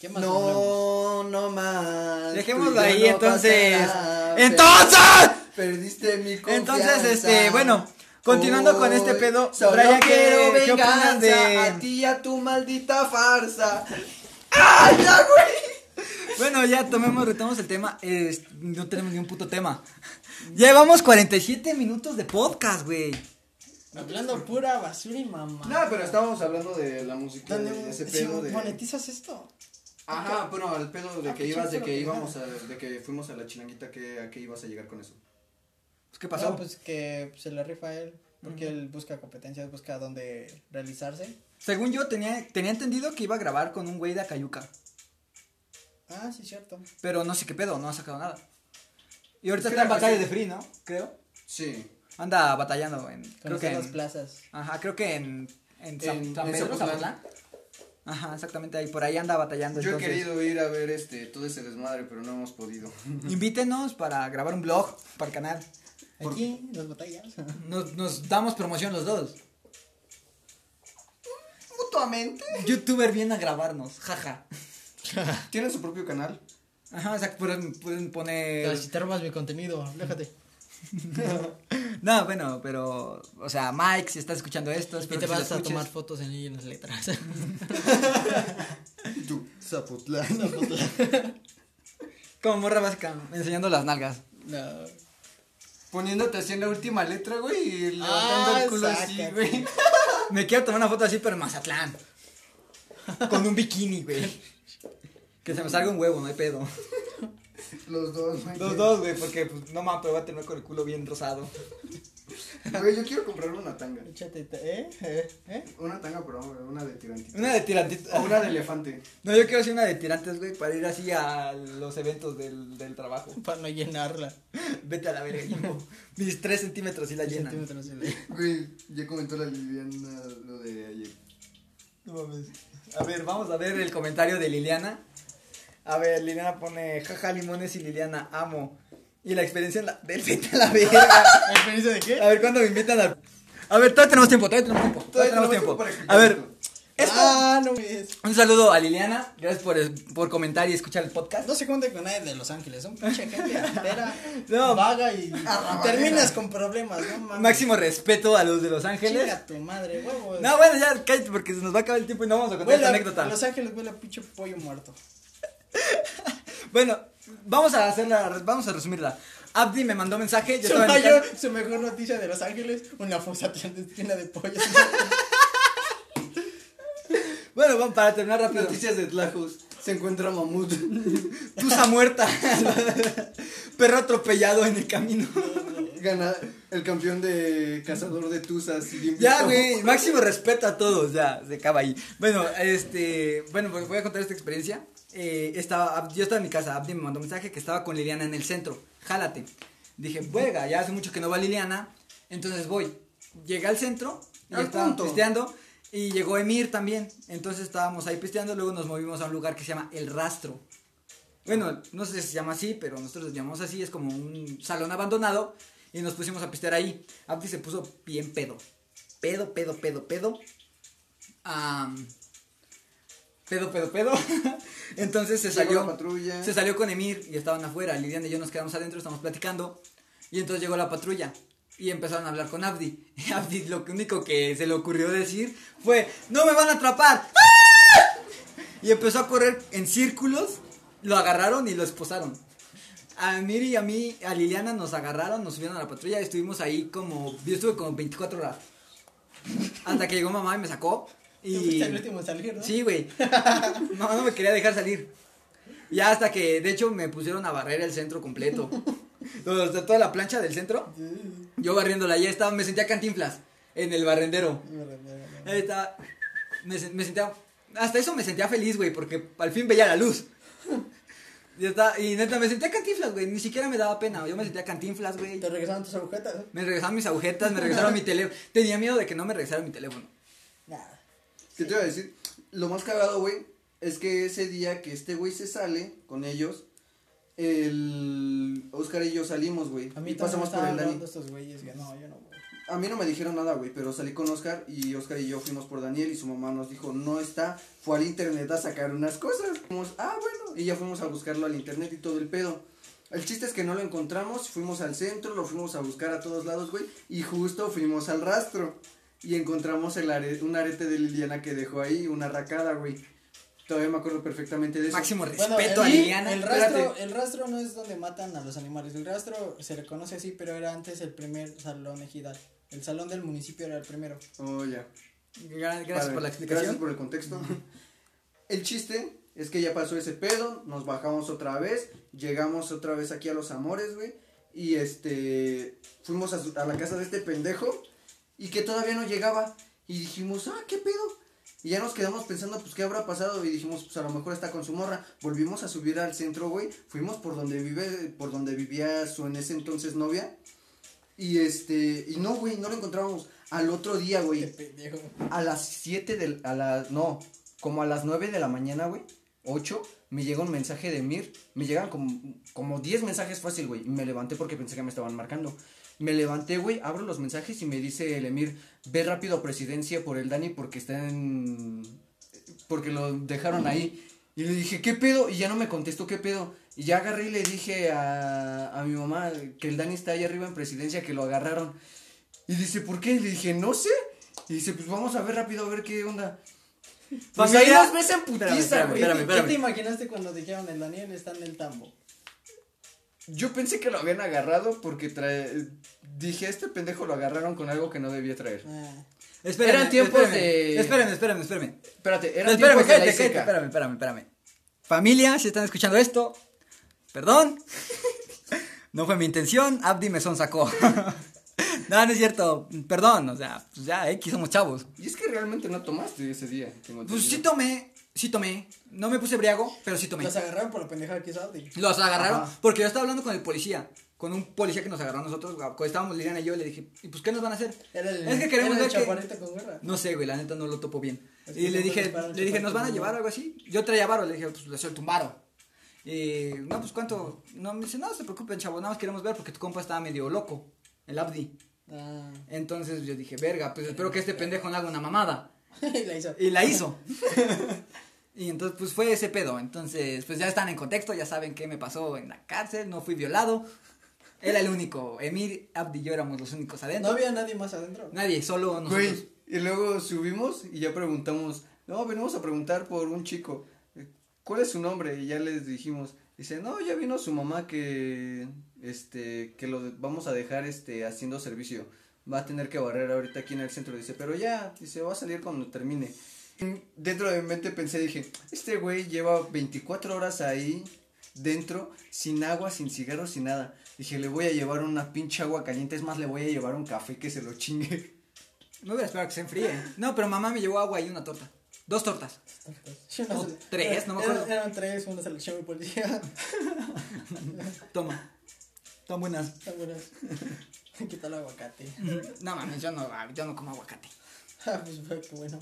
Speaker 2: ¿Qué más hablamos?
Speaker 4: No, no más.
Speaker 1: Dejémoslo
Speaker 4: tú y yo
Speaker 1: ahí,
Speaker 4: no
Speaker 1: entonces.
Speaker 4: pasará,
Speaker 1: ¡Entonces!
Speaker 4: Perdiste mi confianza.
Speaker 1: Entonces, este, bueno, continuando con este pedo, Brian, ¿qué-
Speaker 4: quiero
Speaker 1: qué opinas
Speaker 4: venganza
Speaker 1: de-
Speaker 4: a ti y a tu maldita farsa.
Speaker 1: Bueno, ya tomemos, retomamos el tema. Es- no tenemos ni un puto tema. Llevamos 47 minutos de podcast, güey. Pues,
Speaker 2: Hablando pura basura y mamá.
Speaker 4: No, pero estábamos hablando de la música,
Speaker 2: ¿Dónde
Speaker 4: de ese
Speaker 2: si
Speaker 4: pedo de...
Speaker 2: monetizas esto?
Speaker 4: Ajá, bueno, al pedo de
Speaker 2: Ah,
Speaker 4: que
Speaker 2: pues,
Speaker 4: ibas,
Speaker 2: sí,
Speaker 4: de
Speaker 2: pero
Speaker 4: que
Speaker 2: que
Speaker 4: íbamos a, de que fuimos a la chilanguita, que, ¿a qué ibas a llegar con eso?
Speaker 1: Pues, ¿Qué pasó?
Speaker 2: No, pues que se la rifa a él, porque él busca competencias, busca dónde realizarse.
Speaker 1: Según yo tenía, tenía entendido que iba a grabar con un güey de Acayuca,
Speaker 2: Ah, sí, cierto.
Speaker 1: pero no sé qué pedo, no ha sacado nada. Y ahorita
Speaker 4: Es que
Speaker 1: está en
Speaker 4: la
Speaker 1: batalla
Speaker 4: cuestión-
Speaker 1: de free, ¿no? Creo.
Speaker 4: Sí.
Speaker 1: Anda batallando en creo que
Speaker 2: Conocer las
Speaker 1: en-
Speaker 2: plazas.
Speaker 1: Ajá, creo que en en San,
Speaker 4: En-
Speaker 1: San
Speaker 4: en
Speaker 1: Pedro, Zapotlán.
Speaker 4: Zapotlán.
Speaker 1: Ajá, exactamente ahí por ahí anda batallando
Speaker 4: Yo he
Speaker 1: entonces.
Speaker 4: querido ir a ver este todo ese desmadre, pero no hemos podido.
Speaker 1: Invítenos para grabar un blog para el canal.
Speaker 2: Aquí, las batallas.
Speaker 1: Nos, nos damos promoción los dos.
Speaker 4: Mutuamente.
Speaker 1: Youtuber viene a grabarnos, jaja.
Speaker 4: Tienen su propio canal.
Speaker 1: Ajá, o sea, pueden, pueden poner.
Speaker 2: Pero si te robas mi contenido, aléjate.
Speaker 1: No, bueno, pero. O sea, Mike, si estás escuchando esto,
Speaker 2: Y
Speaker 1: espero
Speaker 2: te
Speaker 1: que sí lo
Speaker 2: vas a
Speaker 1: escuches.
Speaker 2: tomar fotos en ella en las letras.
Speaker 4: Y tú, Zapotlán.
Speaker 1: Como morra básica, enseñando las nalgas.
Speaker 2: no.
Speaker 4: Poniéndote así en la última letra, güey, y levantando
Speaker 2: Ah,
Speaker 4: el culo así,
Speaker 2: sácate.
Speaker 4: güey.
Speaker 1: Me quiero tomar una foto así, pero en Mazatlán. Con un bikini, güey. Que se me salga un huevo, no hay pedo.
Speaker 4: Los dos, güey.
Speaker 1: Los dos, güey, porque pues, no mames, pero voy a tener con el culo bien rosado.
Speaker 4: Güey, yo quiero comprar una tanga.
Speaker 2: Échate, ta- ¿eh? ¿Eh? ¿Eh?
Speaker 4: Una tanga, pero una de tirantito.
Speaker 1: Una de tirantes.
Speaker 4: O una de elefante.
Speaker 1: No, yo quiero hacer una de tirantes, güey, para ir así a los eventos del, del trabajo.
Speaker 2: Para no llenarla.
Speaker 1: Vete a la verga, Jimbo. Mis tres centímetros sí la llenan.
Speaker 2: Centímetros de-
Speaker 4: Güey, ya comentó la Liliana lo de ayer.
Speaker 1: No mames. A ver, vamos a ver el comentario de Liliana. A ver, Liliana pone, jaja, limones y Liliana, amo. Y la experiencia en la- del vete a la verga.
Speaker 2: ¿La experiencia de qué?
Speaker 1: A ver, ¿cuándo me invitan al...? A ver, todavía tenemos tiempo, todavía tenemos tiempo. Todavía,
Speaker 4: Todavía
Speaker 1: tenemos
Speaker 4: tenemos
Speaker 1: tiempo.
Speaker 4: tiempo
Speaker 1: A
Speaker 4: para
Speaker 1: ver,
Speaker 4: escuchar
Speaker 1: esto...
Speaker 2: Ah, no es.
Speaker 1: Un saludo a Liliana, gracias por, por comentar y escuchar el podcast.
Speaker 2: No se cuente con nadie de Los Ángeles, son pinche gente entera,
Speaker 1: No.
Speaker 2: vaga y, y terminas con problemas, ¿no? mames?
Speaker 1: Máximo respeto a los de Los Ángeles.
Speaker 2: Chinga tu madre, huevos.
Speaker 1: No, bueno, ya cállate porque se nos va a acabar el tiempo y no vamos a contar
Speaker 2: Huele
Speaker 1: esta
Speaker 2: a-
Speaker 1: anécdota.
Speaker 2: Los Ángeles huele a pinche pollo muerto.
Speaker 1: Bueno, vamos a hacerla, vamos a resumirla. Abdi me mandó mensaje, yo
Speaker 2: Su
Speaker 1: estaba en mi
Speaker 2: mayor,
Speaker 1: casa.
Speaker 2: su mejor noticia de Los Ángeles, una fosa tian- llena de pollos.
Speaker 1: Bueno, vamos para terminar rápido.
Speaker 4: Noticias de Tlajos. Se encuentra mamut.
Speaker 1: Tusa muerta. Perro atropellado en el camino.
Speaker 4: Gana el campeón de cazador de tuzas. y bien
Speaker 1: Ya,
Speaker 4: visto.
Speaker 1: güey, máximo respeto a todos, ya, se acaba ahí. Bueno, este, bueno, pues voy a contar esta experiencia. Eh, estaba, Ab- yo estaba en mi casa, Abdi me mandó un mensaje que estaba con Liliana en el centro, jálate. Dije, juega, ya hace mucho que no va Liliana, entonces voy. Llegué al centro, y
Speaker 4: Al
Speaker 1: estaba
Speaker 4: punto.
Speaker 1: pisteando, y llegó Emir también, entonces estábamos ahí pisteando, luego nos movimos a un lugar que se llama El Rastro. Bueno, no sé si se llama así, pero nosotros lo llamamos así, es como un salón abandonado y nos pusimos a pistear ahí. Abdi se puso bien pedo. Pedo, pedo, pedo, pedo. Am, pedo, pedo, pedo. Entonces se
Speaker 4: Llegó
Speaker 1: salió.
Speaker 4: la patrulla.
Speaker 1: Se salió con Emir y estaban afuera. Liliana y yo nos quedamos adentro, estamos platicando. Y entonces llegó la patrulla y empezaron a hablar con Abdi. Y Abdi lo único que se le ocurrió decir fue: ¡No me van a atrapar! Y empezó a correr en círculos. Lo agarraron y lo esposaron. A Miri y a mí, a Liliana nos agarraron, nos subieron a la patrulla y estuvimos ahí como. Yo estuve como 24 horas. Hasta que llegó mamá y me sacó.
Speaker 2: Tú
Speaker 1: Y.
Speaker 2: fuiste el último en salir, ¿no?
Speaker 1: Sí, güey. Mamá no me quería dejar salir. Ya hasta que, de hecho, me pusieron a barrer el centro completo. Los de toda la plancha del centro. Yo barriéndola, ya estaba, me sentía cantinflas en el barrendero. Ahí estaba. Me, sen- me sentía. Hasta eso me sentía feliz, güey, porque al fin veía la luz. Y, está, y neta, me sentía cantinflas, güey. Ni siquiera me daba pena. Yo me sentía cantinflas, güey.
Speaker 2: Te regresaron tus agujetas.
Speaker 1: Me regresaron mis agujetas, me regresaron mi teléfono. Tenía miedo de que no me regresaran mi teléfono.
Speaker 2: Nada.
Speaker 4: ¿Qué te iba a decir? Lo más cagado, güey, es que ese día que este güey se sale con ellos, el Oscar y yo salimos, güey.
Speaker 2: A mí
Speaker 4: Y
Speaker 2: también me
Speaker 4: pasamos por
Speaker 2: estaban
Speaker 4: el Dani.
Speaker 2: hablando estos güeyes que no, yo no voy.
Speaker 4: A mí no me dijeron nada, güey, pero salí con Oscar y Oscar y yo fuimos por Daniel y su mamá nos dijo, no está, fue al internet a sacar unas cosas. Fuimos, ah, bueno, y ya fuimos a buscarlo al internet y todo el pedo. El chiste es que no lo encontramos, fuimos al centro, lo fuimos a buscar a todos lados, güey, y justo fuimos al rastro. Y encontramos el are- un arete de Liliana que dejó ahí, una racada, güey. Todavía me acuerdo perfectamente de eso.
Speaker 1: Máximo
Speaker 2: Bueno,
Speaker 1: respeto
Speaker 2: el-
Speaker 1: a Liliana.
Speaker 2: El
Speaker 1: espérate.
Speaker 2: rastro, el rastro no es donde matan a los animales. El rastro se le conoce así, pero era antes el primer salón ejidal. El salón del municipio era el primero.
Speaker 4: Oh, ya.
Speaker 1: Gra- Gracias
Speaker 4: Padre,
Speaker 1: por la
Speaker 4: Gracias
Speaker 1: explicación.
Speaker 4: por el contexto. El chiste
Speaker 3: es que ya pasó ese pedo, nos bajamos otra vez, llegamos otra vez aquí a Los Amores, güey, y este, fuimos a, su- a la casa de este pendejo y que todavía no llegaba y dijimos, ah, qué pedo. Y ya nos quedamos pensando, pues, ¿qué habrá pasado? Y dijimos, pues, a lo mejor está con su morra. Volvimos a subir al centro, güey. Fuimos por donde vive, por donde vivía su en ese entonces novia. Y este, y no, güey, no lo encontramos. Al otro día, güey.
Speaker 2: pendejo.
Speaker 3: A las 7 del, a las, no, como a las 9 de la mañana, güey, 8, me llega un mensaje de Mir, me llegan como, como 10 mensajes fácil, güey, me levanté porque pensé que me estaban marcando. Me levanté, güey, abro los mensajes y me dice el Emir, ve rápido a presidencia por el Dani porque está en, porque lo dejaron ahí. Y le dije, ¿qué pedo? Y ya no me contestó, ¿qué pedo? Y ya agarré y le dije a, a mi mamá que el Dani está ahí arriba en presidencia, que lo agarraron. Y dice, ¿por qué? Y le dije, no sé. Y dice, pues vamos a ver rápido a ver qué onda. Pues ahí
Speaker 1: Familia-
Speaker 3: nos ves en
Speaker 1: Espérame,
Speaker 3: putiza, güey.
Speaker 1: Espérame,
Speaker 2: ¿Qué
Speaker 1: espérame.
Speaker 2: te imaginaste cuando dijeron el Daniel está en el tambo?
Speaker 3: Yo pensé que lo habían agarrado porque trae... Dije, a este pendejo lo agarraron con algo que no debía traer.
Speaker 2: Ah,
Speaker 1: Espérenme,
Speaker 3: Eran tiempos
Speaker 1: espérenme,
Speaker 3: de-
Speaker 1: Espérenme, espérenme, espérenme.
Speaker 3: Espérate,
Speaker 1: No,
Speaker 3: era
Speaker 1: espérame,
Speaker 3: tiempo de la
Speaker 1: cállate, cállate,
Speaker 3: ICK.
Speaker 1: espérame, espérame, espérame. Familia, si están escuchando esto, perdón. No fue mi intención, Abdi me sonsacó. No, no es cierto, perdón, o sea, pues ya, X somos chavos.
Speaker 3: Y es que realmente no tomaste ese día. tengo
Speaker 1: Pues sí
Speaker 3: entendido.
Speaker 1: tomé, sí tomé, no me puse briago, pero sí tomé.
Speaker 2: Los agarraron por la pendejada que hizo Audi.
Speaker 1: Los agarraron,
Speaker 3: Ajá.
Speaker 1: porque yo estaba hablando con el policía, con un policía que nos agarró a nosotros, cuando estábamos Liliana y yo, le dije, ¿y pues qué nos van a hacer?
Speaker 2: Era el,
Speaker 1: es que queremos
Speaker 2: era
Speaker 1: ver
Speaker 2: el
Speaker 1: que...
Speaker 2: chaparrito con gorra.
Speaker 1: No sé, güey, la neta no lo topo bien.
Speaker 2: Es que
Speaker 1: Y le
Speaker 2: siempre
Speaker 1: dije,
Speaker 2: nos paran
Speaker 1: le dije,
Speaker 2: chupando
Speaker 1: ¿nos van a
Speaker 2: como
Speaker 1: llevar o
Speaker 2: varo".
Speaker 1: algo así? Yo traía varo, le dije, pues le suelto un varo. Y, no, pues cuánto. No, me dice, no se preocupen, chavo, nada más queremos ver porque tu compa estaba medio loco, el Abdi.
Speaker 2: Ah.
Speaker 1: Entonces yo dije, verga, pues espero que este pendejo no haga una mamada.
Speaker 2: y la hizo.
Speaker 1: Y la hizo. y entonces, pues fue ese pedo. Entonces, pues ya están en contexto, ya saben qué me pasó en la cárcel, no fui violado. Era el único. Emir, Abdi y yo éramos los únicos
Speaker 2: No
Speaker 1: adentro.
Speaker 2: había nadie más adentro.
Speaker 1: Nadie, solo nosotros.
Speaker 3: Güey, y luego subimos y ya preguntamos, no, venimos a preguntar por un chico, ¿cuál es su nombre? Y ya les dijimos, dice, no, ya vino su mamá que, este, que lo de- vamos a dejar, este, haciendo servicio, va a tener que barrer ahorita aquí en el centro, dice, pero ya, dice, va a salir cuando termine. Y Dentro de mi mente pensé, dije, este güey lleva 24 horas ahí, dentro, sin agua, sin cigarro, sin nada. Dije, le voy a llevar una pinche agua caliente, es más, le voy a llevar un café que se lo chingue.
Speaker 1: Me hubiera esperado que se enfríe. No, pero mamá me llevó agua y una torta. Dos tortas.
Speaker 2: Yo
Speaker 1: O
Speaker 2: sé.
Speaker 1: tres, no me acuerdo.
Speaker 2: Eran, eran tres, una selección de policía.
Speaker 1: Toma. Tan buenas.
Speaker 2: Están buenas. ¿Qué tal aguacate?
Speaker 1: No mames, yo no, yo no como aguacate.
Speaker 2: Ah, pues fue que bueno.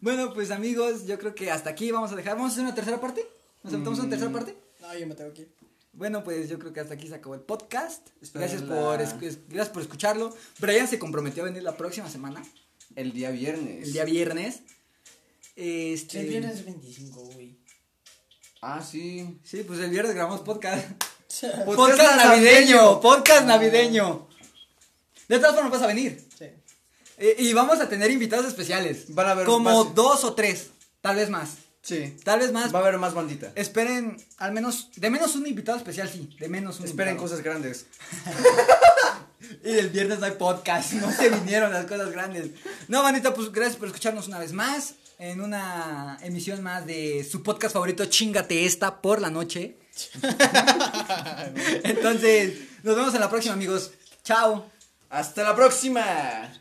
Speaker 1: Bueno, pues amigos, yo creo que hasta aquí vamos a dejar. ¿Vamos a hacer una tercera parte? ¿Nos aventamos una tercera parte?
Speaker 2: No, yo me tengo que ir.
Speaker 1: Bueno, pues yo creo que hasta aquí se acabó el podcast.
Speaker 3: Espero
Speaker 1: Gracias
Speaker 3: la-
Speaker 1: por, escu- es- gracias por escucharlo. Brian se comprometió a venir la próxima semana,
Speaker 3: El día viernes.
Speaker 1: el día viernes.
Speaker 2: Sí.
Speaker 1: Este,
Speaker 2: El viernes 25, güey.
Speaker 3: Ah, sí.
Speaker 1: Sí, pues el viernes grabamos podcast.
Speaker 2: Sí.
Speaker 1: Podcast, navideño, podcast navideño. De todas formas vas a venir. Eh, Y vamos a tener invitados especiales.
Speaker 3: Van a haber
Speaker 1: Como
Speaker 3: más-
Speaker 1: dos o tres, tal vez más.
Speaker 3: Sí.
Speaker 1: Tal vez más.
Speaker 3: Va a haber más bandita.
Speaker 1: Esperen, al menos, de menos un invitado especial, sí. De menos un
Speaker 3: Esperen
Speaker 1: invitado.
Speaker 3: cosas grandes.
Speaker 1: Y el viernes no hay podcast, no se vinieron las cosas grandes. No, manita, pues gracias por escucharnos una vez más. En una emisión más de su podcast favorito, Chingate Esta, por la noche. Entonces, nos vemos en la próxima, amigos. Chao.
Speaker 3: Hasta la próxima.